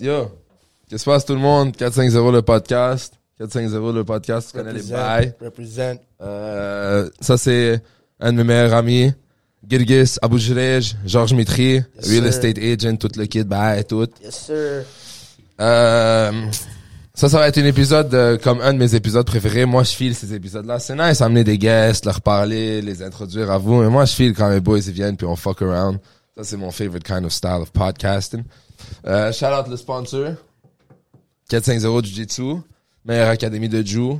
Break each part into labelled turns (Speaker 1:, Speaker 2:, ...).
Speaker 1: Yo, qu'est-ce qui se passe tout le monde? 450 le podcast. 450 le podcast, tu connais les bails.
Speaker 2: Represent.
Speaker 1: Euh, ça, c'est un de mes meilleurs amis. Girgis Aboujrej, Georges Mitri,
Speaker 2: Yes,
Speaker 1: Real
Speaker 2: sir.
Speaker 1: Estate Agent, tout le kit, bye, tout.
Speaker 2: Yes, sir.
Speaker 1: Euh, ça, ça va être un épisode euh, comme un de mes épisodes préférés. Moi, je file ces épisodes-là. C'est nice, amener des guests, leur parler, les introduire à vous. Mais moi, je file quand les boys ils viennent puis on fuck around. Ça, c'est mon favorite kind of style of podcasting. Euh, shout out le sponsor. 450 Jiu-Jitsu, meilleure académie de Jiu,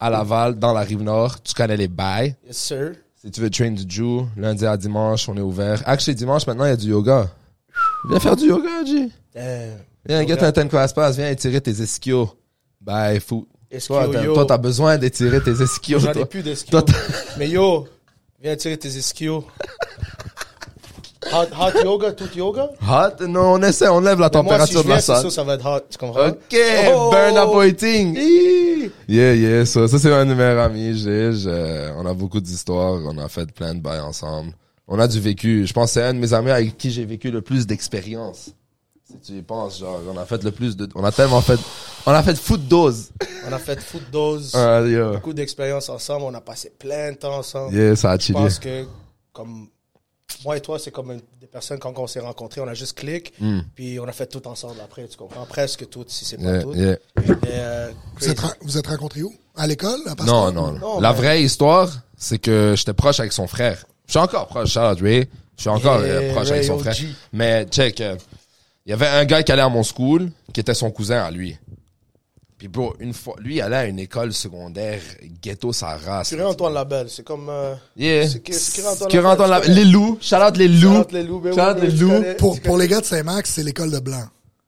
Speaker 1: à Laval, dans la rive nord. Tu connais les bails.
Speaker 2: Yes, sir.
Speaker 1: Si tu veux train du Jiu, lundi à dimanche, on est ouvert. Actually, dimanche, maintenant, il y a du yoga. Viens faire du yoga, G.
Speaker 2: Damn.
Speaker 1: Viens, get un 10 class pass, viens étirer tes ischios. Bye, fou. Toi,
Speaker 2: Ischio,
Speaker 1: t'as-
Speaker 2: yo.
Speaker 1: toi, t'as besoin d'étirer tes ischios.
Speaker 2: J'en ai
Speaker 1: toi.
Speaker 2: plus
Speaker 1: Toi,
Speaker 2: d'esquios.
Speaker 1: t'as-
Speaker 2: Mais yo, viens tirer tes esquios. Hot, hot yoga, tout yoga?
Speaker 1: Hot? Non, on essaie, on lève la
Speaker 2: Moi, si
Speaker 1: température
Speaker 2: je viens,
Speaker 1: de
Speaker 2: c'est
Speaker 1: la
Speaker 2: ça,
Speaker 1: salle.
Speaker 2: ça va être hot. Tu comprends?
Speaker 1: Ok,
Speaker 2: Oh!
Speaker 1: burn up waiting. Hi. Yeah, yeah, ça, ça c'est un de mes meilleurs amis, Gige. Euh, on a beaucoup d'histoires, on a fait plein de bails ensemble. On a du vécu. Je pense que c'est un de mes amis avec qui j'ai vécu le plus d'expérience. Si tu y penses, genre, on a fait le plus de, on a tellement fait, on a fait foot dose.
Speaker 2: On a fait foot dose,
Speaker 1: Ah, yeah.
Speaker 2: beaucoup d'expérience ensemble. On a passé plein de temps ensemble.
Speaker 1: Yeah, ça a
Speaker 2: Je
Speaker 1: chillé.
Speaker 2: pense que, comme moi et toi, c'est comme une- des personnes, quand on s'est rencontrés, on a juste clic,
Speaker 1: Hmm.
Speaker 2: puis on a fait tout ensemble après, tu comprends? Presque tout, si c'est pas
Speaker 1: Yeah,
Speaker 2: tout.
Speaker 1: yeah.
Speaker 2: Mais, euh,
Speaker 3: Vous êtes, ra- vous êtes rencontrés où À l'école à Pascal?
Speaker 1: Non, non, non.
Speaker 2: Non,
Speaker 1: La
Speaker 2: mais-
Speaker 1: vraie histoire, c'est que j'étais proche avec son frère. Je suis encore proche, shout out Ray. Je suis encore
Speaker 2: Yeah,
Speaker 1: euh, proche avec
Speaker 2: Ray
Speaker 1: son
Speaker 2: OG.
Speaker 1: frère. Mais check, euh, il y avait un gars qui allait à mon school, qui était son cousin à lui. Puis bro, une fois, lui il allait à une école secondaire ghetto sa race.
Speaker 2: Curé Antoine Labelle, c'est comme. euh,
Speaker 1: Yeah.
Speaker 2: c'est Curé- c'est Curé Antoine
Speaker 1: Curé
Speaker 2: Labelle,
Speaker 1: Antoine
Speaker 2: tu
Speaker 1: Labelle. les
Speaker 2: connais?
Speaker 1: loups, shout out les
Speaker 2: Shout
Speaker 1: loups.
Speaker 2: out les loups, ben
Speaker 1: Shout out
Speaker 2: oui,
Speaker 1: les
Speaker 2: mais tu
Speaker 1: loups.
Speaker 2: connais.
Speaker 3: Pour, pour les gars de Saint-Max, c'est l'école de blanc.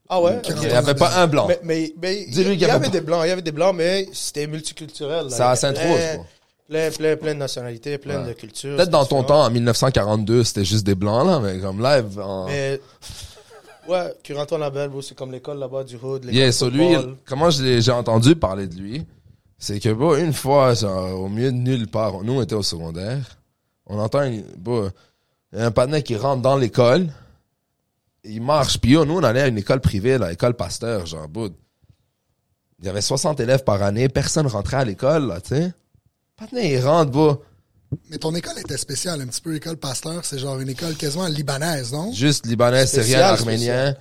Speaker 2: Ah ouais?
Speaker 3: Curé
Speaker 2: ok.
Speaker 1: Il n'y avait pas un blanc.
Speaker 2: Mais, mais, mais il y,
Speaker 1: Dis-lui qu'il y avait
Speaker 2: avait
Speaker 1: pas.
Speaker 2: des blancs, il y avait des blancs, mais c'était multiculturel. là.
Speaker 1: C'est
Speaker 2: Il y
Speaker 1: à
Speaker 2: avait
Speaker 1: Sainte-Rose,
Speaker 2: plein-
Speaker 1: quoi.
Speaker 2: Plein, plein, plein de nationalités, plein
Speaker 1: Ouais.
Speaker 2: de cultures.
Speaker 1: Peut-être dans ton
Speaker 2: différentes.
Speaker 1: temps, en 1942, c'était juste des blancs là, mais comme live. En...
Speaker 2: Mais, ouais, Curanton Labelle, bro, c'est comme l'école là-bas du hood. l'école
Speaker 1: Yeah,
Speaker 2: de
Speaker 1: so lui,
Speaker 2: football.
Speaker 1: comment je l'ai- j'ai entendu parler de lui, c'est que, bah, une fois, genre, au milieu de nulle part, nous, on était au secondaire, on entend une, bah, un panneau qui rentre dans l'école, il marche, puis yo, nous, on allait à une école privée, là, l'école Pasteur, genre, bah, il y avait 60 élèves par année, personne rentrait à l'école, là, tu sais. Panneau, il rentre, bah,
Speaker 3: Mais ton école était spéciale, un petit peu école Pasteur, c'est genre une école quasiment libanaise, non
Speaker 1: juste libanais, syrien,
Speaker 2: Spécial,
Speaker 1: arménien,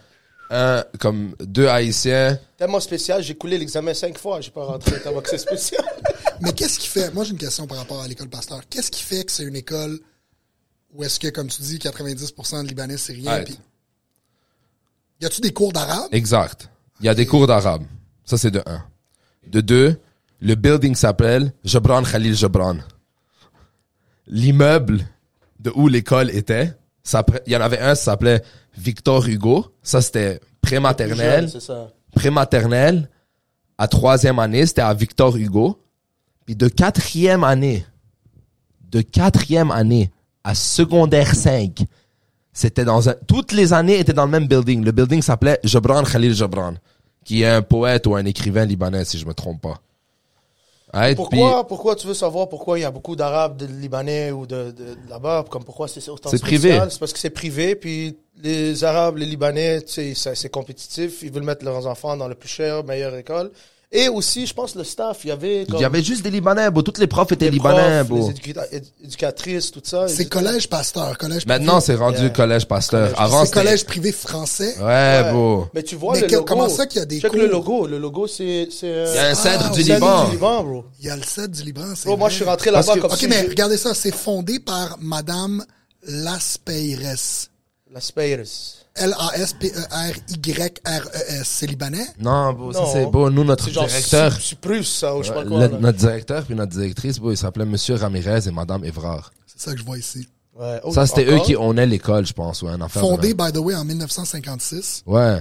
Speaker 1: un, comme deux haïtiens,
Speaker 2: Tellement spécial, j'ai coulé l'examen cinq fois, j'ai pas rentré tellement que c'est spécial.
Speaker 3: Mais qu'est-ce qui fait Moi, j'ai une question par rapport à l'école Pasteur. Qu'est-ce qui fait que c'est une école où est-ce que, comme tu dis, 90% de Libanais, c'est rien
Speaker 1: Ouais.
Speaker 3: puis- Y a-tu des cours d'arabe
Speaker 1: Exact. Il y a des cours d'arabe. Ça, c'est de un. De deux, le building s'appelle Jebran Khalil Jebran. L'immeuble de où l'école était, s'appre- il y en avait un, ça s'appelait Victor Hugo. Ça, c'était
Speaker 2: Jeune,
Speaker 1: prématernelle.
Speaker 2: C'est ça.
Speaker 1: Prématernelle à troisième année, c'était à Victor Hugo. Puis de quatrième année, de quatrième année à secondaire 5, c'était dans un, toutes les années étaient dans le même building. Le building s'appelait Jebran Khalil Jebran, qui est un poète ou un écrivain libanais, si je me trompe pas. Right,
Speaker 2: Pourquoi, pourquoi tu veux savoir pourquoi il y a beaucoup d'Arabes, de Libanais ou de, de- de là-bas Comme pourquoi c'est autant
Speaker 1: C'est
Speaker 2: spécial?
Speaker 1: privé.
Speaker 2: C'est parce que c'est privé, puis les Arabes, les Libanais, tu sais, ça- c'est compétitif. Ils veulent mettre leurs enfants dans la plus chère, meilleure école. Et aussi, je pense, le staff, il y avait
Speaker 1: puis,
Speaker 2: comme
Speaker 1: il y avait juste des Libanais, bro. Toutes les profs étaient
Speaker 2: les
Speaker 1: Libanais, hein,
Speaker 2: profs,
Speaker 1: bro.
Speaker 2: les éducata- édu- éducatrices, tout ça.
Speaker 3: C'est
Speaker 2: Ils-
Speaker 3: collège Pasteur, collège
Speaker 1: Maintenant, c'est rendu
Speaker 2: Yeah.
Speaker 1: collège Pasteur.
Speaker 3: privé.
Speaker 1: Avant,
Speaker 3: C'est
Speaker 1: c'était...
Speaker 3: collège privé français.
Speaker 1: Ouais,
Speaker 2: Ouais.
Speaker 1: bro.
Speaker 2: Mais tu vois
Speaker 3: Mais
Speaker 2: le
Speaker 3: que-
Speaker 2: logo.
Speaker 3: comment ça qu'il y a des
Speaker 2: Check
Speaker 3: cours?
Speaker 2: le logo. Le logo, c'est... c'est, euh,
Speaker 1: Il y a un
Speaker 3: Ah,
Speaker 1: cèdre du
Speaker 3: c'est
Speaker 2: c'est
Speaker 1: Liban.
Speaker 2: du Liban, bro.
Speaker 3: Il y a le set du Liban, c'est
Speaker 2: Bro, moi,
Speaker 3: vrai.
Speaker 2: je suis rentré
Speaker 1: Parce
Speaker 2: là-bas
Speaker 1: que-
Speaker 2: comme
Speaker 3: Ok,
Speaker 2: si...
Speaker 3: mais
Speaker 2: j'ai-
Speaker 3: regardez ça, c'est fondé par Madame Laspeyres.
Speaker 2: Las Peiras.
Speaker 3: E L-A-S-P-E-R-Y-R-E-S. E C'est libanais?
Speaker 1: Non, bro, ça,
Speaker 2: Non.
Speaker 1: c'est beau. Nous, notre
Speaker 2: C'est genre
Speaker 1: directeur...
Speaker 2: Cyp- Cyprus, ça, ou je sais pas
Speaker 1: Euh, Le-
Speaker 2: quoi. là.
Speaker 1: notre directeur puis notre directrice, bon, ils s'appelaient Monsieur Ramirez et Madame Évrard.
Speaker 3: C'est ça que je vois ici.
Speaker 2: Ouais. Oh,
Speaker 1: Ça, c'était eux
Speaker 2: encore?
Speaker 1: qui onaient l'école, je pense, ou un affaire. de
Speaker 3: Fondé,
Speaker 1: même.
Speaker 3: by the way, en 1956.
Speaker 1: Ouais.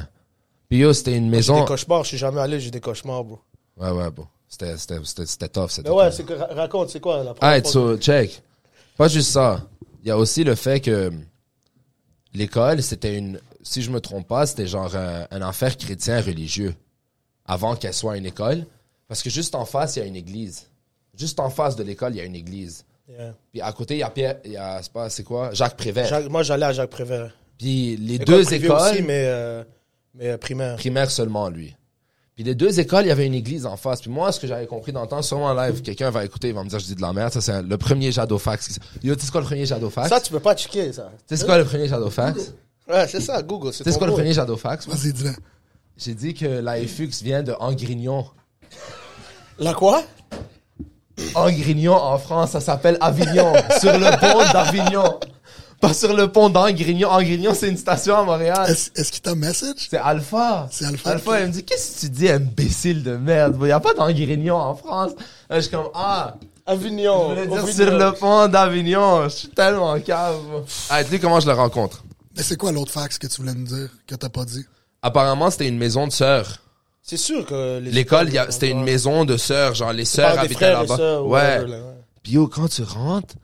Speaker 1: Puis yo, c'était une
Speaker 2: J'ai
Speaker 1: maison.
Speaker 2: des cauchemars, je suis jamais allé, j'ai des cauchemars, bro.
Speaker 1: Ouais, ouais, bon. C'était, c'était, c'était, c'était tough, cette
Speaker 2: Mais Ben ouais,
Speaker 1: école.
Speaker 2: c'est que ra- raconte, c'est quoi la première
Speaker 1: Alright,
Speaker 2: fois
Speaker 1: so, check. Pas juste ça. Il y a aussi le fait que l'école, c'était une, si je me trompe pas, c'était genre un, un enfer chrétien religieux avant qu'elle soit une école. Parce que juste en face, il y a une église. Juste en face de l'école, il y a une église.
Speaker 2: que- Yeah.
Speaker 1: Puis à côté, il y a Pierre, il y a, c'est pas, c'est quoi? Jacques Prévert.
Speaker 2: Jacques- moi, j'allais à Jacques Prévert.
Speaker 1: Puis les
Speaker 2: École
Speaker 1: deux
Speaker 2: privée
Speaker 1: écoles,
Speaker 2: aussi, mais euh, Mais euh, primaire.
Speaker 1: primaire seulement, lui. Puis les deux écoles, il y avait une église en face. Puis moi, ce que j'avais compris dans le temps, sûrement en
Speaker 2: Mm.
Speaker 1: live, quelqu'un va écouter, il va me dire, je dis de la merde. Ça, c'est un- le premier Jadofax. qui- Yo, tu sais quoi le premier Jadofax?
Speaker 2: Ça,
Speaker 1: tu
Speaker 2: tu peux pas checker, ça.
Speaker 1: sais c'est quoi le premier Jadofax? Tu
Speaker 2: Ouais, c'est ça, Google. C'est
Speaker 1: sais c'est quoi
Speaker 2: ton
Speaker 1: le
Speaker 2: mot.
Speaker 1: premier Jadofax? moi?
Speaker 3: Vas-y, dis-le.
Speaker 1: J'ai dit que la FX vient de Angrignon.
Speaker 2: La quoi?
Speaker 1: Angrignon en France, ça s'appelle Avignon. sur le pont d'Avignon. Pas sur le pont d'Angrignon. Angrignon, c'est une station à Montréal.
Speaker 3: Est-ce est-ce qu'il t'a message?
Speaker 1: C'est Alpha.
Speaker 3: C'est Alpha.
Speaker 1: Alpha, elle me dit, qu'est-ce que tu dis, imbécile de merde? Il n'y a pas d'Angrignon en France. Là, je suis comme, ah,
Speaker 2: Avignon.
Speaker 1: Je voulais
Speaker 2: Au
Speaker 1: dire
Speaker 2: Vignoble.
Speaker 1: sur le pont d'Avignon. Je suis tellement cave. Ah, tu sais comment je le rencontre?
Speaker 3: Mais c'est quoi l'autre fax que tu voulais me dire que t'as pas dit?
Speaker 1: Apparemment, c'était une maison de sœurs.
Speaker 2: C'est sûr que les
Speaker 1: L'école,
Speaker 2: écoles,
Speaker 1: il y a- c'était une maison de sœurs. Genre, les
Speaker 2: Par
Speaker 1: sœurs
Speaker 2: des
Speaker 1: habitaient
Speaker 2: frères et
Speaker 1: là-bas.
Speaker 2: sœurs, ou
Speaker 1: Ouais.
Speaker 2: whatever, là, ouais.
Speaker 1: Puis yo, quand tu rentres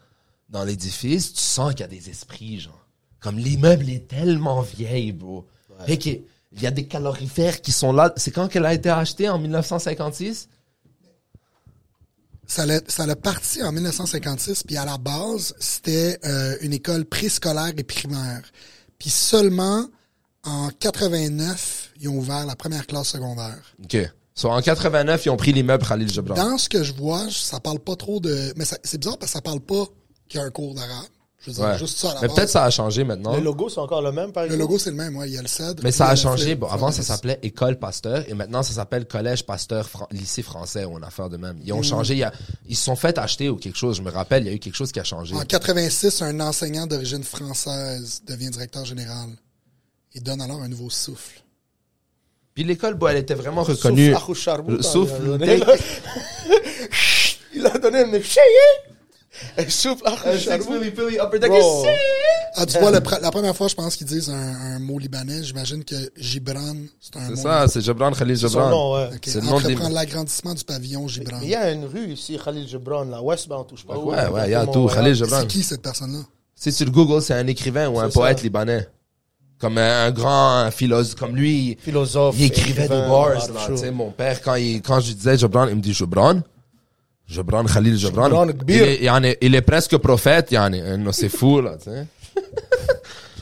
Speaker 1: dans l'édifice, tu sens qu'il y a des esprits, genre. Comme l'immeuble est tellement vieil, bro. Et qu'il il y a des calorifères qui sont là. C'est quand qu'elle a été achetée en 1956?
Speaker 3: Ça l'a ça l'a parti en 1956, puis à la base, c'était euh, une école préscolaire et primaire. Puis seulement en 89, ils ont ouvert la première classe secondaire.
Speaker 1: OK. So, en 89, ils ont pris l'immeuble Khalil Gibran.
Speaker 3: Dans ce que je vois, je- ça parle pas trop de... Mais ça- c'est bizarre parce que ça parle pas qu'il y a un cours d'arabe. Je veux dire,
Speaker 1: Ouais.
Speaker 3: juste ça à la
Speaker 1: Mais
Speaker 3: base.
Speaker 1: peut-être ça a changé maintenant.
Speaker 2: Le logo, c'est encore le même, par
Speaker 3: Le
Speaker 2: exemple.
Speaker 3: logo, c'est le même, ouais, il y a le CED.
Speaker 1: Mais ça
Speaker 3: il y
Speaker 1: a
Speaker 3: le
Speaker 1: changé.
Speaker 3: flip,
Speaker 1: Bon, avant, ça
Speaker 3: Florence.
Speaker 1: s'appelait École Pasteur et maintenant, ça s'appelle Collège Pasteur Fran- Lycée Français ou une affaire de même. Ils
Speaker 2: Mm.
Speaker 1: ont changé. il y a- ils se sont fait acheter ou quelque chose. Je me rappelle, il y a eu quelque chose qui a changé.
Speaker 3: En 86, un enseignant d'origine française devient directeur général. Il donne alors un nouveau souffle.
Speaker 1: Puis l'école, bon, elle était vraiment reconnue. Euh,
Speaker 2: Souffle, Arouche Charbou,
Speaker 1: Le- souffle,
Speaker 2: hein, il a donné,
Speaker 1: dès-
Speaker 2: là. il a donné hein? une chien. Un souffle, Arouche Charbou. Bro.
Speaker 3: Ah, tu
Speaker 1: Euh.
Speaker 3: vois, le pre- la première fois, je pense qu'ils disent un, un mot libanais. J'imagine que Gibran, c'est un
Speaker 1: C'est
Speaker 3: mot.
Speaker 1: ça, c'est Gibran Khalil
Speaker 2: Son
Speaker 1: Gibran.
Speaker 2: nom, ouais.
Speaker 3: Ok,
Speaker 1: c'est le nom de
Speaker 3: Entreprendre
Speaker 1: l'Iban-
Speaker 3: l'agrandissement du pavillon Gibran.
Speaker 2: Il y a une rue ici, Khalil Gibran, là, Westbound, ou je sais pas où.
Speaker 1: Ouais, ouais, il y a
Speaker 2: Oh, Exactement,
Speaker 1: tout.
Speaker 2: ouais.
Speaker 1: Khalil Gibran.
Speaker 3: C'est qui cette personne-là?
Speaker 1: Si tu le Google, c'est un écrivain ou un
Speaker 2: C'est ça.
Speaker 1: poète libanais. Comme un, un grand philosophe, comme lui.
Speaker 2: Philosophe.
Speaker 1: Il écrivait des bars, là.
Speaker 2: barbe,
Speaker 1: Tu sais,
Speaker 2: chaud.
Speaker 1: mon père, quand, il, quand je lui disais Gibran, il me dit Gibran. Gibran, Khalil Gibran.
Speaker 2: Gibran,
Speaker 1: il,
Speaker 2: Gbir.
Speaker 1: est, il en est- il est presque prophète, il en est- euh, non, c'est fou, là, tu sais.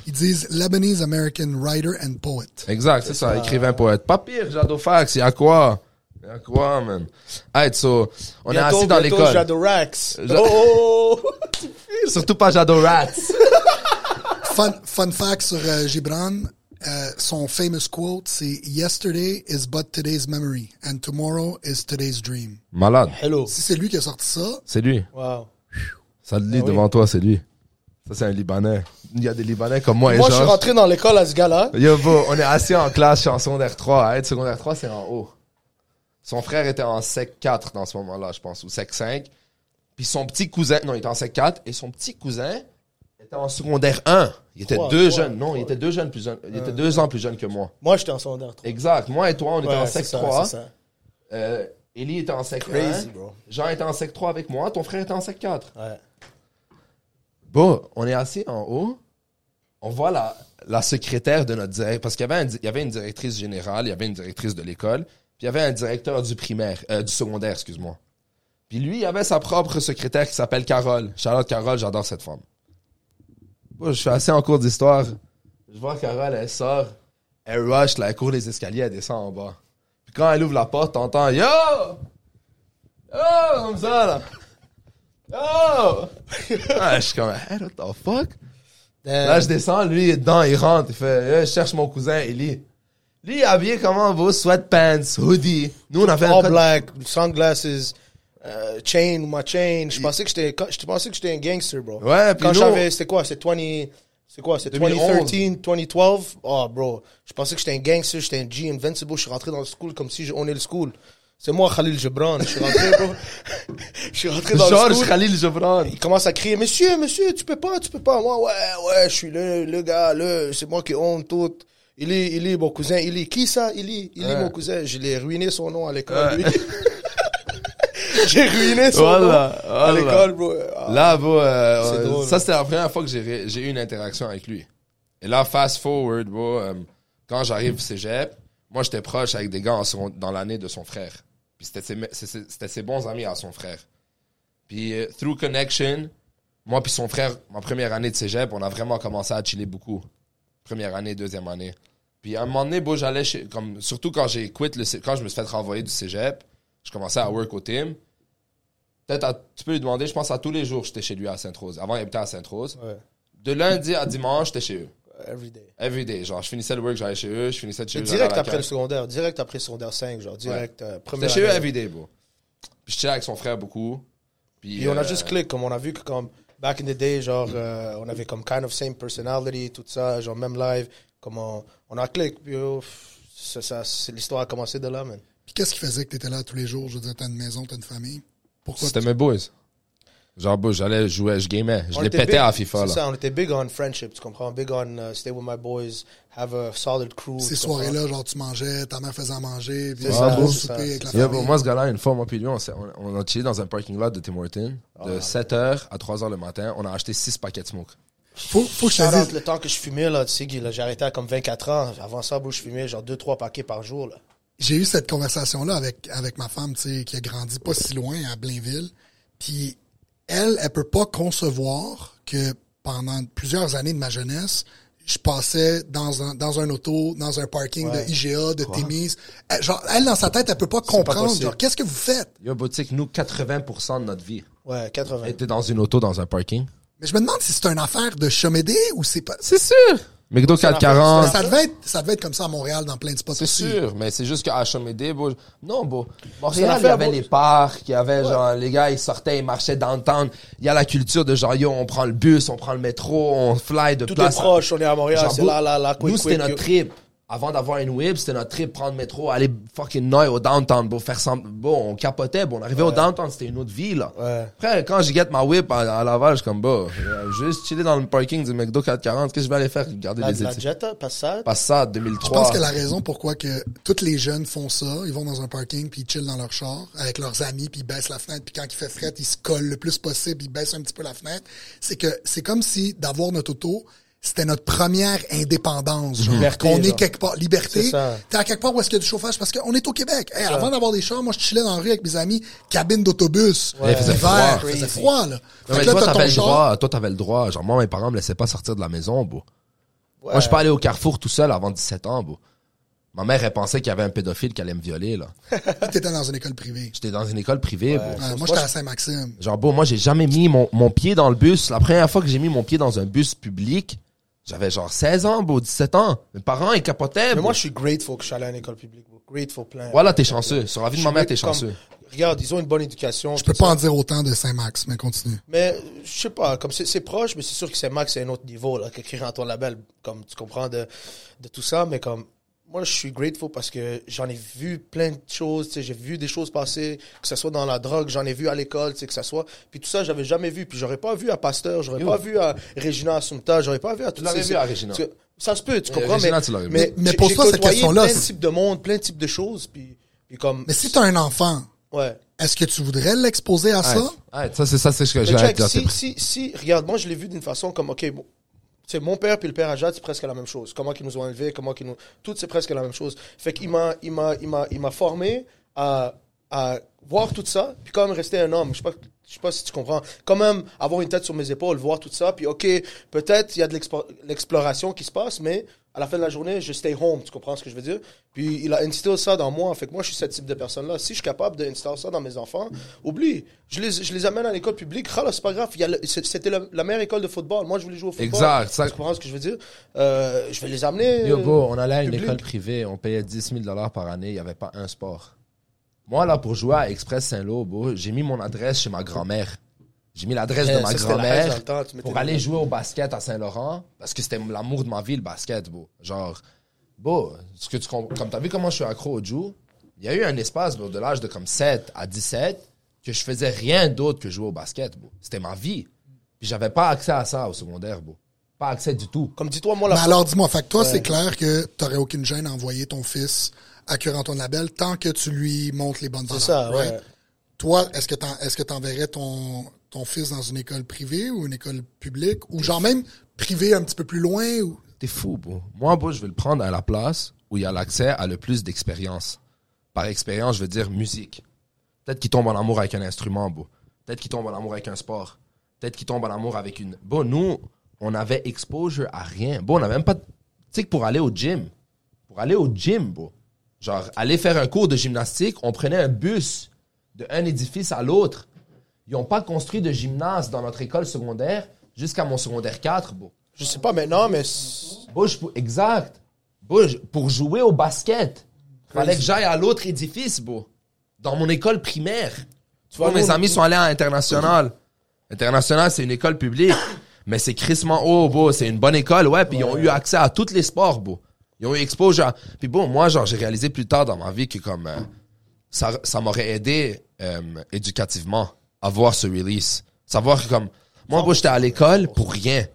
Speaker 3: Ils disent Lebanese American writer and poet.
Speaker 1: Exact, c'est ça, écrivain, poète. Pas pire, Jadofax, il y a quoi? Il y a quoi, man? Hey, so, on est
Speaker 2: Bientôt,
Speaker 1: assis dans
Speaker 2: bientôt,
Speaker 1: l'école.
Speaker 2: Jadorax.
Speaker 1: Ja-
Speaker 2: Oh, oh, oh.
Speaker 1: Surtout pas Jadorats.
Speaker 3: Fun, fun fact sur euh, Gibran, euh, son famous quote, c'est Yesterday is but today's memory, and tomorrow is today's dream.
Speaker 1: Malade.
Speaker 2: Hello.
Speaker 3: Si c'est lui qui a sorti ça,
Speaker 1: C'est lui.
Speaker 2: Wow.
Speaker 1: Ça le lit devant toi, c'est lui. Ça, c'est un Libanais. Il y a des Libanais comme moi et
Speaker 2: Moi, je suis
Speaker 1: Georges.
Speaker 2: rentré dans l'école à ce gars-là.
Speaker 1: Yo, bro, on est assis en classe, je suis en secondaire 3. À être secondaire 3, c'est en haut. Son frère était en sec 4 dans ce moment-là, je pense, ou sec 5. Puis son petit cousin, non, il était en sec 4, et son petit cousin était en secondaire 1. Il était
Speaker 2: Trois,
Speaker 1: deux
Speaker 2: trois, Euh.
Speaker 1: jeunes, non, il était deux jeunes plus jeunes. Il était deux ans plus jeune que moi.
Speaker 2: Moi, j'étais en secondaire 3.
Speaker 1: Exact. Moi et toi, on était en
Speaker 2: c'est
Speaker 1: sec
Speaker 2: ça,
Speaker 1: 3.
Speaker 2: c'est ça.
Speaker 1: Euh, Ellie était en sec
Speaker 2: Crazy,
Speaker 1: 1.
Speaker 2: bro.
Speaker 1: Jean était en sec 3 avec moi. Ton frère était en sec 4.
Speaker 2: Ouais.
Speaker 1: Bon, on est assis en haut. On voit la, la secrétaire de notre directeur. Parce qu'il y, avait un di- il y avait une directrice générale, il y avait une directrice de l'école, puis il y avait un directeur du primaire, euh, du secondaire, excuse-moi. Puis lui, il avait sa propre secrétaire qui s'appelle Carole. Charlotte Carole, j'adore cette femme. Bon, je suis assis en cours d'histoire. Je vois Carole, elle sort. Elle rush, là, elle court les escaliers, elle descend en bas. Puis quand elle ouvre la porte, t'entends Yo! Yo! Comme ça, là. Yo! Ah, je suis comme, hey, what the fuck? Là, je descends, lui, il est dedans, il rentre, il fait, Eh, je cherche mon cousin, Eli. Lui, il est habillé comment vos sweatpants, hoodie. Nous, on avait un
Speaker 2: All
Speaker 1: code-
Speaker 2: black, sunglasses, euh, chain, ma chain. Je pensais que j'étais, quand- je pensais que j'étais un gangster, bro.
Speaker 1: Ouais, puis
Speaker 2: Quand
Speaker 1: nous,
Speaker 2: j'avais, c'était quoi, c'est 20, c'est quoi, c'est
Speaker 1: 2011.
Speaker 2: 2013, 2012. Oh, bro. Je pensais que j'étais un gangster, j'étais un G invincible. Je suis rentré dans le school comme si je ownait le school. C'est moi, Khalil Gibran. Je suis rentré, bro. je suis rentré dans le
Speaker 1: Georges
Speaker 2: school.
Speaker 1: Khalil Gibran.
Speaker 2: Il commence à crier, monsieur, monsieur, tu peux pas, tu peux pas. Moi, ouais, ouais, je suis le, le gars, le, c'est moi qui honte tout. Il est, il est mon cousin, il est qui ça? Il est, il est
Speaker 1: Ouais.
Speaker 2: mon cousin. Je l'ai ruiné son nom à l'école, lui. J'ai ruiné son
Speaker 1: Voilà,
Speaker 2: nom à
Speaker 1: voilà.
Speaker 2: l'école, bro. Ah.
Speaker 1: Là, bro, euh,
Speaker 2: C'est
Speaker 1: euh,
Speaker 2: drôle. hein.
Speaker 1: ça, c'était la première fois que j'ai ré- j'ai eu une interaction avec lui. Et là, fast forward, bro, euh, quand j'arrive au cégep, moi, j'étais proche avec des gars en second- dans l'année de son frère. Puis c'était ses, me- c'est- c'est- c'était ses bons amis à son frère. Puis, euh, through connection, moi puis son frère, ma première année de cégep, on a vraiment commencé à chiller beaucoup. Première année, deuxième année. Puis à un moment donné, bro, j'allais chez. Comme, surtout quand j'ai quitté le cé- quand je me suis fait renvoyer du cégep, je commençais à work au team. Peut-être à- tu peux lui demander, je pense à tous les jours, j'étais chez lui à Sainte-Rose. Avant, il habitait à Sainte-Rose.
Speaker 2: Ouais.
Speaker 1: De lundi à dimanche, j'étais chez eux.
Speaker 2: Every day.
Speaker 1: Every day. Genre, je finissais le work, j'allais chez eux, je finissais de chez
Speaker 2: C'est
Speaker 1: eux.
Speaker 2: direct
Speaker 1: j'allais à la
Speaker 2: après le
Speaker 1: cave.
Speaker 2: secondaire, direct après le secondaire 5, genre direct. euh, première
Speaker 1: J'étais chez eux
Speaker 2: année.
Speaker 1: every day, bro. Puis je chillais avec son frère beaucoup. Puis,
Speaker 2: Et on a
Speaker 1: euh,
Speaker 2: juste click, comme on a vu que comme back in the day, genre euh, on avait comme kind of same personality, tout ça, genre même live, comme on, on a click, puis oh, pff, ça, ça, c'est- l'histoire a commencé de là, man.
Speaker 3: Puis qu'est-ce qui faisait que t'étais là tous les jours? Je veux dire, t'as une maison, t'as une famille. Pourquoi?
Speaker 1: C'était mes boys. Genre, bro, j'allais jouer, je gamais. Je
Speaker 2: On
Speaker 1: les
Speaker 2: était
Speaker 1: pétais
Speaker 2: big-
Speaker 1: à FIFA,
Speaker 2: c'est
Speaker 1: là.
Speaker 2: ça, on était big on friendship, tu comprends? Big on uh, stay with my boys, have a solid crew.
Speaker 3: Ces
Speaker 2: tu comprends?
Speaker 3: soirées-là, genre, tu mangeais, ta mère faisait à manger, puis
Speaker 2: C'est
Speaker 1: ça,
Speaker 3: un gros
Speaker 2: c'est
Speaker 3: souper
Speaker 2: ça.
Speaker 3: avec la
Speaker 1: Yeah,
Speaker 3: famille.
Speaker 1: bro, moi, ce gars-là, une fois, moi puis lui, on, s'est- on, on a chillé dans un parking lot de Tim Hortons
Speaker 2: Ah,
Speaker 1: de 7h à 3h le matin. On a acheté 6 paquets de smoke.
Speaker 3: Faut, faut que je
Speaker 2: Shout
Speaker 3: te
Speaker 2: out
Speaker 3: dise,
Speaker 2: le temps que je fumais, là, tu sais, Guy, là, j'ai arrêté à comme 24 ans. Avant ça, bro, je fumais genre 2-3 paquets par jour, là.
Speaker 3: j'ai eu cette conversation-là avec, avec ma femme, tu sais, qui a grandi pas si loin, à Blainville. Puis elle, elle peut pas concevoir que pendant plusieurs années de ma jeunesse, je passais dans un, dans un auto, dans un parking
Speaker 2: Ouais.
Speaker 3: de IGA, de Témis. Elle- Genre, elle, dans sa tête, elle peut pas comprendre.
Speaker 2: possible.
Speaker 3: genre, qu'est-ce que vous faites?
Speaker 1: Yo, bro, tu sais que nous, 80% de notre vie
Speaker 2: Ouais, 80.
Speaker 1: était dans une auto, dans un parking.
Speaker 3: Mais je me demande si c'est une affaire de Chomédé ou c'est pas.
Speaker 1: C'est sûr! McDo
Speaker 3: Mais
Speaker 1: 440.
Speaker 3: ça devait être, ça devait être comme ça à Montréal dans plein de spots
Speaker 1: Ah. C'est
Speaker 3: aussi.
Speaker 1: sûr, mais c'est juste qu'à HMD, bro, non, bro,
Speaker 2: C'est une
Speaker 1: Montréal, il y
Speaker 2: affaire,
Speaker 1: avait
Speaker 2: bro.
Speaker 1: les parcs, il y avait, genre, les gars, ils sortaient, ils marchaient dans le temps. Il y a la culture de genre, yo, on prend le bus, on prend le métro, on fly de
Speaker 2: Tout
Speaker 1: place.
Speaker 2: est proche, on est à Montréal,
Speaker 1: Genre,
Speaker 2: c'est
Speaker 1: bro,
Speaker 2: là, là, là, quick,
Speaker 1: Nous, c'était
Speaker 2: quick,
Speaker 1: notre
Speaker 2: yo.
Speaker 1: trip. Avant d'avoir une whip, c'était notre trip, prendre le métro, aller fucking noy au downtown, bro, faire semblant, bro, on capotait, bro, on arrivait au downtown, c'était une autre vie, là.
Speaker 2: Ouais.
Speaker 1: Après, quand je get ma whip à, à Laval, je suis comme, bah, juste chiller dans le parking du McDo 440, qu'est-ce que je vais aller faire? Garder
Speaker 2: La,
Speaker 1: les
Speaker 2: la
Speaker 1: études.
Speaker 2: Jetta, pas ça.
Speaker 1: Pas ça,
Speaker 3: Je
Speaker 1: 2003.
Speaker 3: pense que la raison pourquoi que toutes les jeunes font ça, ils vont dans un parking puis ils chillent dans leur char avec leurs amis puis ils baissent la fenêtre puis quand il fait fret, ils se collent le plus possible, ils baissent un petit peu la fenêtre. C'est que c'est comme si d'avoir notre auto, c'était notre première indépendance, genre
Speaker 2: Liberté,
Speaker 3: qu'on est
Speaker 2: genre.
Speaker 3: quelque part liberté.
Speaker 2: C'est ça.
Speaker 3: T'es à quelque part où est-ce qu'il y a du chauffage parce qu'on est au Québec. Hey, avant d'avoir des chars, moi je chillais dans la rue avec mes amis, cabine d'autobus,
Speaker 1: Ouais, il faisait
Speaker 3: hiver,
Speaker 1: froid.
Speaker 3: il faisait
Speaker 2: Crazy.
Speaker 3: froid là.
Speaker 1: Non,
Speaker 3: Fait
Speaker 1: mais
Speaker 3: que là,
Speaker 1: toi,
Speaker 3: t'as ton
Speaker 1: t'avais le
Speaker 3: char.
Speaker 1: droit. Toi, t'avais le droit. Genre, moi, mes parents me laissaient pas sortir de la maison, bro. Moi, je suis pas allé au Carrefour tout seul avant 17 ans, bro. Ma mère, elle pensait qu'il y avait un pédophile qui allait me violer, là.
Speaker 3: T'étais dans une école privée.
Speaker 1: J'étais dans une école privée, bro.
Speaker 3: Ouais, moi
Speaker 2: Moi,
Speaker 3: j'étais
Speaker 2: je-
Speaker 3: à Saint-Maxime.
Speaker 1: Genre, bro, moi, j'ai jamais mis mon, mon pied dans le bus. La première fois que j'ai mis mon pied dans un bus public, j'avais genre 16 ans, bro, 17 ans. Mes parents, ils capotaient,
Speaker 2: Mais
Speaker 1: bro.
Speaker 2: moi, je suis grateful que je suis allé à une école publique, bro. Grateful plein.
Speaker 1: Voilà, t'es chanceux. Sur la vie de ma
Speaker 2: Je
Speaker 1: mère,
Speaker 2: suis
Speaker 1: t'es
Speaker 2: comme-
Speaker 1: chanceux.
Speaker 2: Regarde, ils ont une bonne éducation.
Speaker 3: Je peux pas en dire autant de Saint-Max, mais continue.
Speaker 2: Mais euh, je sais pas, comme c'est c'est proche, mais c'est sûr que c'est Max, c'est un autre niveau, là, qu'écrire Antoine Labelle, comme tu comprends de, de tout ça, mais comme moi, je suis grateful parce que j'en ai vu plein de choses, tu sais, j'ai vu des choses passer, que ce soit dans la drogue, j'en ai vu à l'école, tu sais, que ce soit, puis tout ça, j'avais jamais vu, puis j'aurais pas vu à Pasteur, j'aurais
Speaker 1: Yo.
Speaker 2: pas vu à Regina Assumpta, j'aurais pas vu à tout
Speaker 1: l'aurais vu à Regina.
Speaker 2: Ça se peut, tu
Speaker 1: Mais
Speaker 2: comprends,
Speaker 1: Regina, tu l'aurais
Speaker 2: mais,
Speaker 1: vu.
Speaker 2: mais,
Speaker 3: Mais
Speaker 2: j'ai-
Speaker 3: pour
Speaker 2: j'ai
Speaker 3: toi, cette
Speaker 2: côtoyé
Speaker 3: question-là,
Speaker 2: Plein de
Speaker 3: c'est-
Speaker 2: types de monde, plein de types de choses, puis, puis comme,
Speaker 3: Mais si t'as un enfant,
Speaker 2: ouais.
Speaker 3: est-ce que tu voudrais l'exposer à ça?
Speaker 1: Arrête. Arrête. Ça, c'est ça, c'est ce que
Speaker 2: Mais
Speaker 1: j'ai à
Speaker 2: check,
Speaker 1: dire.
Speaker 2: si, si, si, regarde, moi, je l'ai vu d'une façon comme, OK, bon, tu sais, mon père puis le père Ajad, c'est presque la même chose. Comment qu'ils nous ont élevés, comment qu'ils nous... Tout, c'est presque la même chose. Fait qu'il m'a, il m'a, il m'a, il m'a formé à, à voir tout ça, puis quand même rester un homme. Je sais pas, je sais pas si tu comprends. Quand même avoir une tête sur mes épaules, voir tout ça, puis OK, peut-être il y a de l'expo- l'exploration qui se passe, mais à la fin de la journée, je stay home, tu comprends ce que je veux dire? Puis il a instillé ça dans moi. Fait que moi, je suis ce type de personne-là. Si je suis capable d'instiller ça dans mes enfants, oublie. Je les, je les amène à l'école publique. Rala, c'est pas grave. Il y a le- c'est- C'était la, la meilleure école de football. Moi, je voulais jouer au football.
Speaker 1: Exact, ça-
Speaker 2: Tu comprends ce que je veux dire? Euh, je vais les amener.
Speaker 1: Yo, bro, on allait à une
Speaker 2: public.
Speaker 1: école privée, on payait 10 000 dollars par année, il n'y avait pas un sport. Moi, là, pour jouer à Express Saint-Lô, bro, j'ai mis mon adresse chez ma grand-mère. J'ai mis l'adresse
Speaker 2: Eh,
Speaker 1: de ma
Speaker 2: ça, c'était la haine dans
Speaker 1: grand-mère
Speaker 2: le temps, tu mettais
Speaker 1: pour
Speaker 2: des-
Speaker 1: aller jouer au basket à Saint-Laurent parce que c'était l'amour de ma vie, le basket, bro. Genre, bro, ce que tu com- comme t'as vu comment je suis accro au Jou, il y a eu un espace, bro, de l'âge de comme 7 à 17 que je faisais rien d'autre que jouer au basket, bro. C'était ma vie. Puis j'avais pas accès à ça au secondaire, bro. Pas accès du tout.
Speaker 2: Comme dis-toi, moi,
Speaker 3: Mais
Speaker 2: la
Speaker 3: Ben alors, dis-moi, fait que toi, c'est clair que t'aurais aucune gêne à envoyer ton fils à Cure Antoine Labelle tant que tu lui montres les bonnes valeurs.
Speaker 2: ça, ouais.
Speaker 3: Toi, est-ce que t'en- est-ce que t'enverrais ton, ton fils dans une école privée ou une école publique ou genre même privée un petit peu plus loin ou
Speaker 1: T'es fou, bro. Moi, bro, je vais le prendre à la place où il y a l'accès à le plus d'expérience. Par expérience, je veux dire musique. Peut-être qu'il tombe en amour avec un instrument, bro. Peut-être qu'il tombe en amour avec un sport. Peut-être qu'il tombe en amour avec une... Bon, nous, on avait exposure à rien. Bon, on n'avait même pas... de- Tu sais que pour aller au gym, pour aller au gym, bro. Genre, aller faire un cours de gymnastique, on prenait un bus de un édifice à l'autre. Ils n'ont pas construit de gymnase dans notre école secondaire jusqu'à mon secondaire 4, bro.
Speaker 2: Je sais pas maintenant, mais. c'est-
Speaker 1: Bro, je pou- exact. Bro, je- pour jouer au basket, fallait que j'aille à l'autre édifice, bro. Dans mon école primaire. Tu vois,
Speaker 2: Bro,
Speaker 1: mes
Speaker 2: nous-
Speaker 1: amis sont allés à International. International, c'est une école publique. Mais c'est crissement haut, bro. C'est une bonne école, ouais. Puis ils ont eu accès à tous les sports, bro. Ils ont eu exposure. à- Puis bon, moi, genre, j'ai réalisé plus tard dans ma vie que comme... euh, ça, ça m'aurait aidé euh, éducativement à voir ce release. Savoir que comme, moi, bro, j'étais à l'école pour rien.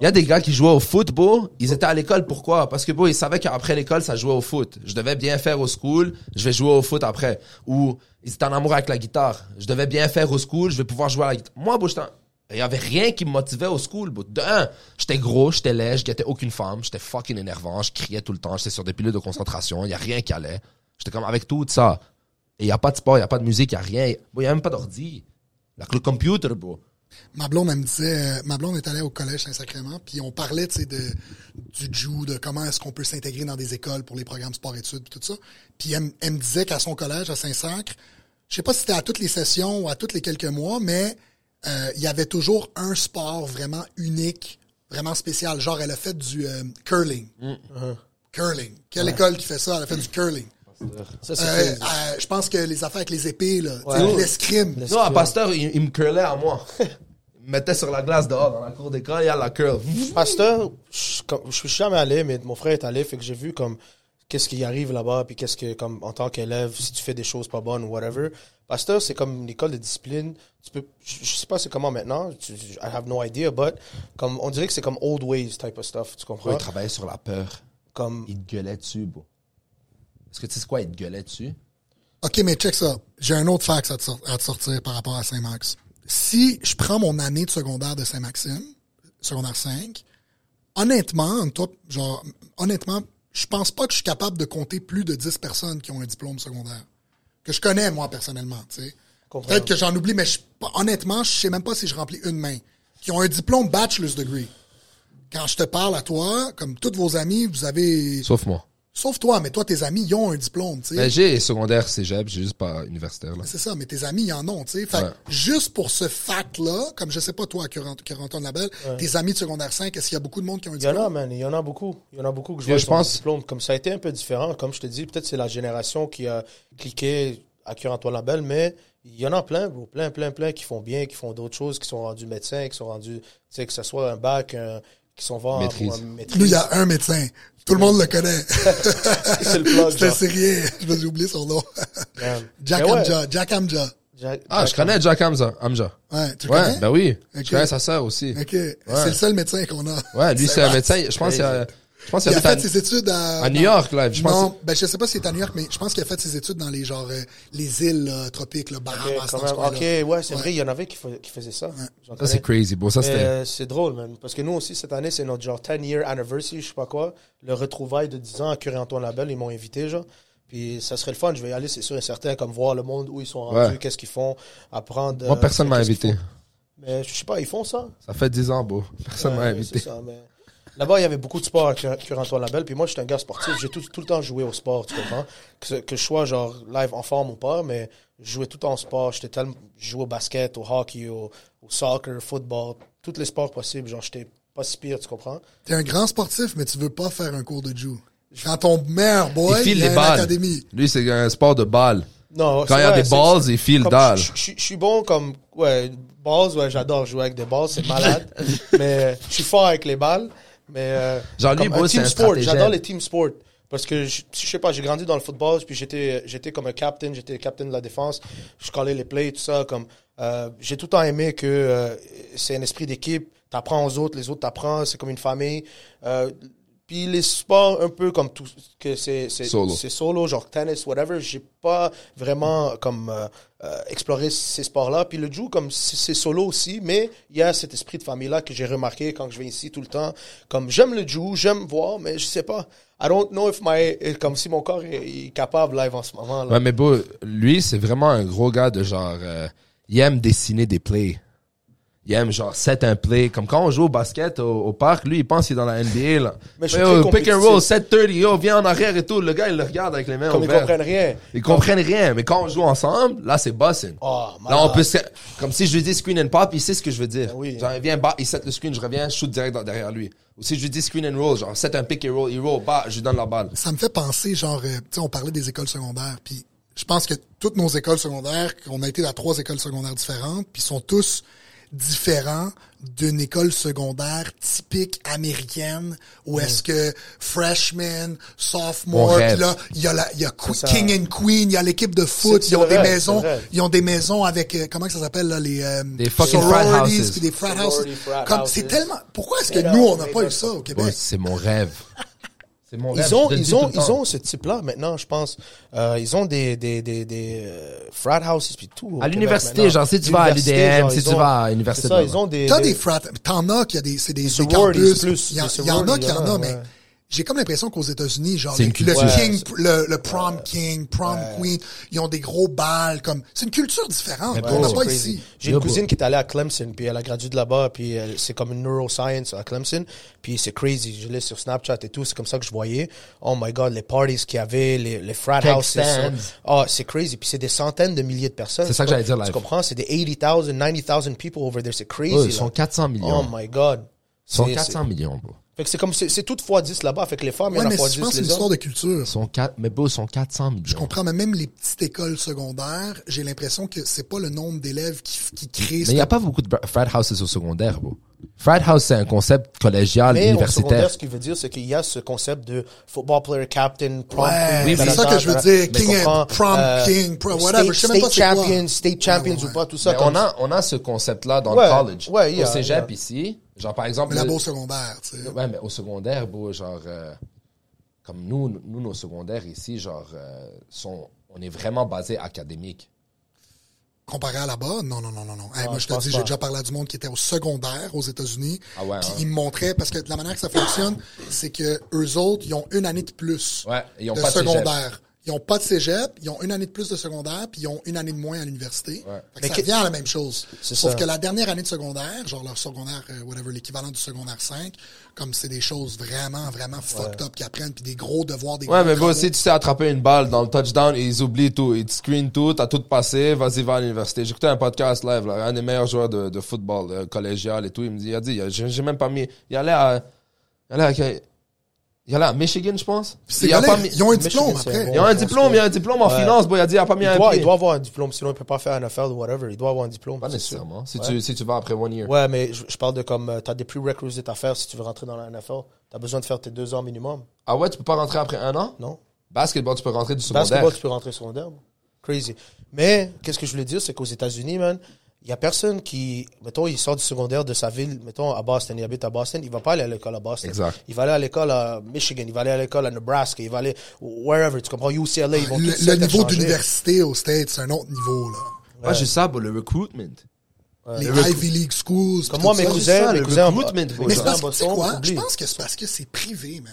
Speaker 1: Il y a des gars qui jouaient au foot, bro, ils étaient à l'école, pourquoi? Parce que, bro, ils savaient qu'après l'école, ça jouait au foot. Je devais bien faire au school, je vais jouer au foot après. Ou, ils étaient en amour avec la guitare. Je devais bien faire au school, je vais pouvoir jouer à la guitare. Moi, bro, j'étais en- il y avait rien qui me motivait au school, bro. De un, j'étais gros, j'étais laid, je guettais aucune femme, j'étais fucking énervant, je criais tout le temps, j'étais sur des pilules de concentration, il y a rien qui allait. J'étais comme avec tout ça. Et il n'y a pas de sport, il n'y a pas de musique, il n'y a rien. Il n'y a même pas d'ordi. La le computer, bro.
Speaker 3: Ma blonde, elle me disait, euh, ma blonde est allée au collège Saint-Sacrement, puis on parlait, tu sais, de, du JU, de comment est-ce qu'on peut s'intégrer dans des écoles pour les programmes sport-études, puis tout ça. Puis elle, me- elle me disait qu'à son collège, à Saint-Sacre, je sais pas si c'était à toutes les sessions ou à toutes les quelques mois, mais euh, il y avait toujours un sport vraiment unique, vraiment spécial. Genre, elle a fait du euh, curling.
Speaker 2: Mm.
Speaker 3: Curling. Quelle école qui fait ça? Elle a fait du curling.
Speaker 2: Ça, c'est
Speaker 3: Euh,
Speaker 2: crazy.
Speaker 3: euh, je pense que les affaires avec les épées, là, tu sais,
Speaker 2: Ouais.
Speaker 3: l'escrime.
Speaker 1: Non, à Pasteur, il, il me curlait à moi. Il me mettait sur la glace dehors, dans la cour d'école, il y a la curl.
Speaker 2: Pasteur, je comme- je suis jamais allé, mais mon frère est allé, fait que j'ai vu comme qu'est-ce qui arrive là-bas, puis qu'est-ce que, comme en tant qu'élève, si tu fais des choses pas bonnes ou whatever. Pasteur, c'est comme une école de discipline. Tu peux, je, je sais pas c'est comment maintenant, tu- I have no idea, but comme on dirait que c'est comme old ways type of stuff, tu
Speaker 1: Bro,
Speaker 2: comprends?
Speaker 1: il travaillait sur la peur.
Speaker 2: Comme
Speaker 1: Il te gueulait dessus, bro. Est-ce que tu sais quoi, il te gueulait dessus?
Speaker 3: OK, mais check ça. J'ai un autre fax à te, sor- à te sortir par rapport à Saint-Max. Si je prends mon année de secondaire de Saint-Maxime, secondaire 5, honnêtement, toi, genre, honnêtement, je pense pas que je suis capable de compter plus de 10 personnes qui ont un diplôme secondaire. Que je connais, moi, personnellement, tu sais.
Speaker 2: Comprends.
Speaker 3: Peut-être que j'en oublie, mais je, honnêtement, je sais même pas si je remplis une main. Qui ont un diplôme bachelor's degree. Quand je te parle à toi, comme tous vos amis, vous avez...
Speaker 1: Sauf moi.
Speaker 3: Sauf toi, mais toi, tes amis, ils ont un diplôme, tu sais.
Speaker 1: Mais j'ai secondaire cégep, j'ai juste pas universitaire, là.
Speaker 3: C'est ça, mais tes amis, ils en ont, tu sais. Fait que
Speaker 1: Ouais.
Speaker 3: juste pour ce fact-là, comme je sais pas toi, Corentin Labelle, tes amis de secondaire 5, est-ce qu'il y a beaucoup de monde qui ont un
Speaker 2: Il y en
Speaker 3: diplôme?
Speaker 2: a, man. Il y en a beaucoup. Il y en a beaucoup que je
Speaker 1: Yo,
Speaker 2: vois
Speaker 1: je
Speaker 2: qui ont des
Speaker 1: pense-
Speaker 2: diplômes. Comme ça a été un peu différent. Comme je te dis, peut-être c'est la génération qui a cliqué à cœur Antoine Labelle, mais il y en a plein, bro. Plein, plein, plein qui font bien, qui font d'autres choses, qui sont rendus médecins, qui sont rendus, tu sais, que ce soit un bac, un- qui sont vendus
Speaker 1: Maîtrise.
Speaker 2: pour un
Speaker 3: Lui, il
Speaker 2: maîtrise.
Speaker 3: y a un médecin. Tout le monde le connaît.
Speaker 2: c'est le plug,
Speaker 3: C'est un
Speaker 2: genre.
Speaker 3: Syrien. Je vais oublier son nom.
Speaker 2: Man.
Speaker 3: Jack
Speaker 2: Mais ouais,
Speaker 3: Amja. Jack Amja.
Speaker 2: Jack-
Speaker 1: Ah, je
Speaker 2: Jack-
Speaker 1: connais Jack Hamza, Hamza.
Speaker 3: Ouais, tu le
Speaker 1: Ouais,
Speaker 3: connais?
Speaker 1: ben oui.
Speaker 3: Ok.
Speaker 1: Je connais sa sœur aussi.
Speaker 3: OK. C'est le seul médecin qu'on a.
Speaker 1: Ouais, lui, c'est un
Speaker 3: vrai.
Speaker 1: médecin. Je pense qu'il a- je pense qu'il
Speaker 3: Il a
Speaker 1: habite à,
Speaker 3: fait ses études à...
Speaker 1: à New York, là. Je pense
Speaker 3: non, ben je sais pas si c'est à New York, mais je pense qu'il a fait ses études dans les genre euh, les îles euh, tropiques, le
Speaker 2: Ok,
Speaker 3: Bahamas,
Speaker 2: quand
Speaker 3: dans ce
Speaker 2: même.
Speaker 3: coin-là.
Speaker 2: Ok, ouais, c'est vrai, il y en avait qui, fais- qui faisaient ça. J'en
Speaker 1: Ça, c'est
Speaker 2: connais.
Speaker 1: crazy, bro. Ça, c'était.
Speaker 2: Euh, c'est drôle, man. Parce que nous aussi, cette année, c'est notre genre 10 year anniversary, je sais pas quoi. Le retrouvaille de 10 ans à Curé Antoine Labelle, ils m'ont invité, genre. Puis ça serait le fun, je vais y aller, c'est sûr et certain, comme voir le monde où ils sont rendus,
Speaker 1: Ouais.
Speaker 2: qu'est-ce qu'ils font, apprendre.
Speaker 1: Moi,
Speaker 2: euh,
Speaker 1: personne m'a
Speaker 2: qu'est-ce qu'ils
Speaker 1: invité.
Speaker 2: font. Mais je sais pas, ils font ça.
Speaker 1: Ça fait 10 ans, bro. Personne m'a
Speaker 2: Ouais,
Speaker 1: invité.
Speaker 2: c'est ça, mais Là-bas, il y avait beaucoup de sport à Cur- Cure Antoine Labelle. Puis moi, j'étais un gars sportif. J'ai tout, tout le temps joué au sport, tu comprends? Que, ce- que je sois genre live en forme ou pas, mais je jouais tout le temps au sport. J'étais tellement, je jouais au basket, au hockey, au, au soccer, football, tous les sports possibles. Genre, j'étais pas si pire, tu comprends?
Speaker 3: T'es un grand sportif, mais tu veux pas faire un cours de Jew. Quand ton meilleur boy,
Speaker 1: il file
Speaker 3: il a
Speaker 1: les
Speaker 3: une
Speaker 1: balles.
Speaker 3: académie.
Speaker 1: Lui, c'est un sport de balle.
Speaker 2: Non,
Speaker 1: Quand
Speaker 2: c'est
Speaker 1: il y a
Speaker 2: vrai,
Speaker 1: des
Speaker 2: c'est-
Speaker 1: balls, il file
Speaker 2: comme-
Speaker 1: dalle.
Speaker 2: Je je- je suis bon comme, ouais, balls, ouais, j'adore jouer avec des balles, c'est malade. mais euh, je suis fort avec les balles. Mais, euh,
Speaker 1: Genre, lui,
Speaker 2: comme
Speaker 1: bro,
Speaker 2: un
Speaker 1: c'est un
Speaker 2: team sport,
Speaker 1: stratégène.
Speaker 2: j'adore les team sports. Parce que, je, je sais pas, j'ai grandi dans le football, puis j'étais, j'étais comme un captain, j'étais le captain de la défense, je collais les plays, tout ça, comme, euh, j'ai tout le temps aimé que euh, c'est un esprit d'équipe, t'apprends aux autres, les autres t'apprennent, c'est comme une famille. Euh, puis les sports, un peu comme tout, que c'est, c'est,
Speaker 1: Solo.
Speaker 2: c'est solo, genre tennis, whatever, j'ai pas vraiment comme euh, euh, exploré ces sports-là. Puis le Jiu, comme c'est c'est solo aussi, mais il y a cet esprit de famille-là que j'ai remarqué quand je vais ici tout le temps. Comme j'aime le Jiu, j'aime voir, mais je sais pas. I don't know if my. Comme si mon corps est, est capable live en ce moment. Là.
Speaker 1: Ouais, mais bro, lui, c'est vraiment un gros gars de genre. euh, il aime dessiner des plays.
Speaker 4: il aime genre set and play. Comme quand on joue au basket au, au parc, lui, il pense qu'il est dans la NBA, là.
Speaker 2: Mais je suis
Speaker 4: Yo,
Speaker 2: très
Speaker 4: pick
Speaker 2: compétitif.
Speaker 4: and roll, 7-30, yo, viens en arrière et tout. Le gars, il le regarde avec les mains
Speaker 2: Comme ils
Speaker 4: ouvertes.
Speaker 2: comprennent rien.
Speaker 4: Ils comprennent rien, mais quand on joue ensemble, là, c'est bossing.
Speaker 2: Oh,
Speaker 4: là, on
Speaker 2: malade. Ben
Speaker 4: peut, se- comme si je lui dis screen and pop, il sait ce que je veux dire.
Speaker 2: oui.
Speaker 4: Genre, il vient, bah, il set le screen, je reviens, je shoot direct dans- derrière lui. Ou si je lui dis screen and roll, genre, set un pick and roll, il roll, bah, je lui donne la balle.
Speaker 3: Ça me fait penser, genre, euh, tu sais, on parlait des écoles secondaires, puis je pense que toutes nos écoles secondaires, on a été dans trois écoles secondaires différentes, puis sont tous différents d'une école secondaire typique américaine où est-ce que freshman,
Speaker 4: Mon
Speaker 3: sophomore,
Speaker 4: rêve.
Speaker 3: puis là il y a la il y a que-
Speaker 2: ça.
Speaker 3: king and queen, il y a l'équipe de foot,
Speaker 2: C'est-
Speaker 3: ils ont
Speaker 2: c'est
Speaker 3: des
Speaker 2: vrai,
Speaker 3: maisons,
Speaker 2: c'est vrai.
Speaker 3: ils ont des maisons avec euh, comment que ça s'appelle là les euh,
Speaker 4: Des fucking frat
Speaker 3: sororities
Speaker 4: houses.
Speaker 3: puis des frat houses.
Speaker 2: Sorority frat
Speaker 3: Comme c'est
Speaker 2: houses.
Speaker 3: tellement pourquoi est-ce que
Speaker 2: Et là,
Speaker 3: nous on n'a
Speaker 2: mais
Speaker 3: pas eu
Speaker 2: là,
Speaker 3: ça au Québec
Speaker 4: Ouais, c'est mon rêve. C'est mon rêve.
Speaker 2: Ils ont,
Speaker 4: je te le dis
Speaker 2: ils ont,
Speaker 4: tout le
Speaker 2: ils
Speaker 4: temps.
Speaker 2: ont ce type-là maintenant, je pense. Euh, ils ont des, des, des, des euh, frat houses puis tout. au
Speaker 4: À
Speaker 2: Québec
Speaker 4: l'université,
Speaker 2: maintenant.
Speaker 4: genre, si tu vas à
Speaker 2: L'université,
Speaker 4: l'UDM,
Speaker 2: genre,
Speaker 4: si
Speaker 2: ils
Speaker 4: tu
Speaker 2: ont-
Speaker 4: vas à l'université
Speaker 2: C'est ça,
Speaker 4: de
Speaker 2: ils ont des.
Speaker 3: T'as des frats, t'en as qui a des, c'est des, des
Speaker 2: sororities
Speaker 3: campus.
Speaker 2: plus,
Speaker 3: Il y, en-
Speaker 2: des
Speaker 3: il y en a
Speaker 2: sororities,
Speaker 3: qui en
Speaker 2: il y en
Speaker 3: a,
Speaker 2: a,
Speaker 3: mais
Speaker 2: ouais.
Speaker 3: j'ai comme l'impression qu'aux États-Unis, genre,
Speaker 4: C'est
Speaker 3: le,
Speaker 4: une
Speaker 3: le
Speaker 4: culture.
Speaker 3: king, le, le prom king, prom queen, ils ont des gros balles, comme, c'est une culture différente,
Speaker 4: Mais
Speaker 3: on
Speaker 4: bon,
Speaker 3: n'a
Speaker 4: c'est
Speaker 3: pas
Speaker 2: crazy.
Speaker 3: ici.
Speaker 2: J'ai
Speaker 4: Yo,
Speaker 2: une
Speaker 4: bro.
Speaker 2: cousine qui est allée à Clemson, puis elle a gradué de là-bas, puis elle- c'est comme une neuroscience à Clemson, puis c'est crazy. Je l'ai sur Snapchat et tout, c'est comme ça que je voyais. Oh my God, les parties qu'il y avait, les, les frat
Speaker 4: Cake
Speaker 2: houses. c'est ça.
Speaker 4: stands.
Speaker 2: Ah, c'est crazy. Puis c'est des centaines de milliers de personnes.
Speaker 4: C'est ça que
Speaker 2: pas-
Speaker 4: j'allais dire,
Speaker 2: Tu
Speaker 4: live.
Speaker 2: comprends? C'est des 80,000, 90,000 people over there. C'est crazy.
Speaker 4: Eux,
Speaker 2: là.
Speaker 4: ils sont 400 millions.
Speaker 2: Oh my God.
Speaker 4: ils sont
Speaker 2: C'est-
Speaker 4: 400 millions, bro.
Speaker 2: c'est- Fait que c'est comme, c'est c'est tout fois 10 là-bas. Fait que les femmes, il y
Speaker 3: Ouais,
Speaker 2: en a
Speaker 3: mais
Speaker 2: fois
Speaker 3: je
Speaker 2: 10
Speaker 3: pense que c'est une
Speaker 2: les
Speaker 3: histoire
Speaker 2: hommes.
Speaker 3: de culture.
Speaker 4: Ils sont 4, mais bro, ils sont 400 millions.
Speaker 3: Je comprends, mais même les petites écoles secondaires, j'ai l'impression que c'est pas le nombre d'élèves qui, qui crée
Speaker 4: Mais il n'y a pas beaucoup de bra- frat houses au secondaire, bro. Frat house, c'est un concept collégial,
Speaker 2: Mais au
Speaker 4: universitaire.
Speaker 2: secondaire, ce qui veut dire, c'est qu'il y a ce concept de football player, captain, prom
Speaker 3: Ouais,
Speaker 2: queen,
Speaker 3: c'est
Speaker 2: blablabla,
Speaker 3: ça que je veux dire,
Speaker 2: blablabla.
Speaker 3: king
Speaker 2: Mais
Speaker 3: and-
Speaker 2: comprends,
Speaker 3: prom
Speaker 2: euh,
Speaker 3: king, prom- whatever,
Speaker 2: state-
Speaker 3: je sais même pas c'est
Speaker 2: state
Speaker 3: quoi.
Speaker 2: champions, State champions
Speaker 3: ouais,
Speaker 2: ou pas, tout ça.
Speaker 4: Mais
Speaker 2: comme
Speaker 4: on a, on a ce concept-là dans
Speaker 2: Ouais,
Speaker 4: le college.
Speaker 2: ouais, yeah,
Speaker 4: au cégep
Speaker 2: yeah.
Speaker 4: ici, genre par exemple.
Speaker 3: Mais la
Speaker 4: le-
Speaker 3: bourse secondaire, tu sais.
Speaker 4: Ouais, mais au secondaire, bro, genre, euh, comme nous, nous, nos secondaires ici, genre, euh, sont, on est vraiment basé académique.
Speaker 3: comparé à là-bas, non, non, non, non, non. Hey, moi,
Speaker 2: je
Speaker 3: je te
Speaker 2: pense
Speaker 3: dis,
Speaker 2: pas.
Speaker 3: j'ai déjà parlé à du monde qui était au secondaire aux États-Unis.
Speaker 4: Ah ouais,
Speaker 3: Puis
Speaker 4: hein.
Speaker 3: ils me montraient, parce que la manière que ça fonctionne, c'est que eux autres, ils ont une année de plus
Speaker 4: Ouais, ils ont
Speaker 3: de
Speaker 4: pas de cégep.
Speaker 3: secondaire. Ils ont pas de cégep, ils ont une année de plus de secondaire, puis ils ont une année de moins à l'université. Fait que
Speaker 2: Mais
Speaker 3: ça
Speaker 2: que-
Speaker 3: revient à la même chose.
Speaker 2: C'est
Speaker 3: Sauf
Speaker 2: ça.
Speaker 3: que la dernière année de secondaire, genre leur secondaire, euh, whatever, l'équivalent du secondaire 5, comme c'est des choses vraiment, vraiment fucked up qu'ils apprennent, puis des gros devoirs, des
Speaker 4: Ouais,
Speaker 3: gros
Speaker 4: mais bro,
Speaker 3: travaux.
Speaker 4: si tu sais attraper une balle dans le touchdown, ils oublient tout. Ils te screenent tout, t'as tout passé, vas-y, va à l'université. J'écoutais un podcast live, là, un des meilleurs joueurs de, de football euh, collégial et tout. Il me dit, il a dit, il a- j'ai j'ai même pas mis. Il allait à. Il allait à, il allait à Michigan, je pense.
Speaker 3: C'est
Speaker 4: Il a
Speaker 3: galère.
Speaker 4: pas mis-
Speaker 3: Ils ont un
Speaker 2: Michigan,
Speaker 3: diplôme
Speaker 2: c'est
Speaker 3: après.
Speaker 2: bon.
Speaker 4: il a un diplôme, il a un diplôme en finance, bro. Il a dit, ah, il a pas mis
Speaker 2: Il
Speaker 4: un
Speaker 2: doit,
Speaker 4: pied.
Speaker 2: il doit avoir un diplôme, sinon il peut pas faire NFL ou whatever. Il doit avoir un diplôme.
Speaker 4: Pas
Speaker 2: c'est sûr.
Speaker 4: nécessairement. Si, tu, si tu vas après one year.
Speaker 2: Ouais, mais je, je parle de comme, euh, t'as des prerequisites à faire si tu veux rentrer dans la NFL. T'as besoin de faire tes deux ans minimum,
Speaker 4: Ah ouais, tu peux pas rentrer après un an?
Speaker 2: non?
Speaker 4: Basketball, tu peux rentrer du secondaire.
Speaker 2: Basketball, tu peux rentrer secondaire. bro. Crazy. Mais, qu'est-ce que je voulais dire, c'est qu'aux États-Unis, man, il y a personne qui, mettons, il sort du secondaire de sa ville, mettons, à Boston, il habite à Boston, il va pas aller à l'école à Boston.
Speaker 4: Exact.
Speaker 2: Il va aller à l'école à Michigan, il va aller à l'école à Nebraska, il va aller wherever, tu comprends, UCLA, ils vont
Speaker 3: Le,
Speaker 2: tous
Speaker 3: le niveau
Speaker 2: s'interchanger.
Speaker 3: d'université au States, c'est un autre niveau, là.
Speaker 4: Moi, j'ai ça, bro, le recruitment.
Speaker 3: les Ivy League schools.
Speaker 2: Comme
Speaker 3: pis
Speaker 2: moi,
Speaker 3: tout
Speaker 2: mes
Speaker 3: ça.
Speaker 2: cousins,
Speaker 4: ça,
Speaker 2: mes
Speaker 4: le
Speaker 2: cousins, en-
Speaker 4: recruitment,
Speaker 2: mes
Speaker 4: bro.
Speaker 3: Mais
Speaker 4: Ils
Speaker 3: c'est
Speaker 2: cousins
Speaker 4: sont
Speaker 2: en
Speaker 3: parce que, tu sais
Speaker 2: Boston,
Speaker 3: quoi? Je
Speaker 2: oublie.
Speaker 3: pense que c'est parce que c'est privé, man.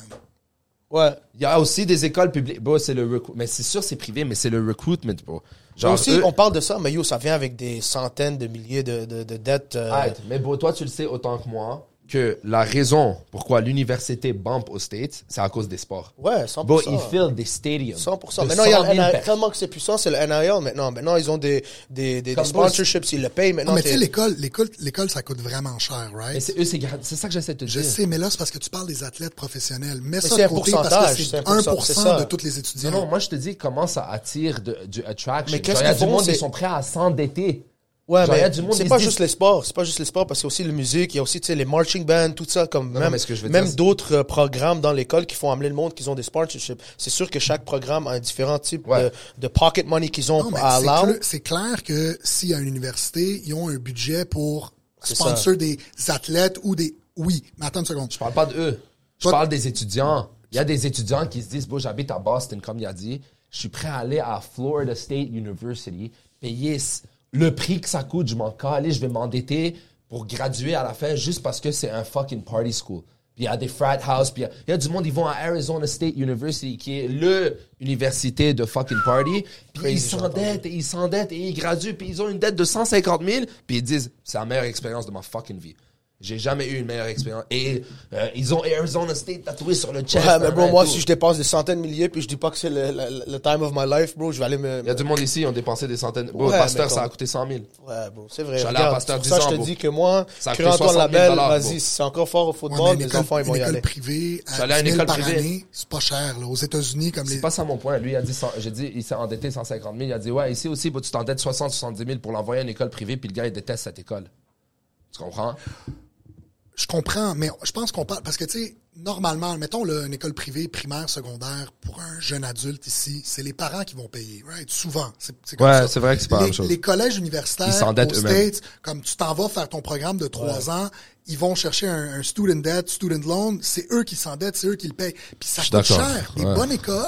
Speaker 2: Ouais.
Speaker 4: Il y a aussi des écoles publiques. Bro, c'est le recru- Mais c'est sûr, c'est privé, mais c'est le recruitment, bro.
Speaker 2: Mais
Speaker 4: Genre,
Speaker 2: aussi,
Speaker 4: eux-
Speaker 2: on parle de ça, mais yo, ça vient avec des centaines de milliers de, de, de dettes. euh,
Speaker 4: Arrête. Mais bro, toi, tu le sais autant que moi hein, que la raison pourquoi l'université bump aux States, c'est à cause des sports.
Speaker 2: ouais, 100%.
Speaker 4: Bro, ils fillent des stadiums.
Speaker 2: 100%.
Speaker 4: de
Speaker 2: Maintenant, il y a
Speaker 4: 100 000
Speaker 2: le NIL,
Speaker 4: personnes.
Speaker 2: tellement que c'est puissant, c'est le NIL maintenant. Maintenant, ils ont des, des, des, des
Speaker 4: Comme
Speaker 2: sponsorships, ils le payent
Speaker 3: Non,
Speaker 2: maintenant.
Speaker 3: mais tu sais,
Speaker 2: t'es-
Speaker 3: l'école, l'école, l'école, ça coûte vraiment cher,
Speaker 4: Mais
Speaker 3: right?
Speaker 4: c'est eux, c'est gra- c'est ça que j'essaie de te
Speaker 3: Je
Speaker 4: dire.
Speaker 3: sais, mais là, c'est parce que tu parles des athlètes professionnels. Mets ça
Speaker 2: c'est
Speaker 3: de
Speaker 2: un
Speaker 3: côté parce que
Speaker 2: pourcentage,
Speaker 3: c'est
Speaker 2: c'est un
Speaker 3: 1%
Speaker 2: pourcentage, c'est ça.
Speaker 3: de tous les
Speaker 4: Non,
Speaker 3: étudiants.
Speaker 4: non, moi, je te dis comment ça attire de- du attraction.
Speaker 2: Mais qu'est-ce
Speaker 4: Genre, il y a
Speaker 2: qu'ils
Speaker 4: du
Speaker 2: font,
Speaker 4: monde,
Speaker 2: c'est-
Speaker 4: ils sont prêts à s'endetter.
Speaker 2: Ouais,
Speaker 4: Genre, il y a
Speaker 2: mais
Speaker 4: du monde,
Speaker 2: c'est
Speaker 4: ils
Speaker 2: pas
Speaker 4: se
Speaker 2: juste les
Speaker 4: disent-
Speaker 2: sports, c'est pas juste les sports parce qu'il y a aussi la musique, il y a aussi tu sais les marching bands, tout ça comme
Speaker 4: non,
Speaker 2: même
Speaker 4: mais ce que je veux
Speaker 2: même
Speaker 4: dire, c'est-
Speaker 2: d'autres euh, programmes dans l'école qui font amener le monde qu'ils ont des sponsorships. C'est sûr que chaque programme a un différent type
Speaker 4: Ouais.
Speaker 2: de, de pocket money qu'ils ont
Speaker 3: Non, mais
Speaker 2: à
Speaker 3: c'est
Speaker 2: allow.
Speaker 3: cl- c'est clair que s'il y a une université, ils ont un budget pour
Speaker 2: C'est
Speaker 3: sponsor des athlètes ou des. Oui, mais attends une seconde.
Speaker 4: Je parle pas de eux. Je
Speaker 3: Toi-
Speaker 4: parle des étudiants. Il y a des étudiants qui se disent, bon, j'habite à Boston, comme il a dit. Je suis prêt à aller à Florida State University, payer s- le prix que ça coûte, je m'en calais, je vais m'endetter pour graduer à la fin juste parce que c'est un fucking party school. puis il y a des frat house, puis il y a- il y, a du monde, ils vont à Arizona State University, qui est le université de fucking party, puis ils
Speaker 2: Crazy, j'ai
Speaker 4: s'endettent, et ils s'endettent, et ils graduent, puis ils ont une dette de 150 000, puis ils disent, c'est la meilleure expérience de ma fucking vie. J'ai jamais eu une meilleure expérience. Et euh, ils ont Arizona State tatoué sur le chest.
Speaker 2: Ouais, mais bro,
Speaker 4: nanana,
Speaker 2: moi,
Speaker 4: tout.
Speaker 2: si je dépense des centaines de milliers puis je dis pas que c'est le, le- le time of my life, bro, je vais aller me.
Speaker 4: Il y a du monde ici, ils ont dépensé des centaines. Bon,
Speaker 2: Ouais,
Speaker 4: pasteur,
Speaker 2: mettons.
Speaker 4: ça a coûté 100 000.
Speaker 2: Ouais, bro, c'est vrai.
Speaker 4: J'allais à
Speaker 2: regarde,
Speaker 4: Pasteur
Speaker 2: c'est pour ça, que je te
Speaker 4: Dizan,
Speaker 2: dis
Speaker 4: bro.
Speaker 2: que moi,
Speaker 4: Ça a coûté
Speaker 2: créant
Speaker 4: 60
Speaker 2: ton
Speaker 4: 000
Speaker 2: label,
Speaker 4: bro.
Speaker 2: vas-y, si c'est encore fort au
Speaker 3: Ouais,
Speaker 2: football,
Speaker 3: mais une
Speaker 2: les
Speaker 3: école,
Speaker 2: enfants, ils vont
Speaker 3: une
Speaker 2: y
Speaker 3: école
Speaker 2: aller.
Speaker 3: privée à
Speaker 4: J'allais à une
Speaker 3: 10 000
Speaker 4: école
Speaker 3: par
Speaker 4: privée.
Speaker 3: année, c'est pas cher. Là. Aux États-Unis, comme les...
Speaker 4: C'est pas ça mon point. Lui, il a dit, 100 j'ai dit, il s'est endetté 150 000. Il a dit, ouais, ici aussi, bah, tu t'endettes 60, 70 000 pour l'envoyer à une école privée, puis le gars, il déteste cette école. Tu comprends?
Speaker 3: Je comprends, mais je pense qu'on parle... Parce que, tu sais, normalement, mettons là, une école privée, primaire, secondaire, pour un jeune adulte ici, c'est les parents qui vont payer, right? Souvent. C'est c'est comme
Speaker 4: Ouais,
Speaker 3: ça.
Speaker 4: c'est vrai que c'est pas la
Speaker 3: Les-
Speaker 4: même chose.
Speaker 3: Les collèges universitaires
Speaker 4: Ils s'endettent
Speaker 3: aux
Speaker 4: eux-mêmes.
Speaker 3: States, comme tu t'en vas faire ton programme de trois ans, ils vont chercher un, un student debt, student loan, c'est eux qui s'endettent, c'est eux qui le payent. Puis ça coûte
Speaker 4: d'accord.
Speaker 3: cher. Des
Speaker 4: Ouais.
Speaker 3: bonnes écoles,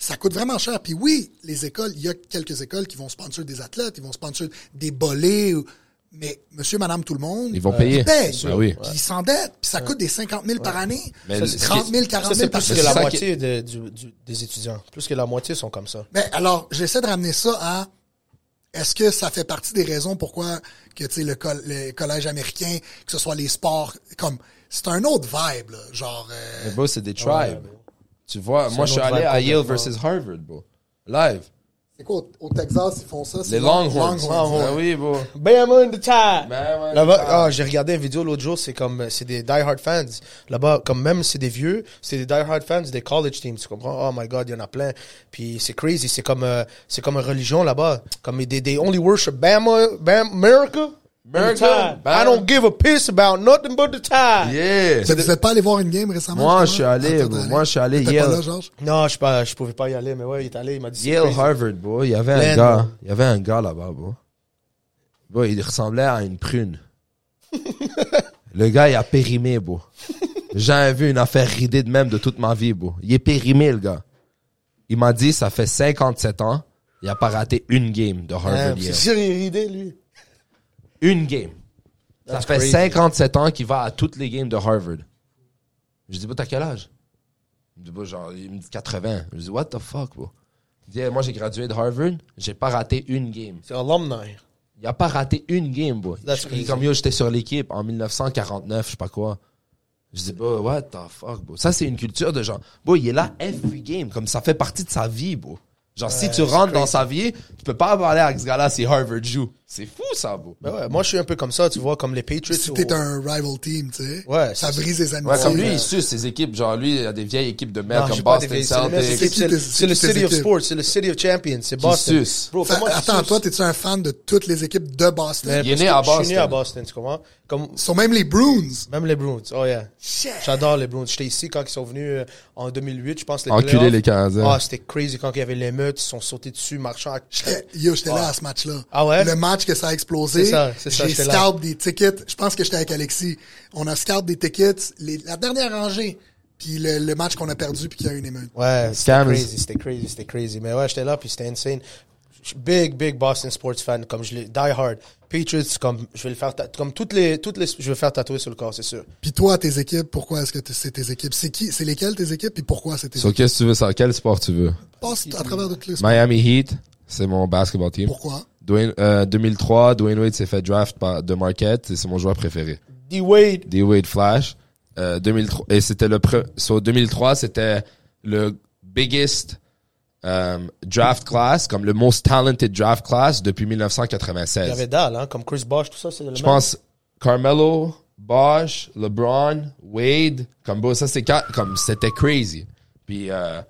Speaker 3: ça coûte vraiment cher. Puis oui, les écoles, il y a quelques écoles qui vont sponsor des athlètes, ils vont sponsor des bolés, ou- mais monsieur, madame, tout le monde, euh,
Speaker 4: Ils vont payer.
Speaker 3: Ils payent.
Speaker 4: Ah oui.
Speaker 3: Puis ils s'endettent, puis ça coûte des 50 000 par année,
Speaker 4: Mais
Speaker 3: ça,
Speaker 4: le-
Speaker 3: c'est 30 000, 40
Speaker 2: Ça,
Speaker 3: 000
Speaker 2: c'est
Speaker 3: par
Speaker 2: plus
Speaker 4: Mais
Speaker 2: que
Speaker 4: c'est
Speaker 2: la
Speaker 4: ça qui-
Speaker 2: moitié de- du- du- des étudiants. Plus que la moitié sont comme ça.
Speaker 3: Mais ben, alors, j'essaie de ramener ça à est-ce que ça fait partie des raisons pourquoi que tu sais le, col- le collège américain, que ce soit les sports, comme c'est un autre vibe, là, genre euh,
Speaker 4: Mais bro, c'est des tribes.
Speaker 2: Ouais, bro.
Speaker 4: tu vois, moi,
Speaker 2: un
Speaker 4: je suis
Speaker 2: autre
Speaker 4: allé
Speaker 2: vibe
Speaker 4: à Yale
Speaker 2: complètement.
Speaker 4: versus Harvard, bro. Live.
Speaker 3: c'est quoi au, au Texas ils font ça c'est
Speaker 4: Les Longhorns.
Speaker 3: Longhorns.
Speaker 4: Ah oui, bro.
Speaker 2: Bam on the top!
Speaker 4: Ben ouais,
Speaker 2: Là-bas,
Speaker 4: ah.
Speaker 2: ah, j'ai regardé une vidéo l'autre jour, c'est comme, euh, c'est des die-hard fans. Là-bas, comme même c'est des vieux, c'est des die-hard fans des college teams, tu comprends? Oh my god, il y en a plein. Puis c'est crazy, c'est comme, euh, c'est comme une religion là-bas. Comme des, des only worship Bama, Bam, America.
Speaker 4: America,
Speaker 2: The tide.
Speaker 4: Bam.
Speaker 2: I don't give a piss about nothing but the tide.
Speaker 4: Yeah.
Speaker 3: Ben, Vous êtes pas allé voir une game récemment justement?
Speaker 4: Moi, je suis allé,
Speaker 3: Attends,
Speaker 4: bro.
Speaker 3: allé.
Speaker 4: Moi, je suis allé
Speaker 3: T'étais
Speaker 4: hier.
Speaker 3: pas là, Georges
Speaker 2: Non, je, sais pas, je pouvais pas y aller, mais ouais, il est allé, il m'a dit. c'est
Speaker 4: Yale
Speaker 2: crazy.
Speaker 4: Harvard, bro. Il y avait un
Speaker 2: Plein,
Speaker 4: gars.
Speaker 2: bro.
Speaker 4: Il y avait un gars là-bas, bro. Bro, il ressemblait à une prune. Le gars, il a périmé, bro. J'ai vu une affaire ridée de même de toute ma vie, bro. Il est périmé, le gars. Il m'a dit, ça fait 57 ans, il a pas raté une game de
Speaker 2: Hein,
Speaker 4: Harvard
Speaker 2: c'est
Speaker 4: Yale.
Speaker 2: sûr, il est ridé, lui.
Speaker 4: Une game. Ça
Speaker 2: That's
Speaker 4: fait
Speaker 2: crazy.
Speaker 4: 57 ans qu'il va à toutes les games de Harvard. Je dis, bah, t'as quel âge? Il me dit, bah, genre, il me dit 80. Je dis, what the fuck, bro? Il dit, eh, moi, j'ai gradué de Harvard, j'ai pas raté une game.
Speaker 2: C'est alumni.
Speaker 4: Il a pas raté une game, bro.
Speaker 2: That's
Speaker 4: Je-
Speaker 2: crazy.
Speaker 4: Comme yo, j'étais sur l'équipe en 1949, je sais pas quoi. Je dis, bah, what the fuck, bro? Ça, c'est une culture de genre, bro, il est là every game, comme ça fait partie de sa vie, bro. Genre, si tu rentres dans sa vie, tu peux pas parler à ce gars-là si Harvard joue. C'est fou, ça, bro.
Speaker 2: Ben ouais, moi, je suis un peu comme ça, tu vois, comme les Patriots.
Speaker 3: si
Speaker 2: au-
Speaker 3: t'es un rival team tu sais
Speaker 2: Ouais,
Speaker 3: ça
Speaker 2: c'est- euh,
Speaker 3: brise les amis
Speaker 4: Ouais, comme lui, il suce ses équipes. Genre, lui, il a des vieilles équipes de merde
Speaker 2: Non,
Speaker 4: comme
Speaker 2: j'ai pas Ah, des
Speaker 4: Boston
Speaker 2: vieilles- C'est le-
Speaker 4: Celtics.
Speaker 2: c'est-
Speaker 3: qui
Speaker 2: c'est-
Speaker 3: tes- c'est
Speaker 2: c'est
Speaker 3: qui
Speaker 2: le
Speaker 3: tes
Speaker 2: City of
Speaker 3: équipes?
Speaker 2: Sports, c'est le City of Champions, c'est Boston.
Speaker 4: suce.
Speaker 2: Bro, comment tu
Speaker 3: attends
Speaker 2: suces?
Speaker 3: toi t'es-tu un fan de toutes les équipes de Boston
Speaker 2: Mais
Speaker 4: Il est
Speaker 2: parce
Speaker 4: né
Speaker 2: que
Speaker 4: à
Speaker 2: Je suis né
Speaker 4: Boston.
Speaker 2: à Boston, tu comprends? Comme,
Speaker 3: Ils sont même les Bruins
Speaker 2: même les Bruins, oh yeah. J'adore les Bruins. J'étais ici quand ils sont venus euh, en 2008, je pense. Les
Speaker 4: Enculé
Speaker 2: playoffs.
Speaker 4: les Canadiens.
Speaker 2: Ah, c'était crazy quand il y avait l'émeute, ils sont sautés dessus, marchant. à-
Speaker 3: J'étais- Eh, Yo, j'étais là à ce match-là.
Speaker 2: Ah ouais?
Speaker 3: Le match que ça a explosé.
Speaker 2: C'est ça, c'est ça,
Speaker 3: J'ai
Speaker 2: j'étais là.
Speaker 3: scalp des tickets. Je pense que j'étais avec Alexis. On a scalp des tickets. les- la dernière rangée. Puis le, le match qu'on a perdu puis qu'il y a eu une émeute.
Speaker 2: Ouais, c'était
Speaker 4: Scams.
Speaker 2: crazy, c'était crazy, c'était crazy. Mais ouais, j'étais là, puis c'était insane. Je suis Big, big Boston sports fan, comme je l'ai, die hard. Patriots, comme, je vais le faire, ta- comme toutes les, toutes les, je vais le faire tatouer sur le corps, c'est sûr.
Speaker 3: Puis toi, tes équipes, pourquoi est-ce que t'es- c'est tes équipes? C'est qui? C'est lesquelles tes équipes puis pourquoi c'est tes équipes?
Speaker 4: qu'est-ce que tu veux, ça? Quel sport tu veux?
Speaker 3: Passe à travers de tous les sports.
Speaker 4: Miami Heat, c'est mon basketball team.
Speaker 3: Pourquoi?
Speaker 4: Dwayne, euh, 2003, Dwayne Wade s'est fait draft par de Marquette et c'est mon joueur préféré.
Speaker 2: D-Wade,
Speaker 4: D Wade Flash. Euh, 2003, et c'était le pre, so 2003, c'était le biggest euh, draft class, comme le most talented draft class depuis
Speaker 2: il
Speaker 4: 1996.
Speaker 2: y avait Dahl, hein, comme Chris Bosh, tout ça, c'est le
Speaker 4: Je
Speaker 2: même.
Speaker 4: pense Carmelo, Bosch, LeBron, Wade, comme bon, ça c'est quatre- comme c'était crazy. Puis euh,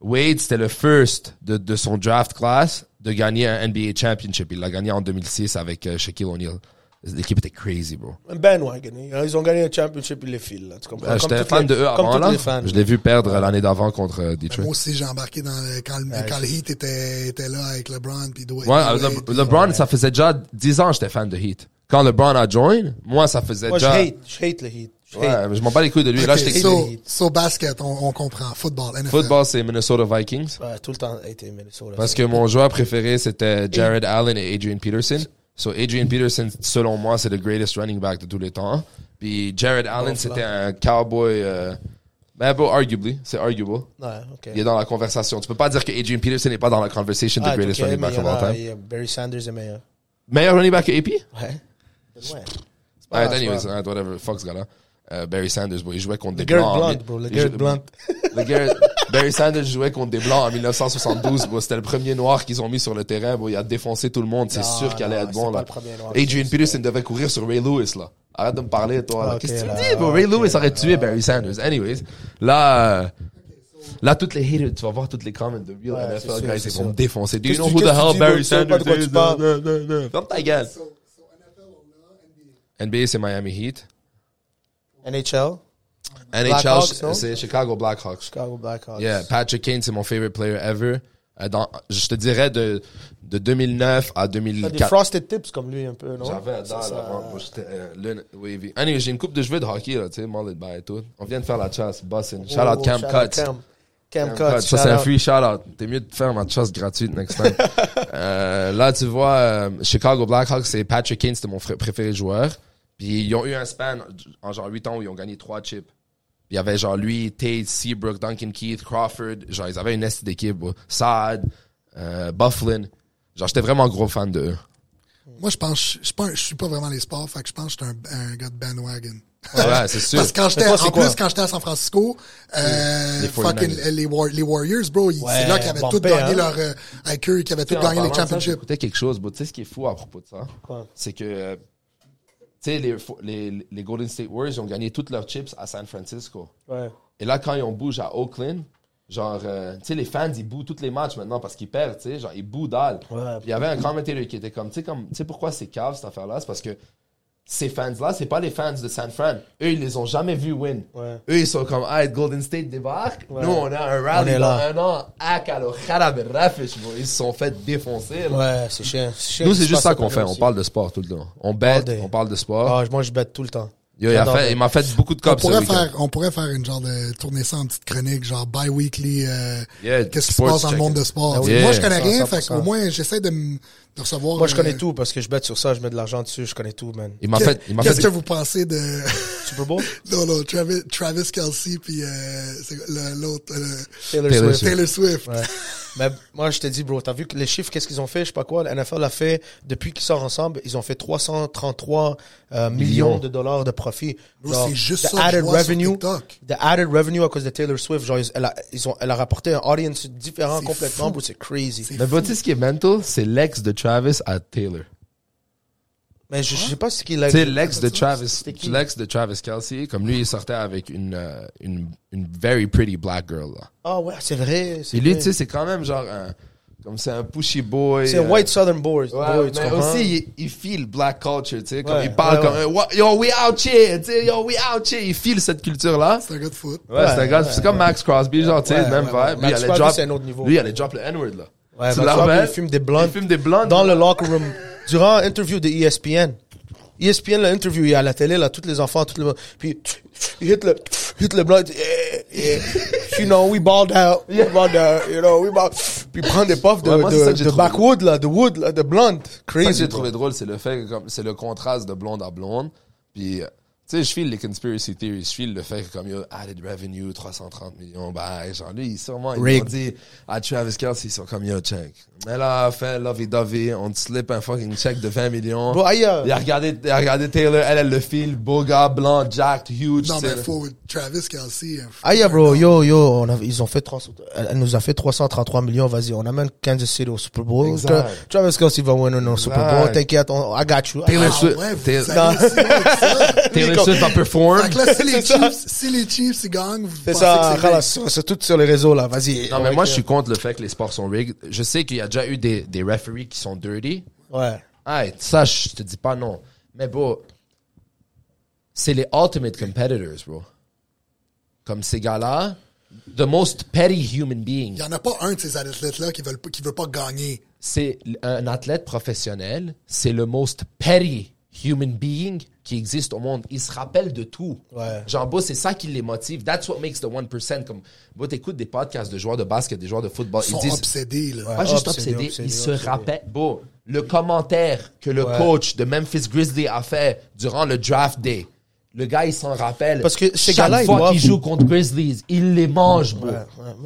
Speaker 4: Wade c'était le first de, de son draft class de gagner un NBA championship. Il l'a gagné en 2006 avec euh, Shaquille O'Neal. L'équipe était crazy, bro.
Speaker 2: Un bandwagon. hein. Ils ont gagné un championship, ils les filent. Là, tu comprends?
Speaker 4: Euh,
Speaker 2: Comme
Speaker 4: J'étais
Speaker 2: toutes
Speaker 4: fan
Speaker 2: les-
Speaker 4: de eux
Speaker 2: comme
Speaker 4: avant
Speaker 2: toutes
Speaker 4: là.
Speaker 2: les fans.
Speaker 4: Je l'ai vu perdre l'année d'avant contre euh,
Speaker 3: Moi
Speaker 4: Detroit.
Speaker 3: aussi, j'ai embarqué dans le, quand, le, quand le Heat était, était là avec LeBron puis Dwayne.
Speaker 4: Ouais, euh,
Speaker 3: Dwayne,
Speaker 4: Le-
Speaker 3: puis-
Speaker 4: LeBron, ça faisait déjà 10 ans que j'étais fan de Heat. Quand LeBron a join, moi ça faisait
Speaker 2: Moi, je
Speaker 4: déjà.
Speaker 2: hate. Je hate le Heat. Je hate.
Speaker 4: Ouais, je m'en bats les couilles de lui. Là,
Speaker 3: Ok,
Speaker 4: j'étais
Speaker 3: so,
Speaker 2: Heat.
Speaker 3: so basket, on, on comprend. Football, NFL.
Speaker 4: Football, c'est Minnesota Vikings.
Speaker 2: Ouais, tout le temps, été Minnesota.
Speaker 4: Parce que mon joueur préféré, c'était Jared Allen et Adrian Peterson. So Adrian Peterson, selon moi, c'est le greatest running back de tous les temps. Puis Jared Allen,
Speaker 2: Oh,
Speaker 4: c'était
Speaker 2: voilà.
Speaker 4: un cowboy. Euh, ben, bon, arguably, c'est arguable.
Speaker 2: Ouais, ok.
Speaker 4: Il est dans la conversation. Tu peux pas dire que Adrian Peterson n'est pas dans la conversation de
Speaker 2: Ah,
Speaker 4: greatest
Speaker 2: ok,
Speaker 4: running
Speaker 2: mais il
Speaker 4: back
Speaker 2: y
Speaker 4: of
Speaker 2: en a-
Speaker 4: all
Speaker 2: il
Speaker 4: time.
Speaker 2: y a Barry Sanders est meilleur.
Speaker 4: Meilleur running back que AP?
Speaker 2: Ouais. Ouais.
Speaker 4: Alright,
Speaker 2: grave,
Speaker 4: anyways,
Speaker 2: c'est
Speaker 4: alright, whatever, fuck ce gars-là. Euh, Barry Sanders, bro, il jouait contre des
Speaker 2: Le Garrett Blunt,
Speaker 4: blancs. mais-
Speaker 2: bro. Le
Speaker 4: il
Speaker 2: Garrett
Speaker 4: jouait-
Speaker 2: Blunt.
Speaker 4: Le Garrett- Barry Sanders jouait contre des blancs en 1972, bro. C'était le premier noir qu'ils ont mis sur le terrain, bro. Il a défoncé tout le monde. C'est
Speaker 2: Non,
Speaker 4: sûr qu'il allait
Speaker 2: non,
Speaker 4: être
Speaker 2: c'est
Speaker 4: bon,
Speaker 2: pas
Speaker 4: là.
Speaker 2: le premier noir.
Speaker 4: Adrian Peterson devait courir sur Ray Lewis, là. Arrête de me parler, toi. là.
Speaker 2: Ah, ok,
Speaker 4: Qu'est-ce que tu
Speaker 2: là,
Speaker 4: me dis, bro? Ray
Speaker 2: ok.
Speaker 4: Lewis aurait tué Barry Sanders. Anyways, là, euh, là, toutes les haters, tu vas voir toutes les comments de real
Speaker 2: Ouais, c'est
Speaker 4: NFL
Speaker 2: sûr,
Speaker 4: guys,
Speaker 2: c'est
Speaker 4: ils vont
Speaker 2: sûr.
Speaker 4: me défoncer. Do you
Speaker 2: Qu'est-ce
Speaker 4: know
Speaker 2: que
Speaker 4: who
Speaker 2: tu-
Speaker 4: the
Speaker 2: qu'est-ce que tu
Speaker 4: hell
Speaker 2: dis, bro?
Speaker 4: Barry
Speaker 2: Tu sais pas de
Speaker 4: Sanders
Speaker 2: quoi tu
Speaker 4: is?
Speaker 2: parles.
Speaker 4: Non, non, non. Ferme ta gueule.
Speaker 3: So, so NFL, on a NBA.
Speaker 4: NBA, c'est Miami Heat.
Speaker 2: NHL,
Speaker 4: NHL,
Speaker 2: Blackhawks, non?
Speaker 4: c'est Chicago Blackhawks.
Speaker 2: Chicago Blackhawks.
Speaker 4: Yeah, Patrick Kane, c'est mon favorite player ever. Euh, dans- je te dirais de, de 2009 à
Speaker 2: T'as des
Speaker 4: 2004.
Speaker 2: frosted tips comme lui un peu, non?
Speaker 4: J'avais un
Speaker 2: Ça,
Speaker 4: dard
Speaker 2: ça-
Speaker 4: avant, moi, j'étais euh, lune- wavy. Anyway, j'ai une coupe de cheveux de hockey, là, tu sais, mullet by et tout. On vient de faire la chasse, bossing. Shout out
Speaker 2: Oh,
Speaker 4: Cam
Speaker 2: shout out
Speaker 4: Cuts.
Speaker 2: Cam, Cam
Speaker 4: Cam Cuts.
Speaker 2: Cuts.
Speaker 4: Ça, c'est
Speaker 2: shout
Speaker 4: un
Speaker 2: out.
Speaker 4: free shout out. T'es mieux de faire ma chasse gratuite next time. Euh, là, tu vois, euh, Chicago Blackhawks, c'est Patrick Kane, c'était mon fr- préféré joueur. Puis ils ont eu un span en genre 8 ans où ils ont gagné 3 chips. Il y avait genre lui, Tate, Seabrook, Duncan Keith, Crawford. Genre, ils avaient une est d'équipe. bro. Saad, euh, Bufflin. Genre, j'étais vraiment gros fan de eux.
Speaker 3: Moi, je pense, je, suis pas- je suis pas vraiment les sports, fait que je pense que je suis un, un gars de bandwagon.
Speaker 4: Ouais, c'est sûr.
Speaker 3: Parce que quand j'étais,
Speaker 2: toi, c'est
Speaker 3: en
Speaker 2: quoi?
Speaker 3: plus, quand j'étais à San Francisco, euh,
Speaker 4: Les 49ers.
Speaker 3: fucking, euh, les, War- les Warriors, bro, ils-
Speaker 2: Ouais,
Speaker 3: c'est là qu'ils avaient
Speaker 2: bon
Speaker 3: tout
Speaker 2: paix,
Speaker 3: gagné
Speaker 2: hein.
Speaker 3: leur, euh, avec eux, qu'ils avaient tout
Speaker 4: En
Speaker 3: gagné les
Speaker 4: parlant de ça,
Speaker 3: championships.
Speaker 4: J'écoutais quelque chose, bro. tu sais ce qui est fou à propos de ça?
Speaker 2: Quoi?
Speaker 4: C'est que, euh, tu sais, les, fo- les, les Golden State Warriors ils ont gagné toutes leurs chips à San Francisco.
Speaker 2: Ouais.
Speaker 4: Et là, quand ils ont bouge à Oakland, genre, euh, tu sais, les fans, ils bouent tous les matchs maintenant parce qu'ils perdent, tu sais, genre, ils bouent dalle. Puis
Speaker 2: Ouais.
Speaker 4: il y avait un commentateur qui était comme, tu sais, comme, tu sais pourquoi c'est cave cette affaire-là? C'est parce que ces fans-là, c'est pas les fans de San Fran. Eux, ils les ont jamais vus win.
Speaker 2: Ouais.
Speaker 4: Eux, ils sont comme, ah, Golden State débarque.
Speaker 2: Ouais.
Speaker 4: Nous, on a un
Speaker 2: On
Speaker 4: rally
Speaker 2: est
Speaker 4: dans
Speaker 2: là.
Speaker 4: un an. Ah, calo, jarabe, rafish, bro. Ils se sont fait défoncer, là.
Speaker 2: Ouais, c'est chiant. chiant
Speaker 4: Nous,
Speaker 2: qu'il
Speaker 4: c'est
Speaker 2: se passe
Speaker 4: juste ça qu'on fait. On
Speaker 2: aussi.
Speaker 4: parle de sport tout le temps. On bête,
Speaker 2: day.
Speaker 4: on parle de sport.
Speaker 2: Ah, moi, je bête tout le temps.
Speaker 4: Yo, il a
Speaker 2: J'adore
Speaker 4: fait-
Speaker 2: bet.
Speaker 4: il m'a fait beaucoup de
Speaker 3: On
Speaker 4: cops ce
Speaker 3: pourrait,
Speaker 4: week-end.
Speaker 3: faire, on pourrait faire une genre de tourner ça en petite chronique, genre bi-weekly, euh,
Speaker 4: Yeah,
Speaker 3: qu'est-ce qui se
Speaker 4: sports
Speaker 3: passe dans le monde
Speaker 4: check-in.
Speaker 3: de sport.
Speaker 4: Ah oui.
Speaker 3: Tu sais, Moi, je
Speaker 4: Yeah.
Speaker 3: connais rien,
Speaker 2: 100%.
Speaker 3: fait qu'au moins, j'essaie de, m- de recevoir.
Speaker 2: Moi, je connais
Speaker 3: euh,
Speaker 2: tout parce que je bête sur ça, je mets de l'argent dessus, je connais tout, man.
Speaker 4: Il m'a
Speaker 3: que-
Speaker 4: fait, il m'a fait
Speaker 3: Qu'est-ce que vous pensez de,
Speaker 2: Super beau?
Speaker 3: non, non, Travis, Travis Kelsey, puis euh, c'est quoi, le- l'autre, euh,
Speaker 2: Taylor, Swift.
Speaker 4: Taylor Swift.
Speaker 3: Taylor Swift.
Speaker 2: Ouais. Mais Ben, moi, je te dis, bro, t'as vu que les chiffres, qu'est-ce qu'ils ont fait? Je sais pas quoi. La NFL a fait, depuis qu'ils sortent ensemble, ils ont fait 333 euh, millions de dollars de profit.
Speaker 3: Bro,
Speaker 2: Genre,
Speaker 3: c'est juste
Speaker 2: the
Speaker 3: ça que je
Speaker 2: added
Speaker 3: vois sur
Speaker 2: revenue,
Speaker 3: TikTok.
Speaker 2: The added revenue à cause de Taylor Swift, genre, ils- elle a, ils ont, elle a rapporté un audience différent
Speaker 3: C'est
Speaker 2: complètement,
Speaker 3: fou.
Speaker 2: bro, c'est crazy.
Speaker 3: C'est
Speaker 4: Mais bon, tu sais ce qui est mental, c'est l'ex de Travis à Taylor.
Speaker 2: Mais je, je sais pas ce qu'il a
Speaker 4: Tu sais, l'ex de Travis,
Speaker 2: C'était qui?
Speaker 4: l'ex de Travis Kelsey, comme lui, il sortait avec une, euh, une, une very pretty black girl, là.
Speaker 2: Ah ouais, c'est vrai. c'est
Speaker 4: Et lui,
Speaker 2: vrai.
Speaker 4: tu sais, c'est quand même genre un, comme c'est un pushy boy.
Speaker 2: C'est
Speaker 4: euh,
Speaker 2: un white southern boy.
Speaker 4: Ouais,
Speaker 2: boy, tu
Speaker 4: mais
Speaker 2: comprends?
Speaker 4: aussi, il, il feel black culture, tu sais, comme
Speaker 2: Ouais,
Speaker 4: il parle
Speaker 2: ouais,
Speaker 4: comme,
Speaker 2: ouais.
Speaker 4: euh, What- yo, we out here, tu sais, yo, we out here, il feel cette culture-là.
Speaker 3: C'est un gars de foot.
Speaker 4: Ouais, c'est un gars, c'est comme Max Crosby, genre, tu sais,
Speaker 2: Ouais,
Speaker 4: même
Speaker 2: ouais, ouais.
Speaker 4: vibe. Lui,
Speaker 2: Max
Speaker 4: il allait
Speaker 2: Crosby,
Speaker 4: drop-
Speaker 2: c'est un autre niveau.
Speaker 4: Lui, il allait drop le N-word, là.
Speaker 2: Ouais, Max
Speaker 4: Tu l'as
Speaker 2: Crosby,
Speaker 4: rappelles?
Speaker 2: il fume des blondes.
Speaker 4: Il fume des blondes.
Speaker 2: dans le locker room durant l'interview de E ESPN. ESPN l'a interviewé à la télé, là, tous les enfants, tous les... Puis, il hit le, il hit le blanc, il dit, Eh, eh, you know, we balled out, we balled out, you know, we balled... Puis il prend des puffs de,
Speaker 4: Ouais, moi, c'est ça
Speaker 2: de,
Speaker 4: que j'ai
Speaker 2: de
Speaker 4: trouvé.
Speaker 2: backwood, là, de wood, là, de blonde.
Speaker 4: Ce que
Speaker 2: Crazy.
Speaker 4: j'ai trouvé drôle, c'est le fait que comme c'est le contraste de blonde à blonde. Puis, euh, tu sais, je file les conspiracy theories, je file le fait que comme il y a added revenue, 330 millions, bah, genre lui, il- sûrement, ils ont
Speaker 2: Rigged.
Speaker 4: dit à Travis Kelsey, ils sont comme yo, check. Mais là, fait lovey-dovey, on te slip un fucking check de 20 millions.
Speaker 2: Bro, aïe, euh,
Speaker 4: il a regardé, il a regardé Taylor, elle, elle le file, beau gars, blanc, jacked, huge.
Speaker 3: Non,
Speaker 4: tu sais,
Speaker 3: mais faut Travis Kelsey. euh,
Speaker 2: aïe, bro, yo, yo, on a- ils ont fait 300 elle elle nous a fait 333 millions, vas-y, on amène Kansas City au Super Bowl.
Speaker 4: Exact.
Speaker 2: Travis Kelsey va win au Super
Speaker 4: Exact.
Speaker 2: Bowl, t'inquiète, on- I got you.
Speaker 4: Taylor
Speaker 3: Ah
Speaker 4: Swift-
Speaker 3: ouais, vous
Speaker 4: Taylor-
Speaker 3: savez, c'est ça.
Speaker 4: Taylor Swift a perform.
Speaker 3: Fait que là, si les
Speaker 2: C'est ça.
Speaker 3: Chiefs, si les Chiefs, ils gagnent, vous
Speaker 2: Ah, C'est
Speaker 3: pensez
Speaker 2: ça,
Speaker 3: que c'est vrai.
Speaker 2: Khalas, c'est c'est tout sur les réseaux, là, vas-y.
Speaker 4: Non, mais moi, je suis contre le fait que les sports sont rigged. Je sais qu'il y a déjà eu des, des referees qui sont dirty.
Speaker 2: Ouais.
Speaker 4: Hey, ça, je te dis pas non. Mais bro, c'est les ultimate competitors, bro. Comme ces gars-là, the most petty human being.
Speaker 3: Il y en a pas un de ces athlètes-là qui veulent pas- qui veut pas gagner.
Speaker 4: C'est l- un athlète professionnel, c'est le most petty
Speaker 1: human being qui existe au monde. Ils se rappellent de tout.
Speaker 2: Ouais.
Speaker 1: Genre, bro, c'est ça qui les motive. That's what makes the 1%. Comme, bro, t'écoutes des podcasts de joueurs de basket, des joueurs de football.
Speaker 3: Ils sont obsédés, là.
Speaker 1: Pas juste
Speaker 2: Obsédé,
Speaker 1: obsédé,
Speaker 2: obsédé,
Speaker 1: il se
Speaker 2: obsédé.
Speaker 1: rappelle. Bon, le commentaire que le
Speaker 2: Ouais.
Speaker 1: coach de Memphis Grizzly a fait durant le draft day, le gars, il s'en rappelle.
Speaker 2: Parce que ces
Speaker 1: chaque
Speaker 2: gars-là, ils
Speaker 1: fois
Speaker 2: doivent-
Speaker 1: qu'il joue contre Grizzlies, il les mange, bro.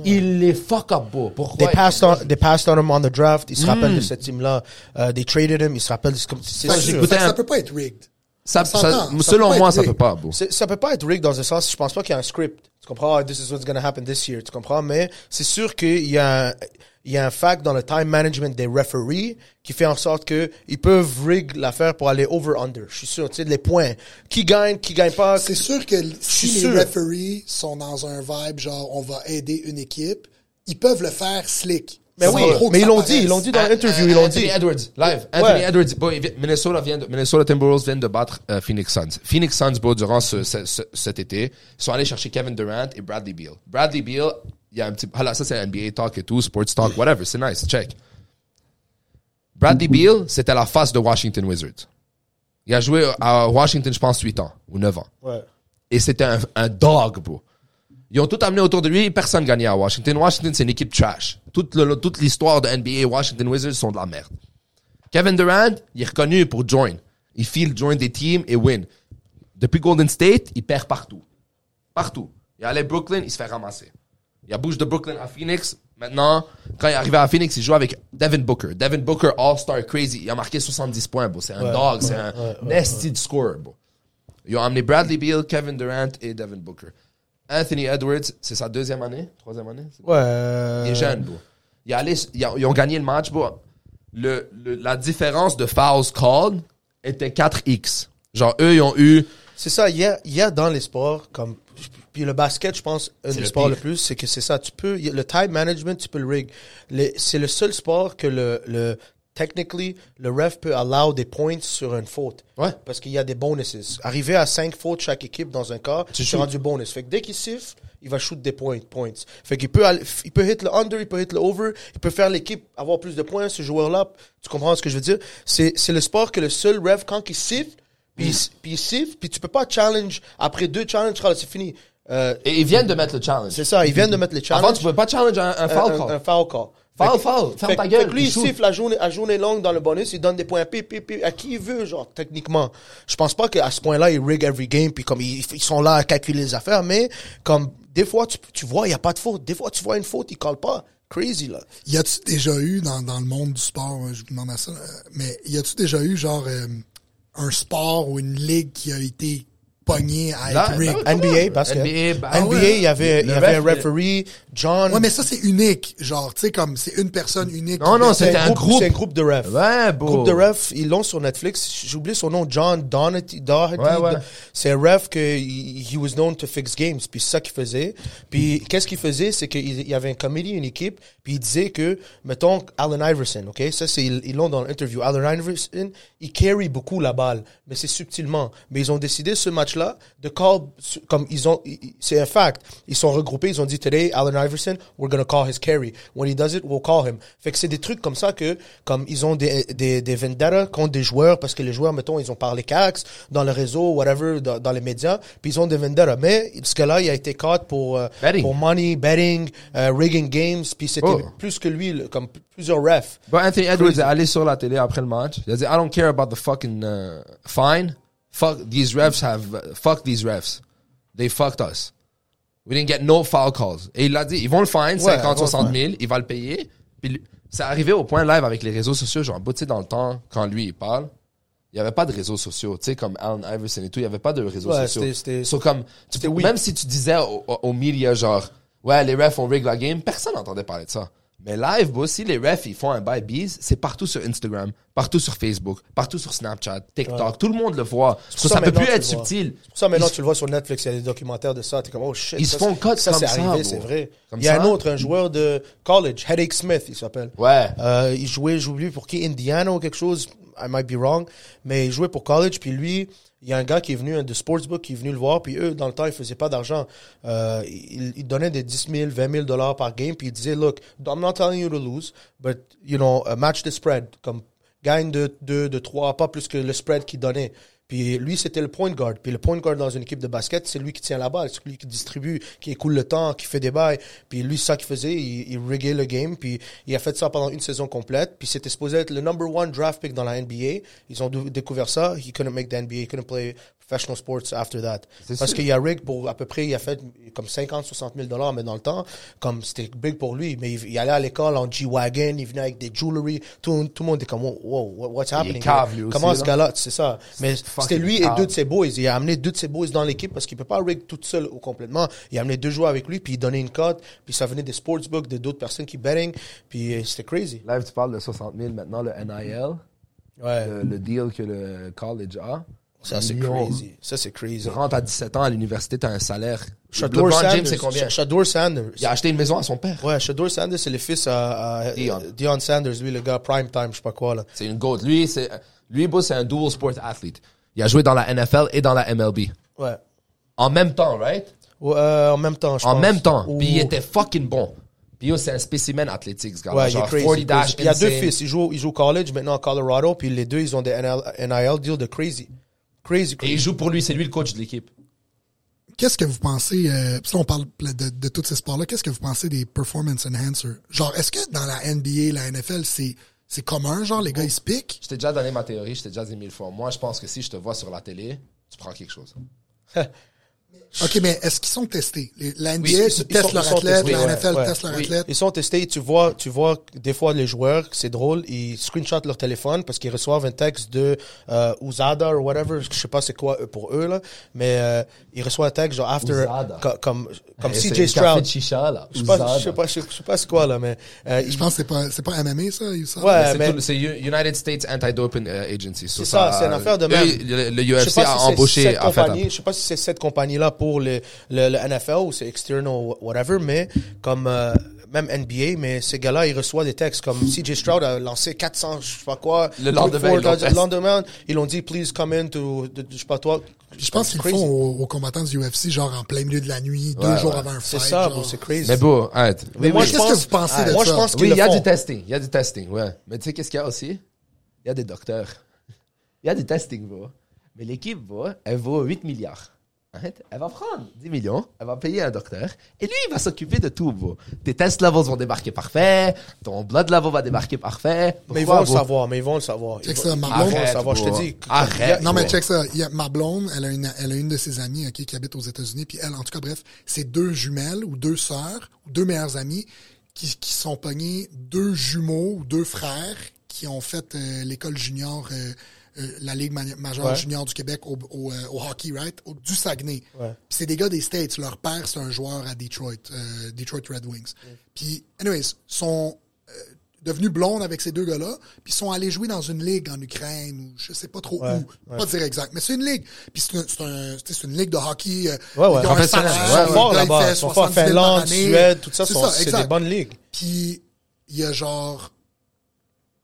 Speaker 1: Il les fuck up, bro.
Speaker 2: They
Speaker 1: Pourquoi
Speaker 2: passed, on, they passed on him on the draft. Ils se
Speaker 1: Hmm.
Speaker 2: rappellent de cette team-là. Euh, they traded him. Ils se rappellent. c'est comme- C'est
Speaker 1: Fait que
Speaker 2: sûr.
Speaker 1: j'écoute-
Speaker 3: Fait que ça peut pas être rigged.
Speaker 1: Ça-
Speaker 3: s'entend,
Speaker 1: ça-
Speaker 3: ça peut
Speaker 1: selon
Speaker 3: pas
Speaker 1: moi,
Speaker 3: être
Speaker 1: ça
Speaker 3: lui.
Speaker 1: peut pas, bro.
Speaker 2: C'est- Ça peut pas être rigged dans le sens, je pense pas qu'il y a un script. Tu comprends? Ah, This is what's gonna happen this year. Tu comprends? Mais c'est sûr qu'il y a un, il y a un fact dans le time management des referees qui fait en sorte que ils peuvent rig l'affaire pour aller over-under. Je suis sûr. Tu sais, les points. Qui gagne, qui gagne pas.
Speaker 3: C'est sûr que si les
Speaker 2: sûr.
Speaker 3: referees sont dans un vibe, genre, on va aider une équipe, ils peuvent le faire slick.
Speaker 2: Mais
Speaker 3: Sans
Speaker 2: oui,
Speaker 3: trop que
Speaker 2: mais
Speaker 3: ça
Speaker 2: ils l'ont dit, ils
Speaker 3: paraisse.
Speaker 2: l'ont dit dans
Speaker 1: Ah,
Speaker 2: l'interview,
Speaker 1: ah,
Speaker 2: ils l'ont
Speaker 1: Anthony
Speaker 2: dit.
Speaker 1: Edwards, live. Anthony
Speaker 2: Ouais.
Speaker 1: Edwards, bon, il vient- Minnesota, vient de, Minnesota Timberwolves viennent de battre euh, Phoenix Suns. Phoenix Suns, bon, durant ce- ce- ce- cet été, sont allés chercher Kevin Durant et Bradley Beal. Bradley Beal, il y a un petit... Ah là, ça, c'est NBA Talk et tout, Sports Talk, whatever, c'est nice, check. Bradley Beal, c'était la face de Washington Wizards. Il a joué à Washington, je pense, 8 ans ou 9 ans.
Speaker 2: Ouais.
Speaker 1: Et c'était un, un dog, bro. Ils ont tout amené autour de lui, personne gagnait à Washington. Washington, c'est une équipe trash. Toute le- toute l'histoire de NBA, Washington Wizards sont de la merde. Kevin Durant, il est reconnu pour join. Il file join des teams et win. Depuis Golden State, il perd partout. Partout. Il allait à Brooklyn, il se fait ramasser. Il bouge de Brooklyn à Phoenix. Maintenant, quand il est arrivé à Phoenix, il joue avec Devin Booker. Devin Booker, All-Star Crazy. Il a marqué 70 points, bro. C'est un dog, c'est un nasty scorer, bro. Ils ont amené Bradley Beal, Kevin Durant et Devin Booker. Anthony Edwards, c'est sa deuxième année, troisième année. c'est-
Speaker 2: Ouais. euh,
Speaker 1: Il est jeune, bro. Il est allé- ils, ont, ils ont gagné le match, bro. Le, le- la différence de fouls called était 4x. Genre, eux, ils ont eu.
Speaker 2: C'est ça, il y a, il y a dans les sports, comme, puis le basket, je pense, un
Speaker 1: le
Speaker 2: des sports le
Speaker 1: pire.
Speaker 2: plus, c'est que c'est ça, tu peux, il y a- le time management, tu peux le rig. Les- C'est le seul sport que le, le, technically, le ref peut allow des points sur une faute.
Speaker 1: Ouais.
Speaker 2: Parce qu'il y a des bonuses. Arriver à 5 fautes chaque équipe dans un cas,
Speaker 1: Tu
Speaker 2: c'est
Speaker 1: shoots.
Speaker 2: rendu bonus. Fait que dès qu'il siffle, il va shoot des points, points. Fait qu'il peut, aller- il peut hit le under, il peut hit le over, il peut faire l'équipe avoir plus de points, ce joueur-là. Tu comprends ce que je veux dire? C'est, c'est le sport que le seul ref, quand il siffle,
Speaker 1: Mm.
Speaker 2: puis il- puis il siffle, puis tu peux pas challenge, après deux challenges, ah, c'est fini. Euh,
Speaker 1: Et ils viennent de mettre le challenge.
Speaker 2: c'est ça, ils viennent de mettre les challenges.
Speaker 1: Avant, tu pouvais pas challenge un, un
Speaker 2: Un-
Speaker 1: foul
Speaker 2: un,
Speaker 1: call.
Speaker 2: un foul call.
Speaker 1: Foul,
Speaker 2: Fait que-
Speaker 1: foul, ferme
Speaker 2: fait-
Speaker 1: ta gueule,
Speaker 2: fait que lui,
Speaker 1: il
Speaker 2: il
Speaker 1: shoot.
Speaker 2: siffle la journée, à journée longue dans le bonus, il donne des points pip, pip, pip, à qui il veut, genre, techniquement. Je pense pas qu'à ce point-là, ils rig every game, puis comme ils, ils sont là à calculer les affaires, mais comme des fois, tu, tu vois, il n'y a pas de faute. Des fois, tu vois une faute, ils collent pas. Crazy, là.
Speaker 3: Y a-tu déjà eu dans, dans le monde du sport, euh, je vous demande à ça, euh, mais y a-tu déjà eu genre euh, un sport ou une ligue qui a été pognée à
Speaker 1: Là,
Speaker 3: être rigged?
Speaker 1: là, Comment?
Speaker 2: NBA, basket.
Speaker 1: NBA, bah,
Speaker 2: NBA,
Speaker 1: ouais.
Speaker 2: il y avait, il y
Speaker 1: Le
Speaker 2: avait
Speaker 1: ref,
Speaker 2: un referee, John.
Speaker 3: Ouais, mais ça c'est unique, genre tu sais comme c'est une personne unique.
Speaker 1: Non, non,
Speaker 3: c'est
Speaker 1: c'était un groupe.
Speaker 2: C'est un groupe de refs.
Speaker 1: Ouais, bro.
Speaker 2: Groupe de refs, ils l'ont sur Netflix. J'oublie son nom, John Doherty. Doherty.
Speaker 1: Ouais, ouais.
Speaker 2: C'est un ref que he he was known to fix games. Puis c'est ça qu'il faisait. Puis qu'est-ce qu'il faisait, c'est qu'il il y avait un committee, une équipe. Puis il disait que, mettons, Allen Iverson, ok, ça c'est ils ils l'ont dans l'interview. Allen Iverson, il carry beaucoup la balle, mais c'est subtilement. Mais ils ont décidé ce match-là de call comme ils ont, i- i- c'est un fact. Ils sont regroupés, ils ont dit today Allen Iverson, we're gonna call his carry. When he does it, we'll call him. Fait que c'est des trucs comme ça que, comme ils ont des, des, des vendettas contre des joueurs parce que les joueurs, mettons, ils ont parlé cax dans le réseau, whatever, dans, dans les médias, puis ils ont des vendettas. Mais ce gars-là, il a été caught pour, euh,
Speaker 1: Betting.
Speaker 2: pour money, betting, euh, rigging games, puis c'était
Speaker 1: Oh.
Speaker 2: plus que lui, le- comme plusieurs refs.
Speaker 1: Bon, Anthony Edwards est allé sur la télé après le match. Il a dit, I don't care about the fucking uh, fine. Fuck these refs have, uh, fuck these refs. They fucked us. We didn't get no foul calls. Et il l'a dit, ils vont le fine, 50,
Speaker 2: ils vont le
Speaker 1: 60 000, il va le payer. Puis lui- c'est arrivé au point live avec les réseaux sociaux, genre, bah, tu sais, dans le temps, quand lui, il parle, il n'y avait pas de réseaux sociaux, tu sais, comme Allen Iverson et tout, il n'y avait pas de réseaux
Speaker 2: Ouais,
Speaker 1: sociaux.
Speaker 2: c'était- c'était-
Speaker 1: So, comme, tu-
Speaker 2: c'était weak.
Speaker 1: même si tu disais au, au- aux médias, genre, ouais, les refs ont rig la game, personne n'entendait parler de ça. Mais live, bro, si les refs, ils font un buy bees, c'est partout sur Instagram, partout sur Facebook, partout sur Snapchat, TikTok, tout le monde le voit. So,
Speaker 2: ça
Speaker 1: ça peut
Speaker 2: maintenant,
Speaker 1: plus
Speaker 2: tu
Speaker 1: être
Speaker 2: le vois.
Speaker 1: subtil.
Speaker 2: C'est pour ça maintenant
Speaker 1: Ils-
Speaker 2: tu le vois sur Netflix, il y a des documentaires de ça, t'es comme oh shit.
Speaker 1: Ils se
Speaker 2: ça,
Speaker 1: font
Speaker 2: c'est-
Speaker 1: cut
Speaker 2: ça,
Speaker 1: comme
Speaker 2: c'est
Speaker 1: ça,
Speaker 2: arrivé,
Speaker 1: bro.
Speaker 2: c'est vrai.
Speaker 1: Comme
Speaker 2: il y a
Speaker 1: ça.
Speaker 2: un autre, un joueur de college, Headache Smith, il s'appelle.
Speaker 1: Ouais.
Speaker 2: Euh, il jouait, j'oublie pour qui, Indiana ou quelque chose, I might be wrong, mais il jouait pour college, puis lui, il y a un gars qui est venu, un de Sportsbook, qui est venu le voir, puis eux, dans le temps, ils faisaient pas d'argent. Euh, ils, ils donnaient des 10 000, 20 000 dollars par game, puis ils disaient, look, I'm not telling you to lose, but, you know, uh, match the spread, comme gagne de 2, de 3, pas plus que le spread qu'il donnait. Puis lui, c'était le point guard. Puis le point guard dans une équipe de basket, c'est lui qui tient la balle, c'est lui qui distribue, qui écoule le temps, qui fait des bails. Puis lui, c'est ça qu'il faisait, il, il riggait le game. Puis il a fait ça pendant une saison complète. Puis c'était supposé être le number one draft pick dans la NBA. Ils ont dou- découvert ça. He couldn't make the NBA. He couldn't play professional sports after that.
Speaker 1: C'est
Speaker 2: Parce
Speaker 1: sûr.
Speaker 2: qu'il a rig pour à peu près, il a fait comme 50, 60 000 dollars, mais dans le temps, comme c'était big pour lui. Mais il, il allait à l'école en G-Wagon, il venait avec des jewelry. Tout, tout le monde était comme, wow, what- what's happening?
Speaker 1: cave, lui aussi,
Speaker 2: Comment ce
Speaker 1: là.
Speaker 2: gars-là, c'est ça. Mais c'était
Speaker 1: fucking
Speaker 2: lui et
Speaker 1: cave.
Speaker 2: deux de ses boys. Il a amené deux de ses boys dans l'équipe parce qu'il peut pas rig tout seul ou complètement. Il a amené deux joueurs avec lui, puis il donnait une cote, puis ça venait des sportsbooks, de d'autres personnes qui betting, puis euh, c'était crazy.
Speaker 1: Live, tu parles de 60 000 maintenant, le NIL,
Speaker 2: Ouais.
Speaker 1: le, le deal que le college a.
Speaker 2: Ça, c'est
Speaker 1: Millions.
Speaker 2: crazy. Ça, c'est crazy.
Speaker 1: Tu rentres à 17 ans à l'université, t'as un salaire.
Speaker 2: Shador
Speaker 1: LeBron James,
Speaker 2: Sanders.
Speaker 1: c'est combien?
Speaker 2: Shador Sanders.
Speaker 1: Il a acheté une maison à son père.
Speaker 2: Ouais, Shador Sanders, c'est le fils à, à-
Speaker 1: Deion.
Speaker 2: Deion Sanders, lui, le gars prime time, je sais pas quoi, là.
Speaker 1: C'est une goat. Lui, c'est, lui, bro, c'est un dual sport athlete. Il a joué dans la NFL et dans la MLB.
Speaker 2: Ouais.
Speaker 1: En même temps, right?
Speaker 2: Ouais, euh, en même temps, je
Speaker 1: En
Speaker 2: pense.
Speaker 1: même temps.
Speaker 2: Ou-
Speaker 1: Puis il était fucking bon. Puis yo, c'est un spécimen athlétique, ce gars.
Speaker 2: Ouais, il est
Speaker 1: Genre
Speaker 2: crazy.
Speaker 1: 40 dash,
Speaker 2: il y a deux
Speaker 1: insane.
Speaker 2: fils. Il joue, il joue au college, maintenant à Colorado, puis les deux, ils ont des NL NIL deals de crazy. Crazy,
Speaker 1: Et
Speaker 2: crazy.
Speaker 1: il joue pour lui, c'est lui le coach de l'équipe.
Speaker 3: Qu'est-ce que vous pensez, euh, parce que là, on parle ple- de, de tous ces sports-là, qu'est-ce que vous pensez des performance enhancers? Genre, est-ce que dans la NBA, la NFL, c'est, c'est commun? Genre, les gars, ils se piquent?
Speaker 1: Je t'ai déjà donné ma théorie, je t'ai déjà dit mille fois. Moi, je pense que si je te vois sur la télé, tu prends quelque chose.
Speaker 3: OK, mais est-ce qu'ils sont testés? Les- La NBA,
Speaker 2: Oui, ils
Speaker 3: ils,
Speaker 2: sont- ils
Speaker 3: testent
Speaker 2: sont-
Speaker 3: leur
Speaker 2: ils sont
Speaker 3: athlète,
Speaker 2: testés,
Speaker 3: la
Speaker 2: ouais,
Speaker 3: NFL
Speaker 2: ouais,
Speaker 3: teste leur
Speaker 2: oui.
Speaker 3: athlète.
Speaker 2: Ils sont testés, tu vois, tu vois des fois les joueurs, c'est drôle, ils screenshotent leur téléphone parce qu'ils reçoivent un texte de euh, Uzada ou whatever, je sais pas c'est quoi euh, pour eux là, mais euh, ils reçoivent un texte genre after
Speaker 1: Uzada.
Speaker 2: co- comme comme
Speaker 1: Et c'est le
Speaker 2: CJ
Speaker 1: café
Speaker 2: Stroud.
Speaker 1: de chicha, là.
Speaker 2: Je sais pas,
Speaker 1: Ouzad.
Speaker 2: je sais pas, je sais- je sais pas c'est quoi là, mais euh,
Speaker 3: Je
Speaker 2: ils-
Speaker 3: pense que c'est pas, c'est pas MMA, ça, Youssef?
Speaker 2: Ouais,
Speaker 1: C'est
Speaker 2: mais-
Speaker 1: tout- c'est U- United States Anti-Doping euh, Agency.
Speaker 2: C'est ça, c'est une affaire de
Speaker 1: eux,
Speaker 2: même.
Speaker 1: Le, le
Speaker 2: Je sais
Speaker 1: UFC
Speaker 2: pas
Speaker 1: a
Speaker 2: si c'est cette
Speaker 1: embauché, en fait, un-
Speaker 2: compagnie- Je sais pas si c'est cette compagnie-là pour le, le, le NFL ou c'est external ou whatever, mais comme euh, même NBA, mais ces gars-là, ils reçoivent des textes comme CJ Stroud a lancé 400, je sais pas quoi.
Speaker 1: Le lendemain, ils l'ont
Speaker 2: le
Speaker 1: fait.
Speaker 2: lendemain, ils l'ont dit, please come in to, to- je sais pas toi.
Speaker 3: Je pense qu'ils le font aux, aux combattants du UFC, genre en plein milieu de la nuit, deux
Speaker 1: Ouais,
Speaker 3: jours
Speaker 1: ouais.
Speaker 3: avant un
Speaker 2: C'est
Speaker 3: fight.
Speaker 2: ça,
Speaker 3: genre.
Speaker 2: bro, c'est crazy.
Speaker 1: Mais bon, arrête.
Speaker 2: Mais
Speaker 3: oui. Qu'est-ce que vous pensez de
Speaker 2: moi,
Speaker 3: ça?
Speaker 2: je pense qu'ils
Speaker 1: Oui,
Speaker 2: le
Speaker 1: il y a
Speaker 2: font.
Speaker 1: du testing. Il y a du testing, ouais. Mais tu sais, qu'est-ce qu'il y a aussi? Il y a des docteurs. Il y a du testing, bro. Mais l'équipe, bro, elle vaut 8 milliards. Arrête. Elle va prendre 10 millions, elle va payer un docteur, et lui, il va s'occuper de tout, bro. Tes test levels vont débarquer parfait, ton blood level va débarquer parfait.
Speaker 2: Mais ils
Speaker 1: Pourquoi,
Speaker 2: vont le
Speaker 1: bro?
Speaker 2: savoir, mais ils vont le savoir. Ils
Speaker 3: Check
Speaker 2: vont-
Speaker 3: ça, ma
Speaker 2: ils
Speaker 3: blonde.
Speaker 2: vont le savoir, je te
Speaker 1: bro.
Speaker 2: dis.
Speaker 1: Arrête.
Speaker 3: Non, mais
Speaker 1: bro.
Speaker 3: check ça. Il y a ma blonde, elle a une, elle a une de ses amies, ok, qui habite aux États-Unis, puis elle, en tout cas, bref, c'est deux jumelles ou deux sœurs ou deux meilleures amies qui, qui sont pognées deux jumeaux ou deux frères qui ont fait euh, l'école junior, euh, euh, la ligue ma- majeure
Speaker 2: Ouais.
Speaker 3: junior du Québec au, au, euh, au hockey, right, Au- du Saguenay.
Speaker 2: Ouais.
Speaker 3: Puis c'est des gars des States. Leur père, c'est un joueur à Detroit, euh, Detroit Red Wings.
Speaker 2: Mm.
Speaker 3: Puis, anyways, sont euh, devenus blondes avec ces deux gars-là, puis sont allés jouer dans une ligue en Ukraine ou je sais pas trop
Speaker 2: Ouais,
Speaker 3: où. Pas dire exact, mais c'est une ligue. Puis c'est un, c'est un- tu sais, c'est une ligue de hockey. euh,
Speaker 2: Ouais, ouais.
Speaker 3: ils ont un
Speaker 1: Professionnel.
Speaker 3: salaire,
Speaker 2: Ils sont
Speaker 3: le
Speaker 2: forts
Speaker 3: gars, il
Speaker 2: là-bas.
Speaker 3: fait
Speaker 2: Ils sont
Speaker 3: 70
Speaker 2: forts en
Speaker 3: 000 par
Speaker 2: Finlande,
Speaker 3: année.
Speaker 2: Suède, tout ça,
Speaker 3: C'est
Speaker 2: sont- c'est
Speaker 3: exact.
Speaker 2: des bonnes ligues.
Speaker 3: Puis il y a genre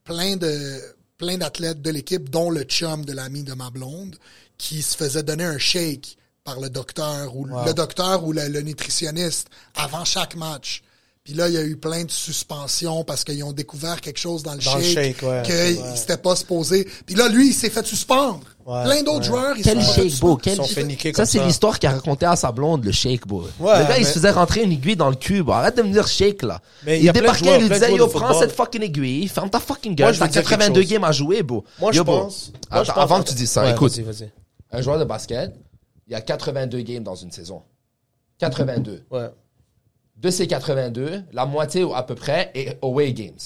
Speaker 3: plein de plein d'athlètes de l'équipe, dont le chum de l'ami de ma blonde, qui se faisait donner un shake par le docteur ou le docteur ou le, le nutritionniste avant chaque match. Puis là, il y a eu plein de suspensions parce qu'ils ont découvert quelque chose dans le
Speaker 2: Dans le
Speaker 3: shake,
Speaker 2: shake, ouais,
Speaker 3: qu'il s'était pas supposé. Puis là, lui, il s'est fait suspendre.
Speaker 2: Ouais,
Speaker 3: plein d'autres
Speaker 2: ouais.
Speaker 3: joueurs, ils se
Speaker 1: Quel
Speaker 3: sont fait
Speaker 1: shake, bro,
Speaker 3: suspendre.
Speaker 1: quel
Speaker 2: sont fait niquer
Speaker 1: Ça,
Speaker 2: comme
Speaker 1: c'est
Speaker 2: ça.
Speaker 1: l'histoire qu'il a racontée à sa blonde, le shake, bro.
Speaker 2: Ouais,
Speaker 1: le gars, il
Speaker 2: mais-
Speaker 1: se faisait rentrer une aiguille dans le cul, bro. Arrête de me dire shake, là.
Speaker 2: Mais il y
Speaker 1: il
Speaker 2: a plein de
Speaker 1: débarquait,
Speaker 2: joueurs,
Speaker 1: il lui
Speaker 2: plein de
Speaker 1: disait, yo,
Speaker 2: joueurs de
Speaker 1: prends
Speaker 2: football.
Speaker 1: cette fucking aiguille, ferme ta fucking
Speaker 2: Moi,
Speaker 1: gueule,
Speaker 2: je
Speaker 1: t'as
Speaker 2: veux dire quelque
Speaker 1: 82
Speaker 2: chose.
Speaker 1: games à jouer, bro.
Speaker 2: Moi, je
Speaker 1: Yo, bro,
Speaker 2: pense. moi, je
Speaker 1: Attends,
Speaker 2: pense-
Speaker 1: avant que tu dises ça,
Speaker 2: Ouais,
Speaker 1: écoute,
Speaker 2: vas-y, vas-y.
Speaker 1: un joueur de basket, il y a 82 games dans une saison. 82.
Speaker 2: Ouais.
Speaker 1: De ces 82, la moitié ou à peu près est away games.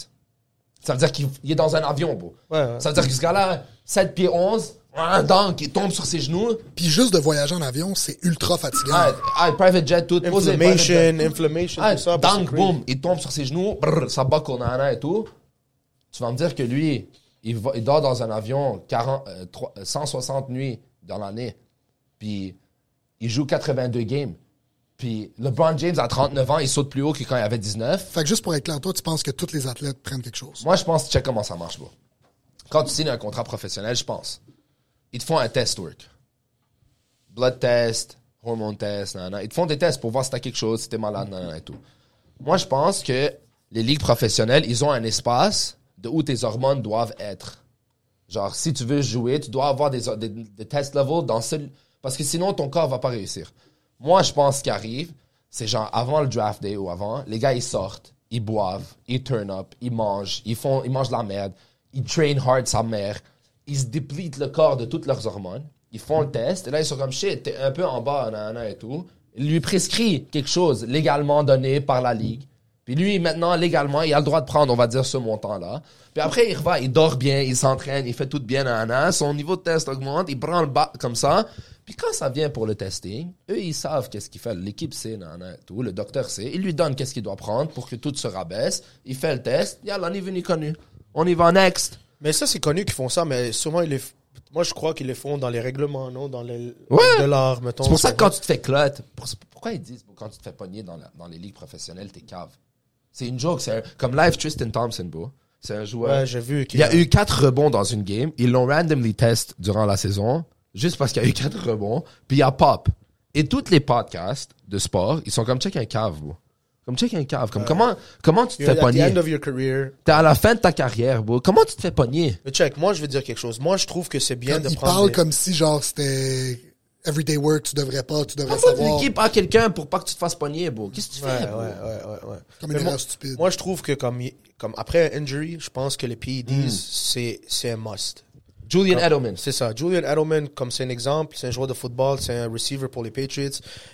Speaker 1: Ça veut dire qu'il il est dans un avion, bro.
Speaker 2: Ouais, ouais.
Speaker 1: Ça veut dire que ce gars-là, 7 pieds 11, un dunk, il tombe sur ses genoux,
Speaker 3: Puis juste de voyager en avion, c'est ultra fatigant.
Speaker 1: ah, ah, private jet, tout posé, private jet.
Speaker 2: Inflammation, inflammation,
Speaker 1: Ah,
Speaker 2: tout ça. parce que
Speaker 1: dunk,
Speaker 2: c'est crazy.
Speaker 1: boom, il tombe sur ses genoux, brrr, ça bat Konana et tout. Tu vas me dire que lui, il, va- il dort dans un avion 40, euh, trois- euh, 160 nuits dans l'année, puis il joue 82 games. Puis LeBron James, à 39 ans, il saute plus haut que quand il avait 19.
Speaker 3: Fait que juste pour être clair, toi, tu penses que tous les athlètes prennent quelque chose.
Speaker 1: Moi, je pense, check comment ça marche, bro. Quand tu signes un contrat professionnel, je pense, ils te font un test work. Blood test, hormone test, nanana. Ils te font des tests pour voir si t'as quelque chose, si t'es malade, nanana et tout. Moi, je pense que les ligues professionnelles, ils ont un espace de où tes hormones doivent être. Genre, si tu veux jouer, tu dois avoir des, des, des test levels dans ce... Parce que sinon, ton corps va pas réussir. Moi, je pense qu'il arrive, c'est genre avant le draft day ou avant, les gars, ils sortent, ils boivent, ils turn up, ils mangent, ils, font, ils mangent de la merde, ils train hard sa mère, ils se déplitent le corps de toutes leurs hormones, ils font le test, et là, ils sont comme shit, t'es un peu en bas, nanana et tout. Il lui prescrit quelque chose légalement donné par la ligue. Puis lui, maintenant, légalement, il a le droit de prendre, on va dire, ce montant-là. Puis après, il revient, il dort bien, il s'entraîne, il fait tout bien, nanana. Son niveau de test augmente, il prend le bas comme ça. Puis quand ça vient pour le testing, eux, ils savent qu'est-ce qu'il fait. L'équipe sait, nanana, tout. Le docteur sait. Il lui donne qu'est-ce qu'il doit prendre pour que tout se rabaisse. Il fait le test. Yalla, on est venu connu. On y va next.
Speaker 2: Mais ça, c'est connu qu'ils font ça, mais souvent, ils les f- moi, je crois qu'ils les font dans les règlements, non? Dans les
Speaker 1: Ouais.
Speaker 2: de l'art, mettons.
Speaker 1: C'est pour ça que quand tu te fais clotte, pour- pourquoi ils disent quand tu te fais pogner dans, la- dans les ligues professionnelles, t'es cave? C'est une joke. C'est un- comme live Tristan Thompson, bro. C'est un joueur.
Speaker 2: Ouais, j'ai vu
Speaker 1: Il
Speaker 2: qu'il
Speaker 1: y a eu quatre rebonds dans une game. Ils l'ont randomly test durant la saison, juste parce qu'il y a eu quatre rebonds. Puis il y a pop. Et tous les podcasts de sport, ils sont comme check un cave, bro. Comme check un cave. Comme comment, comment tu te
Speaker 2: You're
Speaker 1: fais
Speaker 2: at the
Speaker 1: pogner?
Speaker 2: end of your career.
Speaker 1: T'es à la fin de ta carrière, bro. Comment tu te fais pogner?
Speaker 2: Mais check, moi, je veux dire quelque chose. Moi, je trouve que c'est bien de
Speaker 3: Il
Speaker 2: prendre.
Speaker 3: parle
Speaker 2: des-
Speaker 3: comme si, genre, c'était everyday work, tu devrais pas, tu
Speaker 2: Ah,
Speaker 3: devrais
Speaker 1: Envoie
Speaker 3: savoir.
Speaker 1: l'équipe à quelqu'un pour pas que tu te fasses pogner, bro. Qu'est-ce que tu
Speaker 2: Ouais, ouais,
Speaker 1: fais, bro?
Speaker 2: ouais, ouais, ouais.
Speaker 3: Comme
Speaker 2: Mais
Speaker 3: une
Speaker 2: moi-
Speaker 3: erreur stupide.
Speaker 2: Moi, je trouve que comme, y- comme après injury, je pense que les
Speaker 1: Hmm.
Speaker 2: PEDs, c'est, c'est un must.
Speaker 1: Julian Edelman.
Speaker 2: C'est ça. Julian Edelman, comme c'est un exemple, c'est un joueur de football, c'est un receiver pour les Patriots.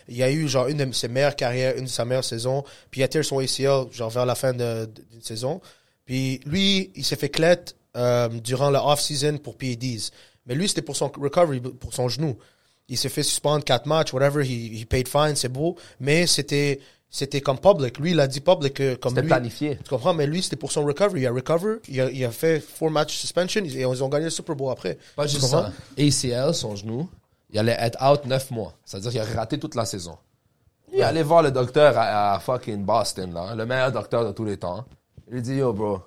Speaker 2: Il y a eu genre une de ses meilleures carrières, une de sa meilleure saison. Puis il a tiré son ACL genre vers la fin de- d'une saison. Puis lui, il s'est fait clette euh, durant la off-season pour PEDs. Mais lui, c'était pour son recovery, pour son genou. Il s'est fait suspendre quatre matchs, whatever. He, he paid fine, c'est beau. Mais c'était c'était comme public. Lui, il a dit public que comme
Speaker 1: C'était
Speaker 2: lui-
Speaker 1: planifié.
Speaker 2: tu comprends? Mais lui, c'était pour son recovery. Il a recover, il a, il a fait four match suspension et ils ont gagné le Super Bowl après.
Speaker 1: Pas
Speaker 2: Tu
Speaker 1: juste ça.
Speaker 2: comprends?
Speaker 1: ACL, son genou, il allait être out 9 mois. C'est-à-dire qu'il a raté toute la saison. Il est allé voir le docteur à, à fucking Boston, là, hein, le meilleur docteur de tous les temps. hein. Il lui dit Yo, bro,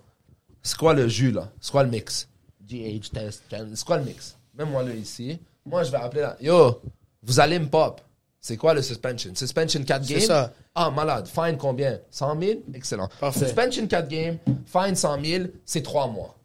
Speaker 1: c'est quoi le jus, là C'est quoi le mix GH test, c'est quoi le mix Même moi, là, ici, moi, je vais appeler là. Yo, vous allez me pop. C'est quoi le suspension Suspension 4 games
Speaker 2: ça.
Speaker 1: Ah, malade. Fine combien 100 000 Excellent.
Speaker 2: Parfait.
Speaker 1: Suspension 4 games, fine 100 000, c'est 3 mois.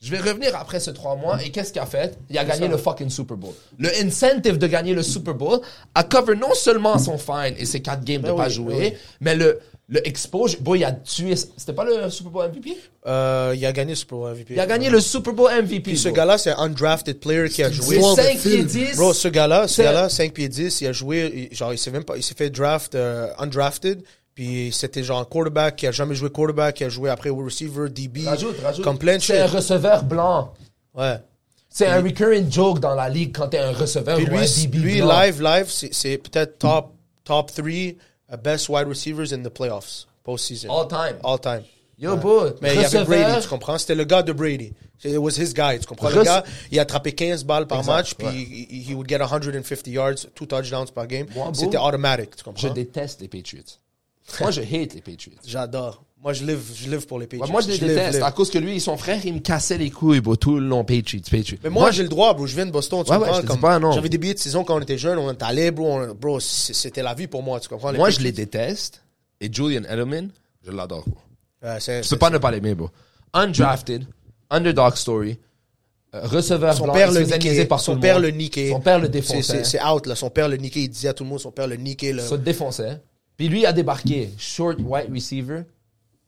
Speaker 1: Je vais revenir après ces trois mois et qu'est-ce qu'il a fait Il a gagné le fucking Super Bowl. Le incentive de gagner le Super Bowl a cover non seulement son fine et ses quatre games de
Speaker 2: Ben
Speaker 1: pas
Speaker 2: oui,
Speaker 1: jouer,
Speaker 2: ben oui.
Speaker 1: mais le le exposure. Boy, il a tué. C'était pas le Super Bowl MVP
Speaker 2: Euh, il a gagné le Super Bowl MVP.
Speaker 1: Il a gagné le Super Bowl MVP.
Speaker 2: Puis ce
Speaker 1: bro.
Speaker 2: gars-là, c'est un undrafted player qui a joué.
Speaker 1: C'est
Speaker 3: Wow,
Speaker 1: cinq
Speaker 3: le
Speaker 1: pieds
Speaker 3: film.
Speaker 1: 10.
Speaker 2: Bro, ce gars-là, ce
Speaker 1: C'est-
Speaker 2: gars-là, 5 pieds 10, il a joué, il- genre, il s'est même pas, il s'est fait draft, euh, undrafted. Puis c'était genre quarterback, qui a jamais joué quarterback, qui a joué après receiver, DB.
Speaker 1: rajoute, rajoute.
Speaker 2: Comme plein de
Speaker 1: C'est un
Speaker 2: shit.
Speaker 1: receveur blanc.
Speaker 2: Ouais.
Speaker 1: C'est un recurring joke dans la ligue quand t'es un receveur
Speaker 2: Puis
Speaker 1: ou un
Speaker 2: lui,
Speaker 1: DB
Speaker 2: lui,
Speaker 1: blanc.
Speaker 2: live, live, c'est, c'est peut-être top, top 3 best wide receivers in the playoffs, postseason.
Speaker 1: All time.
Speaker 2: All time.
Speaker 1: Yo, bro,
Speaker 2: Mais il y avait
Speaker 1: receveur,
Speaker 2: Brady, tu comprends? C'était le gars de Brady. It was his guy, tu comprends? Le
Speaker 1: Rece-
Speaker 2: gars, il attrapait 15 balles par
Speaker 1: Exact,
Speaker 2: match, puis
Speaker 1: ouais.
Speaker 2: he- he would get 150 yards, two touchdowns par game.
Speaker 1: Moi,
Speaker 2: C'était
Speaker 1: bro,
Speaker 2: automatic, tu
Speaker 1: je
Speaker 2: comprends?
Speaker 1: déteste les Patriots. Moi, je hate les Patriots.
Speaker 2: J'adore. Moi, je live, je live pour les Patriots.
Speaker 1: Ouais, moi, je les
Speaker 2: live,
Speaker 1: déteste. Ah,
Speaker 2: live.
Speaker 1: À cause que lui et son frère, ils me cassaient les couilles, bro, tout le long, Patriots, Patriots.
Speaker 2: Mais moi, j'ai le droit, bro. Je viens de Boston, tu
Speaker 1: Ouais, ouais,
Speaker 2: comprends?
Speaker 1: je te dis
Speaker 2: Comme-
Speaker 1: pas non.
Speaker 2: J'avais des billets de saison quand on était jeune, on est allé, bro. on- bro, c- c'était la vie pour moi, tu comprends?
Speaker 1: moi, je les déteste. Et Julian Edelman, je l'adore, bro.
Speaker 2: Ouais, euh, c'est-
Speaker 1: Je peux pas ne pas l'aimer, bro. Undrafted, underdog story, euh, receveur
Speaker 2: son
Speaker 1: blanc,
Speaker 2: père
Speaker 1: il
Speaker 2: le
Speaker 1: se faisait niaiser
Speaker 2: niquait.
Speaker 1: par tout
Speaker 2: Son
Speaker 1: le
Speaker 2: père
Speaker 1: monde.
Speaker 2: le niquait.
Speaker 1: Son père le
Speaker 2: C'est-
Speaker 1: défonçait.
Speaker 2: C'est c'est out, là. Son père le niquait. Il disait à tout le monde, son père le niquait, là.
Speaker 1: Se défonçait. Puis lui, il a débarqué. Short white receiver,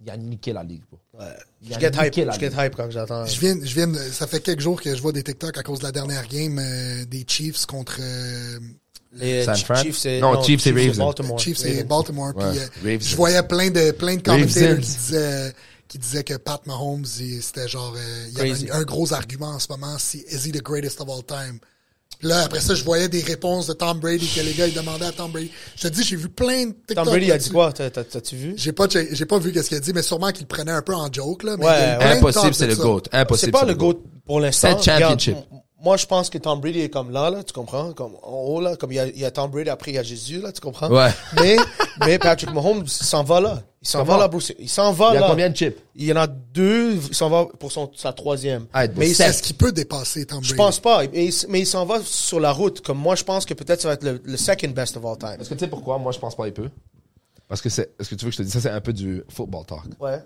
Speaker 1: il a niqué la ligue, bro.
Speaker 2: Ouais.
Speaker 1: Il a
Speaker 2: Je get hype.
Speaker 1: niqué la
Speaker 2: Je get
Speaker 1: ligue.
Speaker 2: hype quand j'entends.
Speaker 3: Je viens, je viens, de- ça fait quelques jours que je vois des TikTok à cause de la dernière game euh, des Chiefs contre euh,
Speaker 2: Les
Speaker 1: San
Speaker 2: Chi-
Speaker 1: Fran?
Speaker 2: Chiefs et
Speaker 1: Non, Chiefs et Ravens.
Speaker 2: Baltimore.
Speaker 3: Chiefs et
Speaker 2: Ravens.
Speaker 3: Baltimore.
Speaker 1: Ouais,
Speaker 3: Puis, euh,
Speaker 1: Ravens.
Speaker 3: je voyais plein de plein de commentateurs
Speaker 1: Ravens.
Speaker 3: qui disaient qui disaient que Pat Mahomes, il- c'était genre euh, il y
Speaker 2: Crazy.
Speaker 3: avait un, un gros argument en ce moment, si is he the greatest of all time. Puis Là, après ça, je voyais des réponses de Tom Brady que les gars ils demandaient à Tom Brady. Je te dis, j'ai vu plein de TikTok.
Speaker 2: Tom Brady a dit
Speaker 3: là-dessus.
Speaker 2: quoi T'as- t'as- T'as-tu vu
Speaker 3: J'ai pas j'ai j'ai pas vu qu'est-ce qu'il a dit, mais sûrement qu'il le prenait un peu en joke là. Mais
Speaker 2: Ouais,
Speaker 3: il y a eu
Speaker 2: ouais.
Speaker 3: plein de
Speaker 1: Impossible,
Speaker 3: talks
Speaker 1: c'est
Speaker 3: de
Speaker 1: le
Speaker 3: ça.
Speaker 1: GOAT. Impossible.
Speaker 2: C'est pas
Speaker 1: c'est
Speaker 2: le GOAT pour l'instant.
Speaker 1: C'est un championship.
Speaker 2: Regarde, m- moi, je pense que Tom Brady est comme là, là, tu comprends? Comme en haut, là, comme il y a, il y a Tom Brady, après il y a Jésus, là, tu comprends?
Speaker 1: Ouais.
Speaker 2: Mais, mais Patrick Mahomes s'en va là. Il s'en va
Speaker 1: Comment?
Speaker 2: là, Bruce. Il s'en va
Speaker 1: Il y
Speaker 2: là.
Speaker 1: a combien de chips?
Speaker 2: Il y en a deux, il s'en va pour son, sa troisième.
Speaker 1: Arrête,
Speaker 2: mais il
Speaker 1: Bruce.
Speaker 2: s'en-
Speaker 1: Ah, Sept.
Speaker 3: Est-ce qu'il peut dépasser Tom Brady
Speaker 2: je pense pas. Et il s- mais il s'en va sur la route. Comme moi, je pense que peut-être ça va être le, le second best of all time.
Speaker 1: Est-ce que tu sais pourquoi moi je pense pas il peut Parce que c'est. Est-ce que tu veux que je te dise ça C'est un peu du football talk.
Speaker 2: Ouais,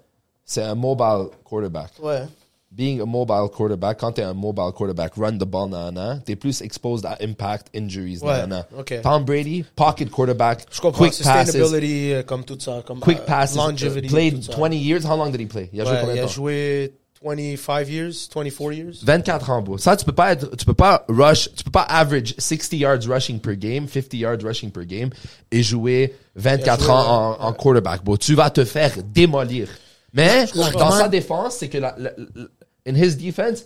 Speaker 1: C'est un mobile quarterback.
Speaker 2: ouais.
Speaker 1: being a mobile quarterback, quand t'es un mobile quarterback, run the ball, nanana, t'es plus exposed à impact, injuries,
Speaker 2: Ouais,
Speaker 1: nanana.
Speaker 2: ok.
Speaker 1: Tom Brady, pocket quarterback,
Speaker 2: Je comprends.
Speaker 1: quick passes,
Speaker 2: Sustainability, euh, comme tout ça. Comme,
Speaker 1: quick
Speaker 2: euh,
Speaker 1: passes, uh,
Speaker 2: Longevity. tout
Speaker 1: played
Speaker 2: ça.
Speaker 1: 20 years, how long did he play? Il a joué
Speaker 2: Ouais,
Speaker 1: combien de
Speaker 2: il a
Speaker 1: temps?
Speaker 2: joué 25 years, 24 years.
Speaker 1: 24 ans, bro. Ça, tu peux pas être, tu peux pas rush, tu peux pas average 60 yards rushing per game, 50 yards rushing per game et jouer 24
Speaker 2: Bien joué,
Speaker 1: ans en, en quarterback, bro. Tu vas te faire démolir. Mais, dans
Speaker 3: comprends.
Speaker 1: sa défense, c'est que la, la- la- in his defense,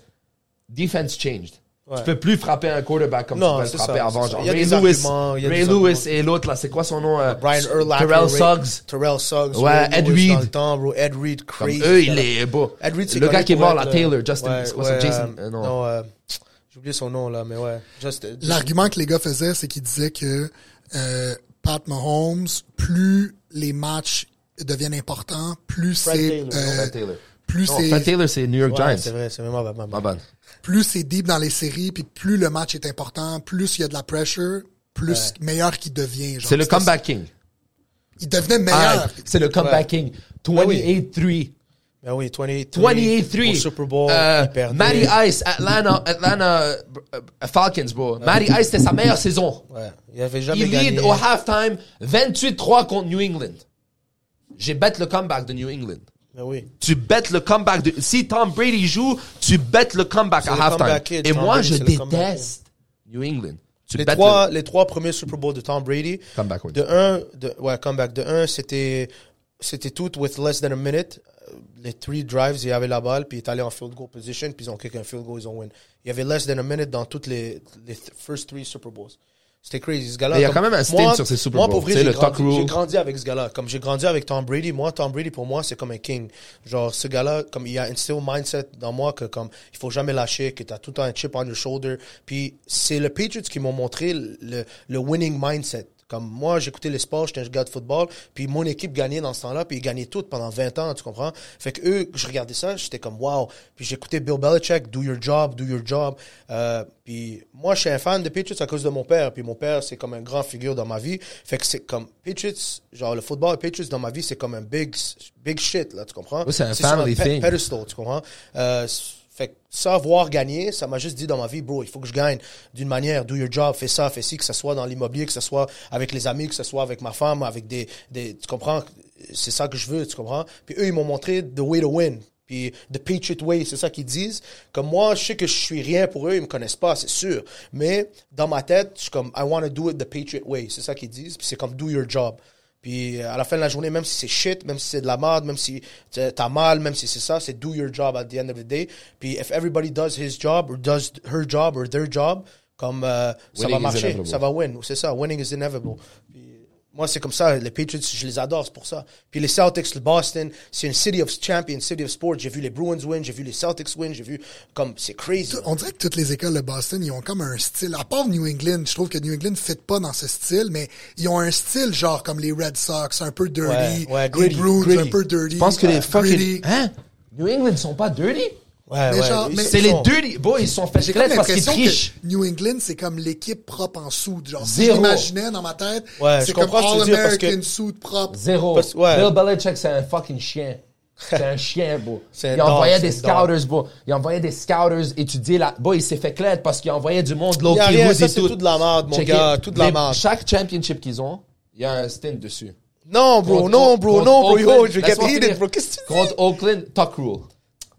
Speaker 1: defense changed. Tu peux plus frapper un quarterback comme
Speaker 2: Non,
Speaker 1: tu peux le
Speaker 2: c'est
Speaker 1: frapper
Speaker 2: ça,
Speaker 1: avant.
Speaker 2: c'est
Speaker 1: Genre,
Speaker 2: ça. Il y a
Speaker 1: Ray
Speaker 2: des
Speaker 1: Lewis,
Speaker 2: arguments, il y a
Speaker 1: Ray
Speaker 2: des
Speaker 1: Lewis
Speaker 2: arguments.
Speaker 1: et l'autre, là, c'est quoi son nom? euh,
Speaker 2: Brian Urlacher.
Speaker 1: Terrell
Speaker 2: Ray-
Speaker 1: Suggs.
Speaker 2: Terrell Suggs.
Speaker 1: Ouais,
Speaker 2: Ray
Speaker 1: Ed
Speaker 2: Lewis
Speaker 1: Reed.
Speaker 2: dans le temps, bro. Ed Reed,
Speaker 1: Comme
Speaker 2: crazy.
Speaker 1: eux, il est beau.
Speaker 2: Ed Reed, c'est
Speaker 1: Le gars
Speaker 2: connu
Speaker 1: qui est
Speaker 2: pour
Speaker 1: mort, là,
Speaker 2: être, euh,
Speaker 1: Taylor, Justin,
Speaker 2: ouais,
Speaker 1: c'est quoi ça,
Speaker 2: ouais,
Speaker 1: Jason,
Speaker 2: euh,
Speaker 1: euh, non.
Speaker 2: Non, euh, j'ai oublié son nom, là, mais ouais. Just, euh,
Speaker 3: L'argument que les gars faisaient, c'est qu'ils disaient que euh, Pat Mahomes, plus les matchs deviennent importants, plus
Speaker 2: Fred
Speaker 3: c'est
Speaker 2: Taylor,
Speaker 3: euh,
Speaker 1: Fred Taylor.
Speaker 3: plus
Speaker 1: Non,
Speaker 3: c'est
Speaker 1: Fred Taylor, c'est New York
Speaker 2: ouais, C'est
Speaker 1: Giants.
Speaker 2: vrai, c'est vraiment ma, ma-
Speaker 1: Ma bonne.
Speaker 3: plus c'est deep dans les séries, puis plus le match est important, plus il y a de la pressure, plus meilleur qu'il devient. genre.
Speaker 1: C'est le
Speaker 3: C'était-
Speaker 1: comeback king.
Speaker 3: Il devenait
Speaker 1: Ah,
Speaker 3: meilleur.
Speaker 1: c'est le comeback
Speaker 2: Ouais. Ah
Speaker 1: king.
Speaker 2: oui.
Speaker 1: 28-3.
Speaker 2: Ben oui, 28-3.
Speaker 1: 28-3.
Speaker 2: Au Super Bowl,
Speaker 1: Euh,
Speaker 2: il perdait.
Speaker 1: Matty Ice, Atlanta, Atlanta euh, euh, Falcons, bro. Matty Ice, c'était sa meilleure saison.
Speaker 2: Ouais, il avait jamais
Speaker 1: Il
Speaker 2: gagné.
Speaker 1: lead au halftime 28-3 contre New England. J'ai bet le comeback de New England.
Speaker 2: Ben oui.
Speaker 1: Tu bêtes le comeback de. Si Tom Brady joue, tu bêtes le comeback à
Speaker 2: le comeback
Speaker 1: halftime.
Speaker 2: kid,
Speaker 1: Et
Speaker 2: Tom
Speaker 1: moi,
Speaker 2: Brady,
Speaker 1: je
Speaker 2: c'est le comeback
Speaker 1: déteste New England. Tu
Speaker 2: Les
Speaker 1: bêtes
Speaker 2: trois, les trois premiers Super Bowls de Tom Brady,
Speaker 1: le comeback. oui.
Speaker 2: De un, de, ouais, comeback. De un, c'était, c'était tout with less than a minute. Euh, Les three drives, il avait la balle, puis il est allé en field goal position, puis ils ont kick un field goal, ils ont win. Il y avait less than a minute dans toutes les, les th- first three Super Bowls. C'était crazy, ce gars-là.
Speaker 1: Mais il y a
Speaker 2: comme-
Speaker 1: quand même un stigme sur ces Super
Speaker 2: moi,
Speaker 1: Bowls.
Speaker 2: pour vrai,
Speaker 1: Tu sais,
Speaker 2: j'ai
Speaker 1: le
Speaker 2: grandi-
Speaker 1: Tuck Rule.
Speaker 2: J'ai grandi avec ce gars-là. Comme j'ai grandi avec Tom Brady, moi, Tom Brady, pour moi, c'est comme un king. Genre, ce gars-là, comme il a un still mindset dans moi que comme il faut jamais lâcher, que tu as tout le temps un chip on your shoulder. Puis c'est le Patriots qui m'ont montré le, le winning mindset. Comme moi, j'écoutais les sports, j'étais un gars de football, puis mon équipe gagnait dans ce temps-là, puis ils gagnaient toutes pendant 20 ans, tu comprends? Fait que eux, je regardais ça, j'étais comme wow. Puis j'écoutais Bill Belichick, do your job, do your job. Euh, puis moi, je suis un fan de Patriots à cause de mon père, puis mon père, c'est comme un grand figure dans ma vie. Fait que c'est comme Patriots, genre le football et Patriots dans ma vie, c'est comme un big, big shit, là, tu comprends?
Speaker 1: Oui, c'est un
Speaker 2: sur
Speaker 1: family
Speaker 2: pe-
Speaker 1: thing.
Speaker 2: pedestal, tu comprends? Euh, fait que savoir gagner, ça m'a juste dit dans ma vie, bro, il faut que je gagne d'une manière, do your job, fais ça, fais ci, que ce soit dans l'immobilier, que ce soit avec les amis, que ce soit avec ma femme, avec des, des tu comprends, c'est ça que je veux, tu comprends? Puis eux, ils m'ont montré the way to win. Puis the Patriot way, c'est ça qu'ils disent. Comme moi, je sais que je suis rien pour eux, ils me connaissent pas, c'est sûr. Mais dans ma tête, je suis comme I want to do it the Patriot way, c'est ça qu'ils disent. Puis c'est comme do your job. Puis euh, à la fin de la journée, même si c'est shit, même si c'est de la merde, même si t'as t'as mal, même si c'est ça, c'est do your job at the end of the day. Puis if everybody does his job or does her job or their job, comme euh, ça
Speaker 1: Winning
Speaker 2: va
Speaker 1: is
Speaker 2: marcher,
Speaker 1: inevitable.
Speaker 2: ça va win. C'est ça, winning is inevitable. Puis, euh, moi, c'est comme ça. Les Patriots, je les adore, c'est pour ça. Puis les Celtics, le Boston, c'est une city of champions, city of sports. J'ai vu les Bruins win, j'ai vu les Celtics win, j'ai vu comme c'est crazy.
Speaker 3: On dirait que toutes les écoles de Boston, ils ont comme un style. À part New England, je trouve que New England ne fit pas dans ce style, mais ils ont un style genre comme les Red Sox, un peu dirty,
Speaker 2: Ouais, ouais,
Speaker 3: les
Speaker 2: gritty,
Speaker 3: Bruins,
Speaker 2: gritty.
Speaker 3: un peu dirty.
Speaker 1: Je pense que les
Speaker 3: Ouais,
Speaker 1: fucking.
Speaker 3: gritty.
Speaker 1: Hein? New England sont pas dirty?
Speaker 2: Ouais,
Speaker 3: Mais genre,
Speaker 2: ils
Speaker 3: mais-
Speaker 2: sont-
Speaker 1: C'est les dirty. Boy, ils sont fait
Speaker 3: J'ai comme
Speaker 1: clair parce qu'ils
Speaker 3: l'impression que
Speaker 1: trichent.
Speaker 3: New England, c'est comme l'équipe propre en soude. Genre,
Speaker 1: Zéro.
Speaker 3: si j'imaginais dans ma tête,
Speaker 2: Ouais,
Speaker 3: c'est
Speaker 2: je
Speaker 3: comme
Speaker 2: comprends ce que tu veux dire, parce que-
Speaker 3: All-American soude propre.
Speaker 1: Zéro.
Speaker 2: Parce- ouais.
Speaker 1: Bill Belichick, c'est un fucking chien. C'est un chien, bro.
Speaker 2: C'est un
Speaker 1: il envoyait
Speaker 2: dog,
Speaker 1: des
Speaker 2: c'est un dog.
Speaker 1: scouters, bro. Il envoyait des scouters étudier la. Bro, il s'est fait clair parce qu'il envoyait du monde
Speaker 2: Il y
Speaker 1: l'autre
Speaker 2: a
Speaker 1: qui
Speaker 2: rien,
Speaker 1: route
Speaker 2: ça,
Speaker 1: et
Speaker 2: c'est
Speaker 1: tout.
Speaker 2: tout de la merde, mon
Speaker 1: Check
Speaker 2: gars,
Speaker 1: it.
Speaker 2: tout de la
Speaker 1: Les-
Speaker 2: merde.
Speaker 1: Chaque championship qu'ils ont, il y a un stint dessus.
Speaker 2: Non, bro, non, bro,
Speaker 1: Contre
Speaker 2: non, bro, yo,
Speaker 1: Oakland,
Speaker 2: je get
Speaker 1: laisse-moi
Speaker 2: heated,
Speaker 1: finir.
Speaker 2: bro. Qu'est-ce que tu dis?
Speaker 1: Contre Oakland, Tuck Rule.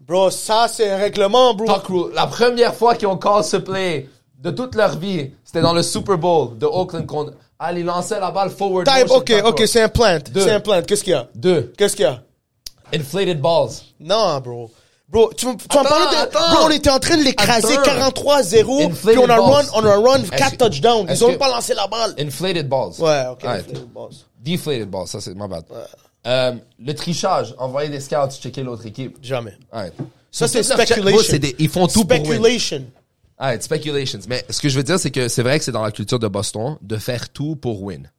Speaker 2: Bro, ça, c'est un règlement, bro.
Speaker 1: Tuck Rule. La première fois qu'ils ont call ce play de toute leur vie, c'était dans le Super Bowl de Oakland contre. Ah, ils lançaient la balle forward.
Speaker 2: Type,
Speaker 1: motion,
Speaker 2: ok,
Speaker 1: Tuck
Speaker 2: ok,
Speaker 1: Rule.
Speaker 2: c'est un plant.
Speaker 1: Deux.
Speaker 2: C'est un plant. Qu'est-ce qu'il y a?
Speaker 1: Deux.
Speaker 2: Qu'est-ce qu'il y a?
Speaker 1: Inflated balls.
Speaker 2: Non, bro. Bro, tu, m- tu en
Speaker 1: Attends,
Speaker 2: parlais de.
Speaker 1: attends.
Speaker 2: Bro, on était en train de l'écraser
Speaker 1: Attends.
Speaker 2: 43-0,
Speaker 1: Inflated
Speaker 2: puis on a
Speaker 1: balls.
Speaker 2: run, on a run
Speaker 1: Est-ce
Speaker 2: 4
Speaker 1: que-
Speaker 2: touchdowns.
Speaker 1: est-ce
Speaker 2: Ils ont
Speaker 1: que- Ah,
Speaker 2: même pas lancé la balle.
Speaker 1: Inflated balls.
Speaker 2: Ouais, ok.
Speaker 1: Alright.
Speaker 2: inflated balls.
Speaker 1: Deflated balls, ça c'est ma bad. Euh, le trichage, envoyer des scouts checker l'autre équipe.
Speaker 2: Jamais.
Speaker 1: Alright.
Speaker 2: Ça, c'est
Speaker 1: Tout leur check-
Speaker 2: speculation.
Speaker 1: Bro, c'est des- ils font tout pour win.
Speaker 2: Speculation.
Speaker 1: Alright, speculations. Mais ce que je veux dire, c'est que c'est vrai que c'est dans la culture de Boston de faire tout pour win.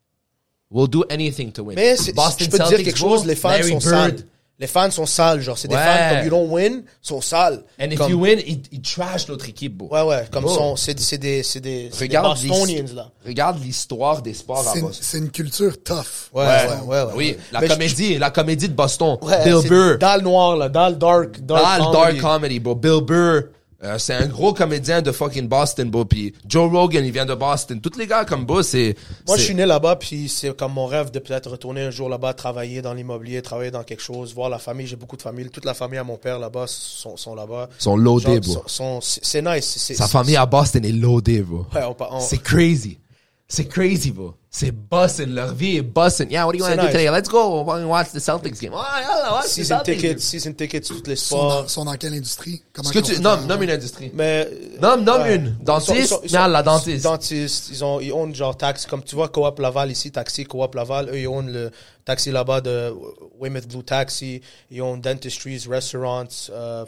Speaker 1: We'll do anything to win.
Speaker 2: Mais c'est- je peux te dire quelque chose, les fans
Speaker 1: Larry
Speaker 2: sont
Speaker 1: Bird,
Speaker 2: sales. Les fans sont sales, genre. C'est des
Speaker 4: oh, Ouais.
Speaker 2: fans comme you don't win, sont sales.
Speaker 4: And if
Speaker 2: Comme-
Speaker 4: you win, ils ils trash l'autre équipe, bro.
Speaker 2: Ouais, ouais, comme
Speaker 4: Bro.
Speaker 2: sont, c'est, c'est des, c'est des, c'est des
Speaker 4: Regarde,
Speaker 2: Bostonians, là.
Speaker 4: Regarde l'histoire des sports à
Speaker 3: C'est-
Speaker 4: Boston.
Speaker 3: C'est une culture tough.
Speaker 2: Ouais, ouais, ouais, ouais, ouais.
Speaker 4: Ah Oui, la
Speaker 2: Mais je-
Speaker 4: comédie, la comédie de Boston.
Speaker 2: Ouais,
Speaker 4: Bill
Speaker 2: c'est
Speaker 4: Burr.
Speaker 2: Dans le noir, là, dans le dark, dark
Speaker 4: Dans le
Speaker 2: comedy.
Speaker 4: dark comedy, bro. Bill Burr, euh, c'est un gros comédien de fucking Boston, bro. Puis Joe Rogan, il vient de Boston. Tous les gars comme Bro, c'est...
Speaker 2: Moi,
Speaker 4: c'est-
Speaker 2: je suis né là-bas, puis c'est comme mon rêve de peut-être retourner un jour là-bas, travailler dans l'immobilier, travailler dans quelque chose, voir la famille. J'ai beaucoup de famille. Toute la famille à mon père là-bas sont, sont là-bas.
Speaker 4: Sont loadés,
Speaker 2: Genre,
Speaker 4: bro.
Speaker 2: sont- sont- c'est c'est nice. c'est-
Speaker 4: Sa
Speaker 2: c'est-
Speaker 4: famille à Boston est loadée, bro.
Speaker 2: Ouais, on, on-
Speaker 4: C'est crazy. C'est crazy, bro. C'est Boston. Leur vie est Boston. Yeah, what do you want to
Speaker 2: C'est
Speaker 4: do
Speaker 2: nice.
Speaker 4: today? Let's go and watch the Celtics game. Oh, yeah,
Speaker 1: Ah,
Speaker 4: watch the
Speaker 2: season
Speaker 4: Celtics game.
Speaker 2: tickets, season tickets, toutes les
Speaker 3: Ils sont,
Speaker 2: sports.
Speaker 3: dans, sont dans quelle industrie? Comment
Speaker 4: Est-ce que
Speaker 3: qu'on
Speaker 4: tu...
Speaker 3: fait
Speaker 4: Nomme,
Speaker 3: pour-
Speaker 4: nomme une industrie.
Speaker 2: Mais. euh,
Speaker 4: Nomme- nomme une. Dentiste? Merde, la dentiste.
Speaker 2: Dentiste. Ils ont, ils ont genre taxi. Comme tu vois, Coop Laval ici, taxi, Coop Laval. Eux, ils ont le taxi là-bas de Weymouth Blue Taxi. Ils ont dentistries, restaurants, euh,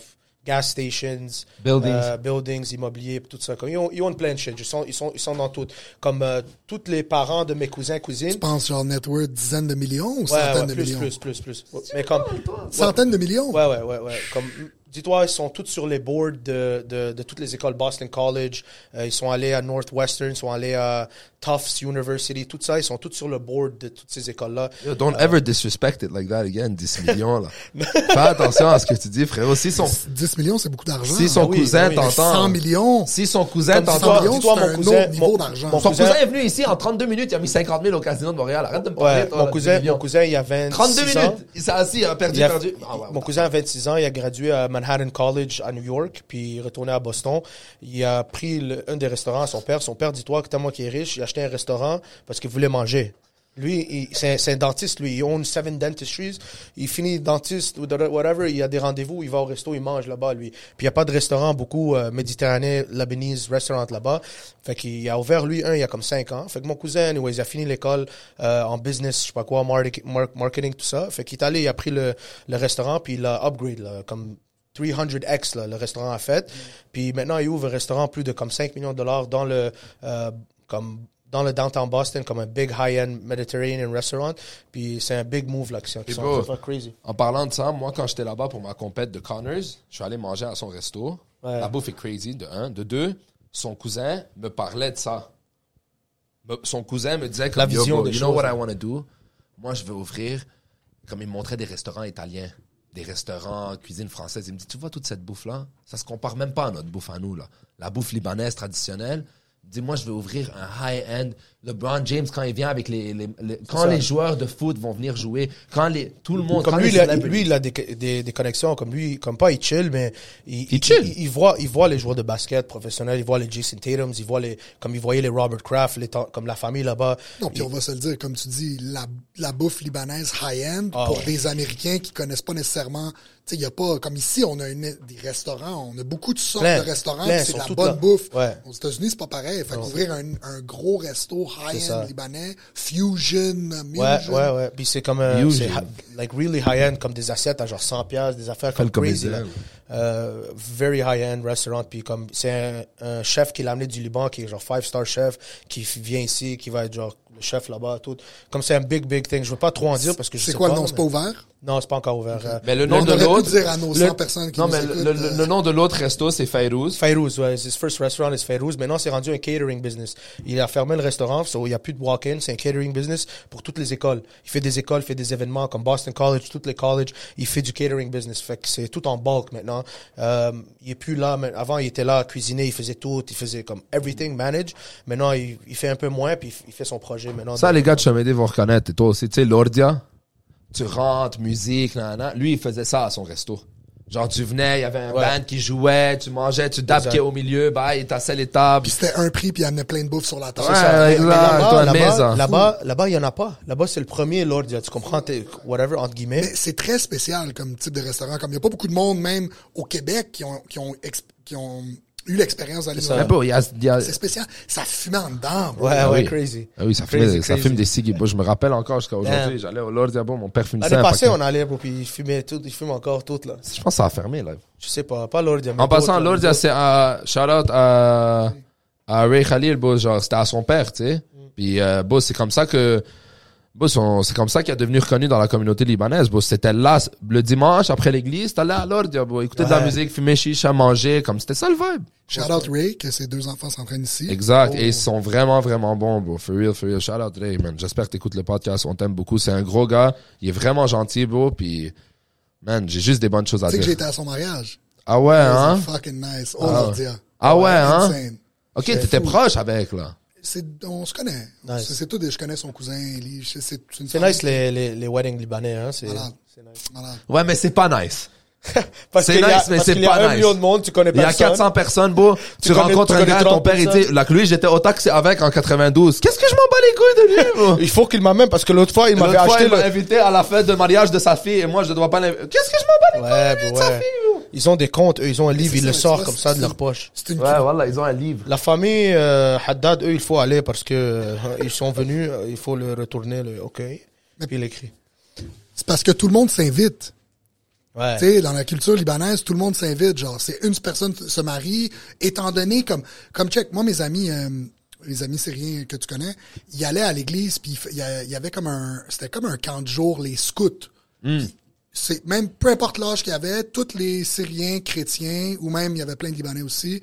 Speaker 2: gas stations,
Speaker 4: Buildings.
Speaker 2: euh, buildings, immobiliers, tout ça. Comme, ils, ont, ils ont plein de shit. Ils sont, ils sont, ils sont dans tout. Comme euh, tous les parents de mes cousins, cousines.
Speaker 3: Tu penses genre net worth dizaines de millions ou
Speaker 2: Ouais,
Speaker 3: centaines
Speaker 2: ouais,
Speaker 3: de
Speaker 2: plus,
Speaker 3: millions?
Speaker 2: plus, plus, plus. Ouais, Mais comme.
Speaker 3: Centaines de millions?
Speaker 2: Ouais, ouais, ouais, ouais. Comme, dis-toi, ils sont tous sur les boards de, de, de toutes les écoles, Boston College, euh, ils sont allés à Northwestern, ils sont allés à Tufts University, tout ça, ils sont tous sur le board de toutes ces écoles-là.
Speaker 4: Yo, don't ever disrespect it like that again, 10 millions, là. Fais attention à ce que tu dis, frérot. Si son,
Speaker 3: 10 millions, c'est beaucoup d'argent. Ben
Speaker 4: si son
Speaker 2: ben oui,
Speaker 4: cousin
Speaker 2: oui.
Speaker 4: t'entend...
Speaker 3: 100 millions.
Speaker 4: Si son cousin
Speaker 2: Comme
Speaker 4: t'entend...
Speaker 3: 100 millions, c'est
Speaker 2: dis-toi, mon
Speaker 3: un
Speaker 2: cousin,
Speaker 3: autre niveau
Speaker 2: mon-
Speaker 3: d'argent.
Speaker 2: mon
Speaker 4: Son cousin,
Speaker 2: cousin
Speaker 4: est venu ici en 32 minutes, il a mis 50 000 au casino de Montréal. Arrête de me parler,
Speaker 2: Ouais,
Speaker 4: toi,
Speaker 2: mon
Speaker 4: là,
Speaker 2: cousin,
Speaker 4: 10 millions.
Speaker 2: mon cousin, il y a 26
Speaker 4: 32
Speaker 2: ans.
Speaker 4: minutes, il s'est assis, il a perdu,
Speaker 2: Il a-
Speaker 4: perdu. Ah, ouais,
Speaker 2: mon
Speaker 4: ouais.
Speaker 2: cousin a 26 ans, il a gradué à Manhattan College à New York, puis il est retourné à Boston. Il a pris le- un des restaurants à son père. Son père, dis-toi, que tellement qu'il est riche, il a acheté un restaurant parce qu'il voulait manger. Lui, il- c'est un- c'est un dentiste, lui. Il own seven dentistries. Il finit dentiste, ou de- whatever, il a des rendez-vous, il va au resto, il mange là-bas, lui. Puis il n'y a pas de restaurant beaucoup euh, méditerranéen, labanese, restaurant là-bas. Fait qu'il a ouvert, lui, un, il y a comme cinq ans. Fait que mon cousin, anyways, il a fini l'école euh, en business, je sais pas quoi, mardi- mar- marketing, tout ça. Fait qu'il est allé, il a pris le, le restaurant, puis il l'a upgrade, là, comme 300x, là, le restaurant a fait. Puis maintenant, il ouvre un restaurant plus de comme 5 millions de dollars dans le, euh, comme, dans le downtown Boston, comme un big high-end Mediterranean restaurant. Puis c'est un big move, là, qui sont, qui
Speaker 4: C'est
Speaker 2: sont
Speaker 4: beau.
Speaker 2: qui sont crazy.
Speaker 4: En parlant de ça, moi, quand j'étais là-bas pour ma compète de Connors, je suis allé manger à son resto.
Speaker 2: Ouais.
Speaker 4: La bouffe est crazy, de un. De deux, son cousin me parlait de ça. Me- Son cousin me disait comme,
Speaker 2: La
Speaker 4: Yo,
Speaker 2: vision
Speaker 4: bro,
Speaker 2: des
Speaker 4: you know
Speaker 2: choses.
Speaker 4: what I want to do? Moi, je veux ouvrir, comme il me montrait des restaurants italiens, des restaurants cuisine française. Il me dit, tu vois toute cette bouffe-là? Ça se compare même pas à notre bouffe à nous, là. La bouffe libanaise traditionnelle. Il me dit, moi, je veux ouvrir un high-end. LeBron James, quand il vient avec les... les- les- quand
Speaker 2: ça.
Speaker 4: les joueurs de foot vont venir jouer, quand les, tout le monde...
Speaker 2: Comme
Speaker 4: quand
Speaker 2: lui,
Speaker 4: les
Speaker 2: il a,
Speaker 4: celebrities-
Speaker 2: lui, il a des, des, des connexions. Comme lui, comme pas, il chill, mais il,
Speaker 4: Il chill.
Speaker 2: Il, il voit, il voit les joueurs de basket professionnels, il voit les Jason Tatum, il voit les, comme il voyait les Robert Kraft, les, tan- comme la famille là-bas.
Speaker 3: Non, puis on va se le dire, comme tu dis, la, la bouffe libanaise high-end, pour
Speaker 2: Ah ouais.
Speaker 3: des Américains qui connaissent pas nécessairement... Tu sais, il y a pas... Comme ici, on a une- des restaurants, on a beaucoup de sortes
Speaker 2: Plein,
Speaker 3: de restaurants,
Speaker 2: plein,
Speaker 3: puis c'est
Speaker 2: sont
Speaker 3: de la
Speaker 2: toutes
Speaker 3: bonne
Speaker 2: là.
Speaker 3: bouffe.
Speaker 2: Ouais.
Speaker 3: Aux États-Unis, c'est pas pareil. Fait qu'ouvrir un, un gros resto high-end
Speaker 2: ça.
Speaker 3: libanais, fusion, fusion...
Speaker 2: Ouais, ouais, ouais. Puis c'est comme, euh,
Speaker 4: Huge.
Speaker 2: c'est hi- like really high-end, comme des assiettes à genre 100 piastres, des affaires comme
Speaker 4: Quel
Speaker 2: crazy.
Speaker 4: comédien,
Speaker 2: là.
Speaker 4: ouais.
Speaker 2: Euh, very high-end restaurant. Puis comme, c'est un, un chef qui l'a amené du Liban, qui est genre five-star chef, qui f- vient ici, qui va être genre le chef là-bas, tout. Comme c'est un big, big thing. Je veux pas trop en dire parce que je
Speaker 3: C'est
Speaker 2: sais
Speaker 3: quoi le
Speaker 2: pas,
Speaker 3: nom? C'est
Speaker 2: mais-
Speaker 3: pas ouvert?
Speaker 2: Non, c'est pas encore ouvert. Euh,
Speaker 4: Mhm. Mais le
Speaker 3: On
Speaker 4: nom de
Speaker 3: aurait pu
Speaker 4: l'autre.
Speaker 3: dire à nos 100
Speaker 4: le-
Speaker 3: personnes qui
Speaker 4: Non,
Speaker 3: nous
Speaker 4: mais
Speaker 3: écoutent,
Speaker 4: le, le-
Speaker 3: euh,
Speaker 4: le nom de l'autre resto, c'est Fayrouz.
Speaker 2: Fayrouz, ouais, his first restaurant is Fayrouz. Maintenant, c'est rendu un catering business. Il a fermé le restaurant, so il n'y a plus de walk-in, c'est un catering business pour toutes les écoles. Il fait des écoles, il fait des événements comme Boston College, toutes les colleges, il fait du catering business. Fait que c'est tout en bulk maintenant. Euh, il est plus là, mais avant, il était là, cuisiner, il faisait tout, il faisait comme everything, manage. Maintenant, il, il fait un peu moins, puis il f- il fait son projet maintenant.
Speaker 4: Ça, les gars de Chamédé vont reconnaître. Et toi aussi, tu sais, Lordia, tu rentres, musique, nan, nan. Lui, il faisait ça à son resto. Genre, tu venais, il y avait un
Speaker 2: Ouais.
Speaker 4: band qui jouait, tu mangeais, tu
Speaker 2: Exact.
Speaker 4: dabquais au milieu, bah, il tassait les tables.
Speaker 3: Puis c'était un prix, puis il amenait plein de bouffe sur la table.
Speaker 4: Ouais,
Speaker 2: ça. Mais- mais
Speaker 4: exact,
Speaker 2: là-bas,
Speaker 4: toi,
Speaker 2: là-bas,
Speaker 4: maison.
Speaker 2: là-bas, là-bas, il n'y en a pas. Là-bas, c'est le premier Lord, tu comprends, t'es- whatever, entre guillemets.
Speaker 3: Mais c'est très spécial comme type de restaurant. Comme il n'y a pas beaucoup de monde, même au Québec, qui ont, qui ont, exp- qui ont eu l'expérience d'aller
Speaker 4: Mais
Speaker 3: là.
Speaker 4: bon, il y a- il y a-
Speaker 3: C'est spécial. Ça fumait en dedans. bro.
Speaker 2: ouais,
Speaker 4: Ah
Speaker 2: ouais,
Speaker 4: oui.
Speaker 2: crazy.
Speaker 4: Ah oui, ça fume,
Speaker 2: Crazy,
Speaker 4: ça
Speaker 2: crazy.
Speaker 4: fume des cigales. Bon, je me rappelle encore jusqu'à
Speaker 2: Damn.
Speaker 4: aujourd'hui, j'allais au Lordia, bon, mon père fume ça.
Speaker 2: L'année passée,
Speaker 4: fait que-
Speaker 2: on allait, bro, puis il fumait tout, il fume encore tout, là.
Speaker 4: Je pense que ça a fermé, là.
Speaker 2: Je sais pas, pas l'ordia. mais
Speaker 4: En passant,
Speaker 3: hein,
Speaker 2: d'autres, là,
Speaker 4: Lourdes,
Speaker 2: d'autres.
Speaker 4: c'est un shout-out à,
Speaker 3: Mm.
Speaker 4: à Ray Khalil, bro, genre, c'était à son père, tu sais. Puis, euh, bro, c'est comme ça que Bon, son- c'est comme ça qu'il est devenu reconnu dans la communauté libanaise. Bon, c'était là, le dimanche, après l'église, t'allais à l'ordre, bon, écouter de la
Speaker 5: Ouais.
Speaker 4: musique, fumer chicha, manger, comme c'était ça le vibe.
Speaker 3: Shout out Ray, que ses deux enfants s'entraînent ici.
Speaker 4: Exact.
Speaker 3: Oh.
Speaker 4: Et ils sont vraiment, vraiment bons, bro. For real, for real. Shout out Ray, man. J'espère que t'écoutes le podcast. On t'aime beaucoup. C'est un gros gars. Il est vraiment gentil, bro. Puis, man, j'ai juste des bonnes choses à
Speaker 3: Tu sais que
Speaker 4: dire.
Speaker 3: j'étais à son mariage.
Speaker 4: Ah ouais, hein?
Speaker 3: It was fucking nice. Oh,
Speaker 4: Ah.
Speaker 3: Lordia.
Speaker 4: Ah ouais, hein?
Speaker 3: Insane.
Speaker 4: Ok, t'étais proche avec, là.
Speaker 3: C'est- On se connaît.
Speaker 2: Nice.
Speaker 3: C'est c'est tout. des- Je connais son cousin, Eli. je sais- C'est une
Speaker 2: C'est
Speaker 3: famille
Speaker 2: nice les, les, les weddings libanais, hein. C'est
Speaker 3: Malade.
Speaker 2: c'est nice.
Speaker 3: malade.
Speaker 4: Ouais, mais c'est pas nice.
Speaker 2: Parce
Speaker 4: C'est
Speaker 2: qu'il y a-
Speaker 4: nice, mais
Speaker 2: parce
Speaker 4: c'est
Speaker 2: qu'il y a
Speaker 4: pas
Speaker 2: un
Speaker 4: nice.
Speaker 2: million de monde, tu connais
Speaker 4: Il y
Speaker 2: personne.
Speaker 4: a 400 personnes, bro. Tu,
Speaker 2: connais-
Speaker 4: rencontres
Speaker 2: tu
Speaker 4: un
Speaker 2: connais
Speaker 4: gars, ton
Speaker 2: 30
Speaker 4: père était,
Speaker 2: personnes.
Speaker 4: là, que lui, j'étais au taxi avec en 92. Qu'est-ce que je m'en bats les couilles de lui, bro?
Speaker 2: Il faut qu'il m'amène parce que l'autre fois, il m'avait
Speaker 4: L'autre fois,
Speaker 2: acheté
Speaker 4: il
Speaker 2: le...
Speaker 4: m'a invité à la fête de mariage de sa fille et moi, je dois pas l'inviter. Qu'est-ce que je m'en bats les couilles?
Speaker 2: Ouais, bah ouais. Ils ont des comptes, eux, ils ont un livre,
Speaker 3: C'est
Speaker 2: ils le
Speaker 3: ça,
Speaker 2: sortent
Speaker 3: tu
Speaker 2: comme
Speaker 3: vois,
Speaker 2: ça de
Speaker 3: c'est-
Speaker 2: leur poche.
Speaker 3: C'est une
Speaker 4: Ouais, voilà, ils ont un livre.
Speaker 2: La famille euh, Haddad, eux, il faut aller parce que euh, ils sont venus, euh, il faut le retourner, le OK. Puis il écrit.
Speaker 3: C'est parce que tout le monde s'invite.
Speaker 2: Ouais.
Speaker 3: Tu sais, dans la culture libanaise, tout le monde s'invite. Genre, c'est une personne se marie, étant donné comme, comme check. Moi, mes amis, euh, les amis syriens que tu connais, ils allaient à l'église, puis ils f- il y a- il y avait comme un, c'était comme un camp de jour, les scouts.
Speaker 2: Hmm.
Speaker 3: Puis C'est même peu importe l'âge qu'il y avait, tous les Syriens chrétiens ou même il y avait plein de Libanais aussi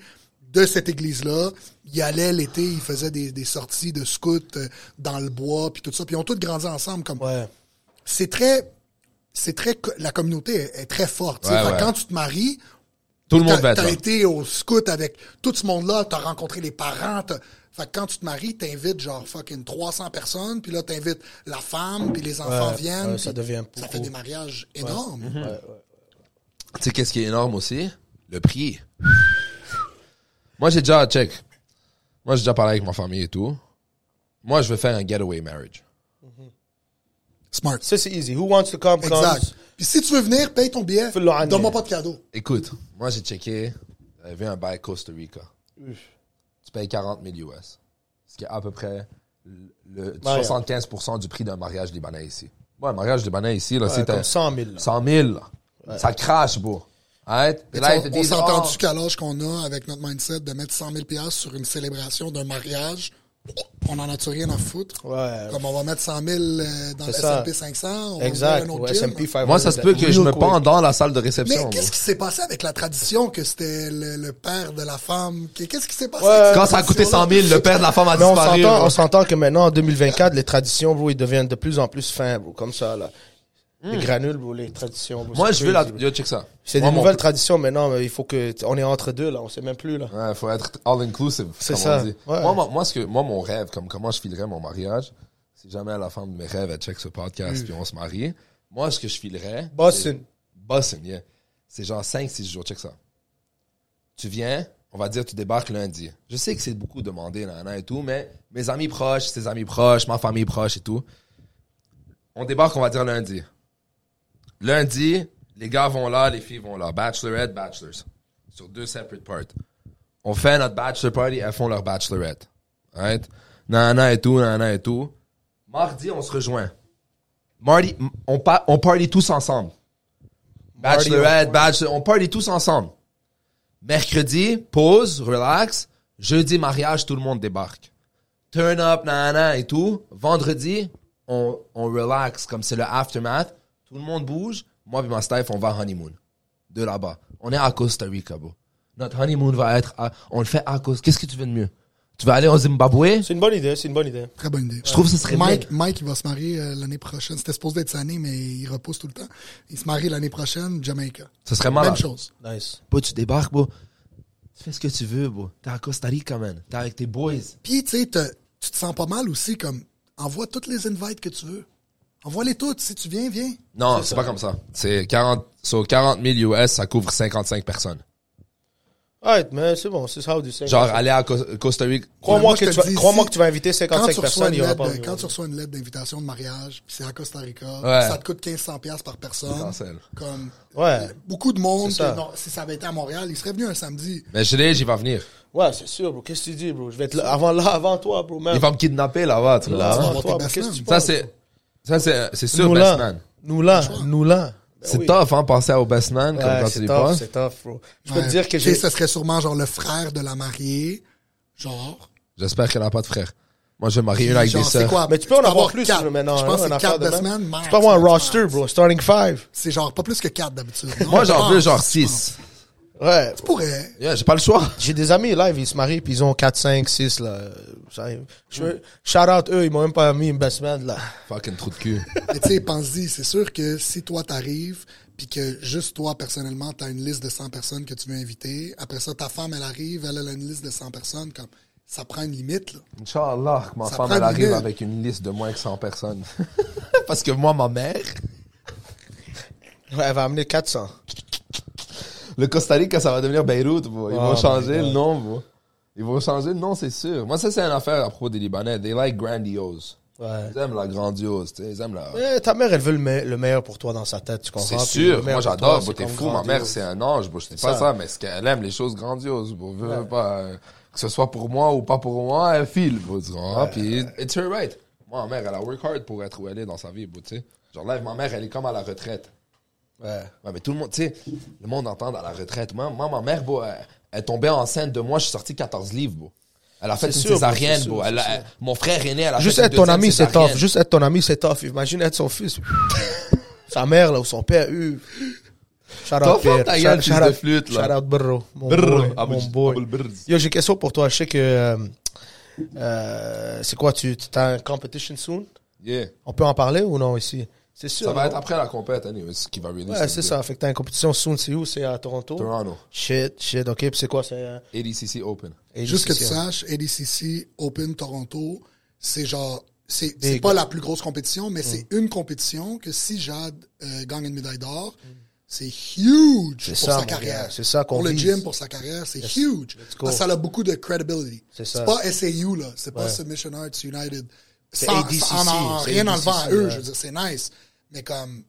Speaker 3: de cette église-là, ils allaient l'été, ils faisaient des, des sorties de scouts euh, dans le bois puis tout ça, puis ils ont tous grandi ensemble comme
Speaker 2: Ouais.
Speaker 3: c'est très c'est très co- la communauté est, est très forte tu sais.
Speaker 4: Ouais,
Speaker 3: Fait que
Speaker 4: ouais.
Speaker 3: quand tu te maries
Speaker 4: Tout le monde va
Speaker 3: t'as
Speaker 4: être
Speaker 3: t'as
Speaker 4: là.
Speaker 3: été au scout avec tout ce monde là t'as rencontré les parents t'as- fait que quand tu te maries t'invites genre fucking 300 personnes puis là t'invites la femme puis les enfants
Speaker 2: Ouais,
Speaker 3: viennent
Speaker 2: ouais, ça
Speaker 3: puis
Speaker 2: devient beaucoup.
Speaker 3: ça
Speaker 2: Mhm.
Speaker 3: fait des mariages énormes
Speaker 4: Tu sais, qu'est-ce qui est énorme aussi? Le prix. Moi, j'ai déjà, check. Moi, j'ai déjà parlé avec ma famille et tout. Moi, je veux faire un getaway marriage.
Speaker 3: smart
Speaker 2: Ça, c'est easy. Who wants to come, comes.
Speaker 3: exact puis si tu veux venir paye ton billet
Speaker 2: Fais-le en
Speaker 3: donne-moi
Speaker 2: ligne.
Speaker 3: pas de cadeau
Speaker 4: Écoute, moi, j'ai checké. J'avais vu un bail Costa Rica. Tu payes 40 000 US. Ce qui est à peu près le- le
Speaker 2: Mariage.
Speaker 4: 75% du prix d'un mariage libanais ici. Ouais, un mariage libanais ici, là,
Speaker 2: Ouais,
Speaker 4: c'est un
Speaker 2: euh, comme 100 000. là.
Speaker 4: 100 000. là. Ça crache, beau. Arrête. Puis là, ils te
Speaker 3: on
Speaker 4: disent,
Speaker 3: s'est
Speaker 4: oh,
Speaker 3: entendu qu'à l'âge qu'on a avec notre mindset de mettre 100 000 piastres sur une célébration d'un mariage on en a-tu rien à foutre
Speaker 2: Ouais.
Speaker 3: Comme on va mettre 100 000 euh, dans le
Speaker 2: C'est ça.
Speaker 3: S&P 500, on
Speaker 2: Exact.
Speaker 3: va ouvrir un
Speaker 2: Ou
Speaker 3: autre hein. gym.
Speaker 2: S&P 500.
Speaker 4: Moi, ça se peut que je me pende dans la salle de réception.
Speaker 3: Mais
Speaker 4: bro.
Speaker 3: qu'est-ce qui s'est passé avec la tradition que c'était le, le père de la femme Qu'est- Qu'est-ce qui s'est passé
Speaker 2: Ouais.
Speaker 3: avec cette
Speaker 4: Quand ça a coûté 100
Speaker 3: tradition-là?
Speaker 4: 000, le père de la femme a
Speaker 2: Mais on
Speaker 4: disparu.
Speaker 2: s'entend,
Speaker 4: bro.
Speaker 2: on s'entend que maintenant, en 2024, les traditions, bro, ils deviennent de plus en plus fins, bro, comme ça, là. Les granules, bro, les traditions, bro,
Speaker 4: Hmm. Moi,
Speaker 2: c'est
Speaker 4: je veux la...
Speaker 2: crazy, bro.
Speaker 4: Yo, check ça.
Speaker 2: C'est
Speaker 4: Moi,
Speaker 2: des
Speaker 4: mon-
Speaker 2: nouvelles traditions maintenant, mais il faut que, on est entre deux, là, on sait même plus, là.
Speaker 4: Ouais, faut être all-inclusive,
Speaker 2: C'est
Speaker 4: comme
Speaker 2: ça,
Speaker 4: on dit.
Speaker 2: ouais.
Speaker 4: Moi, moi, moi, ce que, moi, mon rêve, comme comment je filerais mon mariage, si jamais la femme de mes rêves, elle check ce
Speaker 2: Mm.
Speaker 4: podcast puis on se marie, moi, ce que je filerais...
Speaker 2: Boston.
Speaker 4: Boston, yeah. C'est genre 5-6 jours, check ça. Tu viens, on va dire, tu débarques lundi. Je sais que c'est beaucoup demandé, là, là, et tout, mais mes amis proches, ses amis proches, ma famille proche et tout. On débarque, on va dire lundi. Lundi, les gars vont là, les filles vont là. Bachelorette, bachelors. Sur deux separate parts. On fait notre bachelor party, elles font leur bachelorette. Right? Nanana et tout, nanana et tout. Mardi, on se rejoint. Mardi, on, pa- on party tous ensemble. Bachelorette, bachelor, on party tous ensemble. Mercredi, pause, relax. Jeudi, mariage, tout le monde débarque. Turn up, nanana et tout. Vendredi, on, on relax, comme c'est le aftermath. Tout le monde bouge. Moi et ma staff, on va honeymoon. De là-bas. On est à Costa Rica, bro. Notre honeymoon va être à- on le fait à Costa. Qu'est-ce que tu veux de mieux? Tu veux aller au Zimbabwe?
Speaker 2: C'est une bonne idée, c'est une bonne idée.
Speaker 3: Très bonne idée.
Speaker 4: Je trouve que ce serait
Speaker 3: Mike,
Speaker 4: bien.
Speaker 3: Mike, il va se marier euh, l'année prochaine. C'était supposé être sa année, mais il repousse tout le temps. Il se marie l'année prochaine, Jamaica.
Speaker 4: Ce serait malade.
Speaker 3: Même chose.
Speaker 2: Nice.
Speaker 4: Bro, tu débarques, bro. Tu fais ce que tu veux, bro. T'es à Costa Rica, man. T'es avec tes boys.
Speaker 3: Puis, tu sais, te- tu te sens pas mal aussi, comme, envoie toutes les invites que tu veux. Envoie-les toutes. Si tu viens, viens.
Speaker 4: Non, c'est pas comme ça. C'est 40, sur 40 000 US, ça couvre 55 personnes.
Speaker 2: Alright, mais c'est bon, c'est ça ou du cinq.
Speaker 4: Genre, aller à Co- Costa Rica.
Speaker 2: Crois-moi
Speaker 3: Moi,
Speaker 2: que,
Speaker 3: je te
Speaker 2: tu vas-
Speaker 3: dis,
Speaker 2: crois-moi
Speaker 3: si-
Speaker 2: que tu vas inviter
Speaker 3: Quand tu,
Speaker 2: 55
Speaker 3: reçois
Speaker 2: personnes,
Speaker 3: une
Speaker 2: il y aura
Speaker 3: lettre,
Speaker 2: pas
Speaker 3: de- quand tu reçois une lettre d'invitation de mariage, puis c'est à Costa Rica, puis ça te coûte 1500$ piastres par personne.
Speaker 4: Cancel.
Speaker 3: Comme,
Speaker 2: Ouais.
Speaker 3: beaucoup de monde,
Speaker 2: C'est ça.
Speaker 3: que non, si ça avait été à Montréal, il serait venu un samedi.
Speaker 4: Mais je l'ai, j'y vais venir.
Speaker 2: Ouais, c'est sûr, bro. Qu'est-ce que tu dis, bro? Je vais être là, avant là, avant toi, bro, même.
Speaker 4: Ils vont me kidnapper là-bas, tu vois.
Speaker 2: Avant
Speaker 3: vas avoir
Speaker 2: toi, bro.
Speaker 3: tes best
Speaker 2: Qu'est-ce que tu
Speaker 3: man.
Speaker 4: hein. Ça,
Speaker 2: penses?
Speaker 4: c'est, ça, c'est, c'est sûr,
Speaker 2: Nous
Speaker 4: best
Speaker 2: là,
Speaker 4: man.
Speaker 2: nous là, nous là. Ben
Speaker 4: C'est
Speaker 2: oui.
Speaker 4: tough, hein, penser au best man, comme
Speaker 2: Ouais,
Speaker 4: quand tu
Speaker 2: c'est
Speaker 4: y
Speaker 2: tough,
Speaker 4: penses.
Speaker 2: c'est tough, bro. Je peux
Speaker 3: Ouais.
Speaker 2: te dire que
Speaker 3: Tu sais,
Speaker 2: j'ai...
Speaker 3: ce serait sûrement genre le frère de la mariée, genre.
Speaker 4: J'espère qu'elle n'a pas de frère. Moi, je vais marier une avec
Speaker 3: Genre,
Speaker 4: des
Speaker 3: c'est
Speaker 4: sœurs.
Speaker 3: quoi?
Speaker 2: Mais tu peux en
Speaker 3: vas
Speaker 2: avoir plus
Speaker 3: quatre.
Speaker 2: maintenant.
Speaker 3: Je
Speaker 2: hein,
Speaker 3: pense que
Speaker 2: une
Speaker 3: c'est
Speaker 2: affaire
Speaker 3: quatre
Speaker 2: de
Speaker 3: de
Speaker 2: même.
Speaker 3: semaine. max,
Speaker 2: Tu peux avoir un
Speaker 3: max,
Speaker 2: roster,
Speaker 3: max.
Speaker 2: bro. Starting five.
Speaker 3: C'est genre pas plus que quatre d'habitude. non?
Speaker 4: Moi,
Speaker 3: Je
Speaker 4: j'en veux
Speaker 3: pense,
Speaker 4: genre
Speaker 3: je pense.
Speaker 4: 6.
Speaker 2: Ouais.
Speaker 3: Tu pourrais.
Speaker 4: Yeah, j'ai pas le choix.
Speaker 2: J'ai des amis live, ils se marient, puis ils ont 4, 5, 6, là. Ça arrive. Je, Shout out eux, ils m'ont même pas mis une best man, là.
Speaker 4: Fucking trou de cul.
Speaker 3: Mais tu sais, pense-y, c'est sûr que si toi t'arrives, puis que juste toi personnellement, t'as une liste de 100 personnes que tu veux inviter, après ça, ta femme, elle arrive, elle, elle a une liste de 100 personnes, comme ça prend une limite, là.
Speaker 4: Inch'Allah, que ma
Speaker 3: Ça
Speaker 4: femme,
Speaker 3: prend
Speaker 4: elle
Speaker 3: une
Speaker 4: arrive
Speaker 3: minute.
Speaker 4: avec une liste de moins que 100 personnes. Parce que moi, ma mère,
Speaker 2: Ouais, Elle va amener 400.
Speaker 4: le Costa Rica, ça va devenir Beyrouth, bro. Ils
Speaker 2: Oh
Speaker 4: vont
Speaker 2: my
Speaker 4: changer
Speaker 2: God.
Speaker 4: le nom, bro. Ils vont changer le nom, c'est sûr. Moi, ça, c'est une affaire à propos des Libanais. They like grandiose.
Speaker 2: Ouais.
Speaker 4: Ils aiment la grandiose, tu sais. Ils aiment la...
Speaker 2: Eh, ta mère, elle veut le, me- le meilleur pour toi dans sa tête, tu comprends?
Speaker 4: C'est
Speaker 2: Puis le meilleur
Speaker 4: sûr, moi
Speaker 2: pour
Speaker 4: j'adore,
Speaker 2: toi,
Speaker 4: bro, t'es
Speaker 2: comme
Speaker 4: fou, ma
Speaker 2: grandiose.
Speaker 4: mère c'est un ange, bro, je sais pas
Speaker 2: ça.
Speaker 4: ça, mais ce qu'elle aime les choses grandioses, bro, veux, veux pas, euh, que ce soit pour moi ou pas pour moi, elle file, bro, tu comprends, puis it's her right. Moi, ma mère, elle a work hard pour être où elle est dans sa vie, bro, tu sais. Genre là, ma mère, elle est comme à la retraite.
Speaker 2: Ouais.
Speaker 4: Ouais, mais tout le monde, tu sais, le monde entend à la retraite. Moi, moi ma mère, bro, elle, elle tombait enceinte de moi, je suis sorti 14 livres, bro. Elle a fait une
Speaker 2: C'est sûr, bro,
Speaker 4: césarienne,
Speaker 2: c'est
Speaker 4: bro.
Speaker 2: sûr,
Speaker 4: Elle a-
Speaker 2: c'est
Speaker 4: elle- mon frère aîné, elle a
Speaker 2: Juste
Speaker 4: fait une
Speaker 2: être ton
Speaker 4: deuxième
Speaker 2: ami, c'est
Speaker 4: césarienne.
Speaker 2: tough. Juste être ton ami, c'est tough. Imagine être son fils. Sa mère, là, ou son père, eu. Shout
Speaker 4: T'en
Speaker 2: out,
Speaker 4: fais
Speaker 2: Pierre.
Speaker 4: ta gueule, fils de flûte, là.
Speaker 2: Shout out, Burro. Mon
Speaker 4: Brrr, ah
Speaker 2: boy.
Speaker 4: Abou-
Speaker 2: Mon boy.
Speaker 4: Aboul Birz.
Speaker 2: Yo, j'ai une question pour toi. Je sais que. euh, euh, c'est quoi, tu as un competition soon?
Speaker 4: Yeah.
Speaker 2: On peut en parler ou non ici? C'est sûr.
Speaker 4: Ça va
Speaker 2: non?
Speaker 4: être après la compète, anyway, ce qui va release.
Speaker 2: Ouais, c'est ça. Fait que t'as une compétition soon, c'est où? C'est à Toronto?
Speaker 4: Toronto,
Speaker 2: Shit, shit, ok. Puis c'est quoi? C'est. euh,
Speaker 4: ADCC Open.
Speaker 3: Juste que tu
Speaker 2: ADCC.
Speaker 3: saches, ADCC Open Toronto, c'est genre, c'est c'est
Speaker 2: Big.
Speaker 3: pas la plus grosse compétition, mais c'est
Speaker 2: Mm.
Speaker 3: une compétition que si Jade euh, gagne une médaille d'or, c'est huge pour
Speaker 2: ça, mon
Speaker 3: sa
Speaker 2: gars.
Speaker 3: carrière.
Speaker 2: Mm. C'est ça qu'on
Speaker 3: Pour le
Speaker 2: vise.
Speaker 3: gym, pour sa carrière, c'est huge.
Speaker 2: go.
Speaker 3: Parce que ça a beaucoup de credibility.
Speaker 2: C'est
Speaker 3: C'est
Speaker 2: ça.
Speaker 3: pas SAU, là. C'est pas
Speaker 2: Ouais.
Speaker 3: Submission Arts United.
Speaker 2: C'est
Speaker 3: Sans-
Speaker 2: ADCC,
Speaker 3: sans- en- en
Speaker 2: c'est
Speaker 3: rien enlevant à
Speaker 2: ADCC,
Speaker 3: eux,
Speaker 2: ouais.
Speaker 3: je veux dire, c'est nice. Mais comme,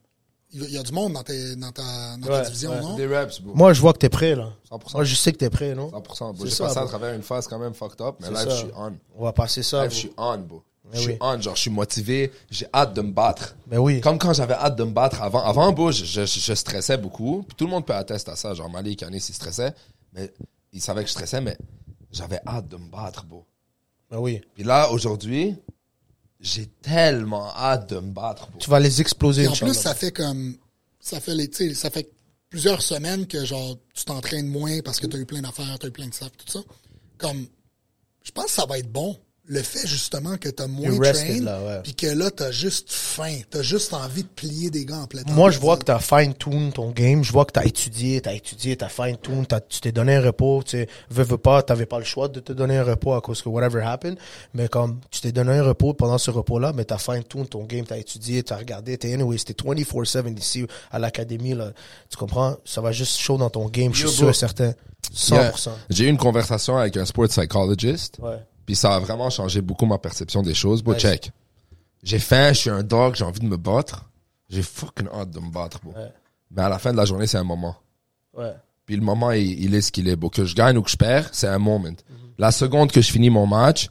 Speaker 3: il y a- il y a du monde dans, tes- dans ta, dans ta
Speaker 2: Ouais,
Speaker 3: division,
Speaker 2: ouais.
Speaker 3: non?
Speaker 4: Des reps, bro.
Speaker 2: Moi, je vois que t'es prêt, là.
Speaker 4: 100%.
Speaker 2: Moi, je sais que t'es prêt, non?
Speaker 4: 100%, bro.
Speaker 2: C'est
Speaker 4: J'ai
Speaker 2: ça,
Speaker 4: passé à
Speaker 2: bro.
Speaker 4: travers une phase quand même fucked up, mais
Speaker 2: C'est
Speaker 4: là,
Speaker 2: ça.
Speaker 4: je suis on.
Speaker 2: On va passer ça.
Speaker 4: Là, je
Speaker 2: vous.
Speaker 4: suis on, bro.
Speaker 2: Mais
Speaker 4: Je suis
Speaker 2: oui.
Speaker 4: on, genre, je suis motivé, j'ai hâte de me battre.
Speaker 2: Mais oui.
Speaker 4: Comme quand j'avais hâte de me battre avant. Avant, bro, je, je, je stressais beaucoup. Puis tout le monde peut attester à ça. Genre, Malik, Anis, il stressait. Mais il savait que je stressais, mais j'avais hâte de me battre, bro.
Speaker 2: Ben oui.
Speaker 4: Puis là, aujourd'hui, j'ai tellement hâte de me battre, bro.
Speaker 2: Tu vas les exploser.
Speaker 3: Et en plus,
Speaker 2: Inch'Allah.
Speaker 3: ça fait comme. Ça fait, les, tu sais, ça fait plusieurs semaines que genre tu t'entraînes moins parce que tu as eu plein d'affaires, tu as eu plein de stuff, tout ça. Comme. Je pense que ça va être bon. Le fait justement que tu as moins
Speaker 2: You're
Speaker 3: train,
Speaker 2: rested, là, ouais.
Speaker 3: puis que là, tu as juste faim. Tu as juste envie de plier des gants en plein temps.
Speaker 2: Moi, je vois que t'as fine-tune ton game. Je vois que t'as étudié, t'as étudié, t'as fine-tune, t'as- tu t'es donné un repos. Tu sais, veux, veux pas, t'avais pas le choix de te donner un repos à cause que whatever happened. Mais comme, tu t'es donné un repos pendant ce repos-là, mais t'as fine-tune ton game, t'as étudié, t'as regardé, t'es anyway, c'était 24-7 ici à l'académie, là. Tu comprends? Ça va juste chaud dans ton game, je
Speaker 4: Yo,
Speaker 2: suis
Speaker 4: bro.
Speaker 2: sûr, certain. 100%.
Speaker 4: Yeah. J'ai eu une conversation avec un sport psychologist.
Speaker 2: Ouais.
Speaker 4: Puis ça a vraiment changé beaucoup ma perception des choses. Bon,
Speaker 2: Nice.
Speaker 4: check. J'ai faim, je suis un dog, j'ai envie de me battre. J'ai fucking hâte de me battre, bro.
Speaker 2: Ouais.
Speaker 4: Mais à la fin de la journée, c'est un moment.
Speaker 2: Ouais.
Speaker 4: Puis le moment, il, il est ce qu'il est. Bon, que je gagne ou que je perds, c'est un moment.
Speaker 2: Mhm.
Speaker 4: La seconde que je finis mon match,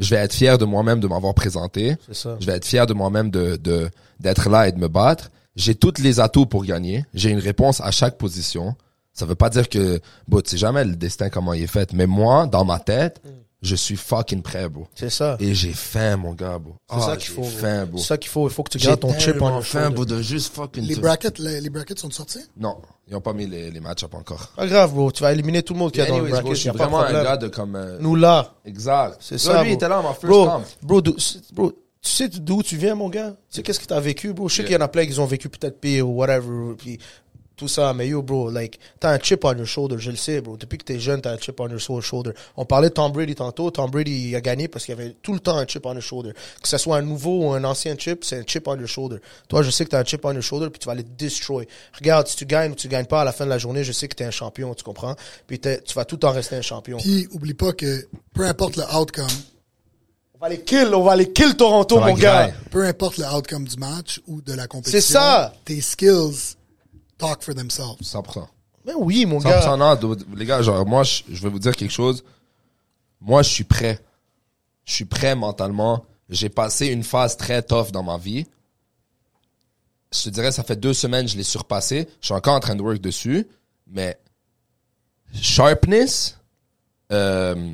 Speaker 4: je vais être fier de moi-même de m'avoir présenté.
Speaker 2: C'est ça.
Speaker 4: Je vais être fier de moi-même de, de, d'être là et de me battre. J'ai tous les atouts pour gagner. J'ai une réponse à chaque position. Ça veut pas dire que, bon, tu sais jamais le destin comment il est fait. Mais moi, dans ma tête,
Speaker 2: Mm.
Speaker 4: je suis fucking prêt, bro.
Speaker 2: C'est ça.
Speaker 4: Et j'ai faim, mon gars, bro.
Speaker 2: Ah.
Speaker 4: Ah,
Speaker 2: C'est ça qu'il
Speaker 4: j'ai
Speaker 2: faut. bro.
Speaker 4: faim, bro.
Speaker 2: C'est ça qu'il faut. Il faut que tu
Speaker 4: J'ai
Speaker 2: gardes ton chip en
Speaker 4: tellement faim, bro, de juste fucking...
Speaker 3: Les brackets, les, les brackets sont sortis?
Speaker 4: Non, ils ont pas mis les, les match-up encore.
Speaker 2: Pas grave, bro. Tu vas éliminer tout le monde qui est dans le
Speaker 4: Anyways, bro,
Speaker 2: bracket.
Speaker 4: je
Speaker 2: y
Speaker 4: suis
Speaker 2: a pas de
Speaker 4: vraiment un
Speaker 2: problème.
Speaker 4: gars de comme... euh,
Speaker 2: Nous là.
Speaker 4: Exact.
Speaker 2: C'est
Speaker 4: Là,
Speaker 2: ça.
Speaker 4: Lui, il
Speaker 2: bro.
Speaker 4: était là, ma first
Speaker 2: bro,
Speaker 4: time.
Speaker 2: bro, d'où- c'est- bro, tu sais d'où tu viens, mon gars? Tu sais qu'est-ce que t'as vécu, bro? Je sais
Speaker 4: Yeah.
Speaker 2: qu'il y en a plein qui ont vécu peut-être pire ou whatever, puis tout ça, mais yo, bro, like, t'as un chip on your shoulder, je le sais, bro. Depuis que t'es jeune, t'as un chip on your so- shoulder. On parlait de Tom Brady tantôt. Tom Brady, il a gagné parce qu'il y avait tout le temps un chip on your shoulder. Que ce soit un nouveau ou un ancien chip, c'est un chip on your shoulder. Toi, je sais que t'as un chip on your shoulder, puis tu vas le destroy. Regarde, si tu gagnes ou tu gagnes pas à la fin de la journée, je sais que t'es un champion, tu comprends? Puis t'es- tu vas tout en rester un champion.
Speaker 3: Puis, oublie pas que peu importe le outcome,
Speaker 2: On va les kill, on va les kill Toronto,
Speaker 4: Ça va
Speaker 2: mon gars.
Speaker 4: grailler.
Speaker 3: peu importe le outcome du match ou de la compétition,
Speaker 2: C'est ça.
Speaker 3: tes skills talk for themselves.
Speaker 4: 100%.
Speaker 2: Mais oui, mon
Speaker 4: 100%
Speaker 2: gars.
Speaker 4: non, de- les gars, genre, moi, je, je vais vous dire quelque chose. Moi, je suis prêt. Je suis prêt mentalement. J'ai passé une phase très tough dans ma vie. Je te dirais, ça fait deux semaines, je l'ai surpassé. Je suis encore en train de work dessus. Mais sharpness, euh,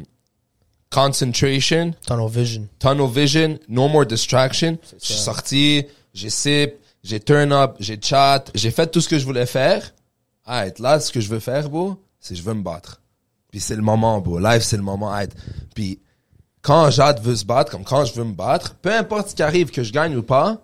Speaker 4: concentration,
Speaker 2: Tunnel vision.
Speaker 4: tunnel vision, no more distraction. Je suis sorti, j'ai sip, j'ai turn up, j'ai chat, j'ai fait tout ce que je voulais faire. Alright, là, ce que je veux faire, bro, c'est je veux me battre. Puis c'est le moment, bro. Live, c'est le moment. alright. Puis quand Jade veut se battre, comme quand je veux me battre, peu importe ce qui arrive, que je gagne ou pas,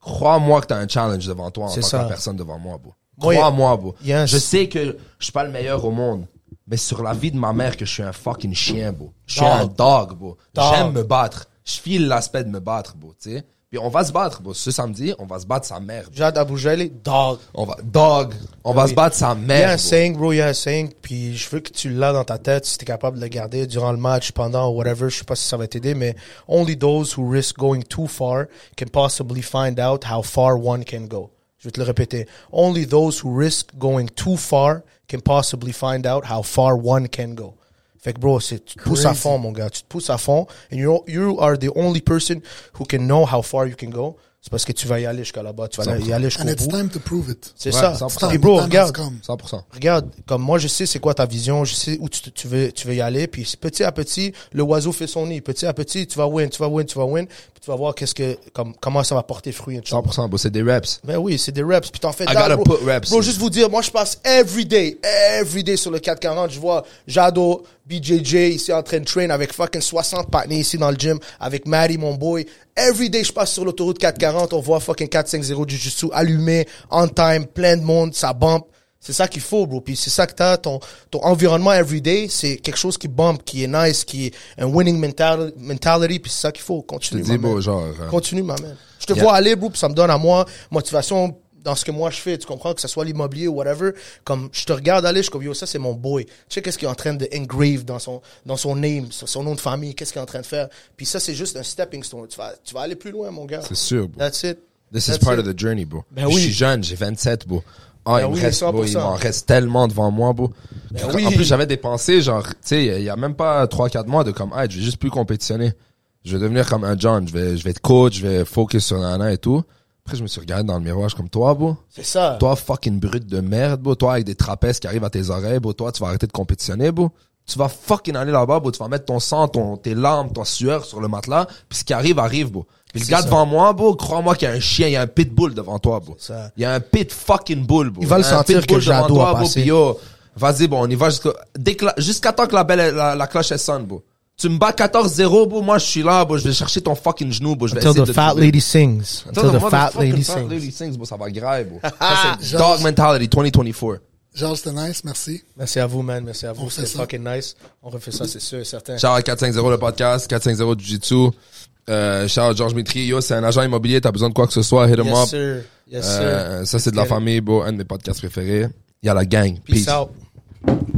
Speaker 4: crois-moi que t'as un challenge devant toi en
Speaker 2: C'est
Speaker 4: tant
Speaker 2: ça.
Speaker 4: que personne devant moi, bro.
Speaker 2: Moi,
Speaker 4: Crois-moi, bro.
Speaker 2: yes.
Speaker 4: Je sais que je suis pas le meilleur au monde, mais sur la vie de ma mère que je suis un fucking chien, bro. Je suis
Speaker 2: Dog.
Speaker 4: un dog, bro.
Speaker 2: Dog.
Speaker 4: J'aime me battre. Je file l'aspect de me battre, bro, tu sais. Puis on va se battre, bro. Ce samedi, on va se battre sa mère. bro.
Speaker 2: Jade Aboujali, dog. Ah
Speaker 4: On va, dog, on va se battre sa
Speaker 2: Il y a un
Speaker 4: mère, bro.
Speaker 2: saying, bro, il y a un saying, puis je veux que tu l'as dans ta tête, si t'es capable de le garder durant le match, pendant, whatever, je sais pas si ça va t'aider, mais only those who risk going too far can possibly find out how far one can go. Je vais te le répéter. Only those who risk going too far can possibly find out how far one can go. Fait que bro, c'est, tu te pousses à fond, mon gars. Tu te pousses à fond. And you, you are the only person who can know how far you can go. C'est parce que tu vas y aller jusqu'à là-bas. Tu vas y aller jusqu'au
Speaker 3: And it's
Speaker 2: bout.
Speaker 3: time to prove it.
Speaker 2: C'est
Speaker 4: Ouais,
Speaker 2: ça.
Speaker 4: 100%.
Speaker 2: Puis bro,
Speaker 3: The time has
Speaker 2: regarde.
Speaker 3: come.
Speaker 4: 100%.
Speaker 2: Regarde, comme moi, je sais c'est quoi ta vision, je sais où tu, te- tu veux, tu veux y aller, puis c'est petit à petit, le oiseau fait son nid. Petit à petit, tu vas win, tu vas win, tu vas win, puis tu vas voir qu'est-ce que, comme, comment ça va porter fruit. inshallah.
Speaker 4: 100%, bro. C'est des reps.
Speaker 2: Ben oui, c'est des reps, puis t'en fais
Speaker 4: I
Speaker 2: dalle,
Speaker 4: gotta
Speaker 2: bro.
Speaker 4: put reps
Speaker 2: Bro,
Speaker 4: in.
Speaker 2: juste vous dire, moi, je passe every day, every day sur le 440, je vois Jado, BJJ, ici en train de train avec fucking 60 patnés ici dans le gym, avec Maddie, mon boy. Every day, je passe sur l'autoroute 440, on voit fucking 450 Jujutsu allumé, on time, plein de monde, ça bump. C'est ça qu'il faut, bro. Puis c'est ça que t'as, ton, ton environnement everyday, c'est quelque chose qui bump, qui est nice, qui est un winning mental, mentality, puis c'est ça qu'il faut.
Speaker 4: Je
Speaker 2: Continue,
Speaker 4: te dis,
Speaker 2: my man.
Speaker 4: bro, genre. euh,
Speaker 2: Continue, ma man. Je te
Speaker 4: Yeah.
Speaker 2: vois aller, bro, puis ça me donne à moi motivation dans ce que moi je fais. Tu comprends? Que ce soit l'immobilier ou whatever. Comme, je te regarde aller, je suis comme, yo, ça, c'est mon boy. Tu sais, qu'est-ce qu'il est en train de engrave dans son, dans son name, sur son nom de famille, qu'est-ce qu'il est en train de faire. Puis ça, c'est juste un stepping stone. Tu vas, tu vas aller plus loin, mon gars.
Speaker 4: C'est sûr, bro.
Speaker 2: That's it.
Speaker 4: This is
Speaker 2: That's
Speaker 4: part
Speaker 2: it.
Speaker 4: of the journey, bro.
Speaker 2: Ben
Speaker 4: Je
Speaker 2: oui.
Speaker 4: suis jeune, j'ai 27, bro. Ah,
Speaker 2: Ben
Speaker 4: il me
Speaker 2: oui,
Speaker 4: reste, bro, il
Speaker 2: 100%.
Speaker 4: m'en reste tellement devant moi, bro. En
Speaker 2: Ben oui.
Speaker 4: plus, j'avais des pensées, genre, tu sais, il y a même pas 3-4 mois de comme, ah, je vais juste plus compétitionner. Je vais devenir comme un John, je vais, je vais être coach, je vais focus sur nana et tout. Après, je me suis regardé dans le miroir, je suis comme, toi, bro,
Speaker 2: C'est ça.
Speaker 4: Euh. toi, fucking brute de merde, bro, toi, avec des trapèzes qui arrivent à tes oreilles, bro, toi, tu vas arrêter de compétitionner, bro. Tu vas fucking aller là-bas, bro, tu vas mettre ton sang, ton, tes larmes, ton sueur sur le matelas, puis ce qui arrive, arrive, bro. Puis le gars devant moi, bro, crois-moi qu'il y a un chien, il y a un pitbull devant toi, bro.
Speaker 2: C'est ça.
Speaker 4: Il y a un pit fucking bull, bro.
Speaker 2: Il va le
Speaker 4: Il y a un
Speaker 2: sentir
Speaker 4: pitbull
Speaker 2: que Jadot a
Speaker 4: devant toi, bro,
Speaker 2: passé.
Speaker 4: puis yo, vas-y, bon, on y va jusqu'à, dès que la- jusqu'à temps que la belle, la, la cloche, elle sonne, bro. Tu me bats 14-0, bro, moi, je suis là, bro, je vais chercher ton fucking genou, bro, je vais
Speaker 2: Until
Speaker 4: essayer
Speaker 2: the
Speaker 4: de
Speaker 2: fat
Speaker 4: trouver-
Speaker 2: lady sings. Until the
Speaker 4: Motherfucking
Speaker 2: fat lady
Speaker 4: fat
Speaker 2: sings.
Speaker 4: sings, bro, ça va grave, bro.
Speaker 2: Ah!
Speaker 3: Genre-
Speaker 4: Dog mentality 2024.
Speaker 3: Georges, c'était nice, merci.
Speaker 2: Merci à vous, man. Merci à vous.
Speaker 3: On fait
Speaker 2: C'était
Speaker 3: ça.
Speaker 2: fucking nice. On refait ça, c'est sûr et certain.
Speaker 4: Shout out 450 le podcast, 450 Jiu-Jitsu. Euh, shout out Georges Mitri. Yo, c'est un agent immobilier, t'as besoin de quoi que ce soit, hit him
Speaker 2: Yes,
Speaker 4: up.
Speaker 2: sir.
Speaker 4: Uh,
Speaker 2: Yes, sir.
Speaker 4: Euh, ça, c'est de la
Speaker 2: Let's get it.
Speaker 4: famille, bro, un de mes podcasts préférés. Y'a la gang.
Speaker 2: Peace out.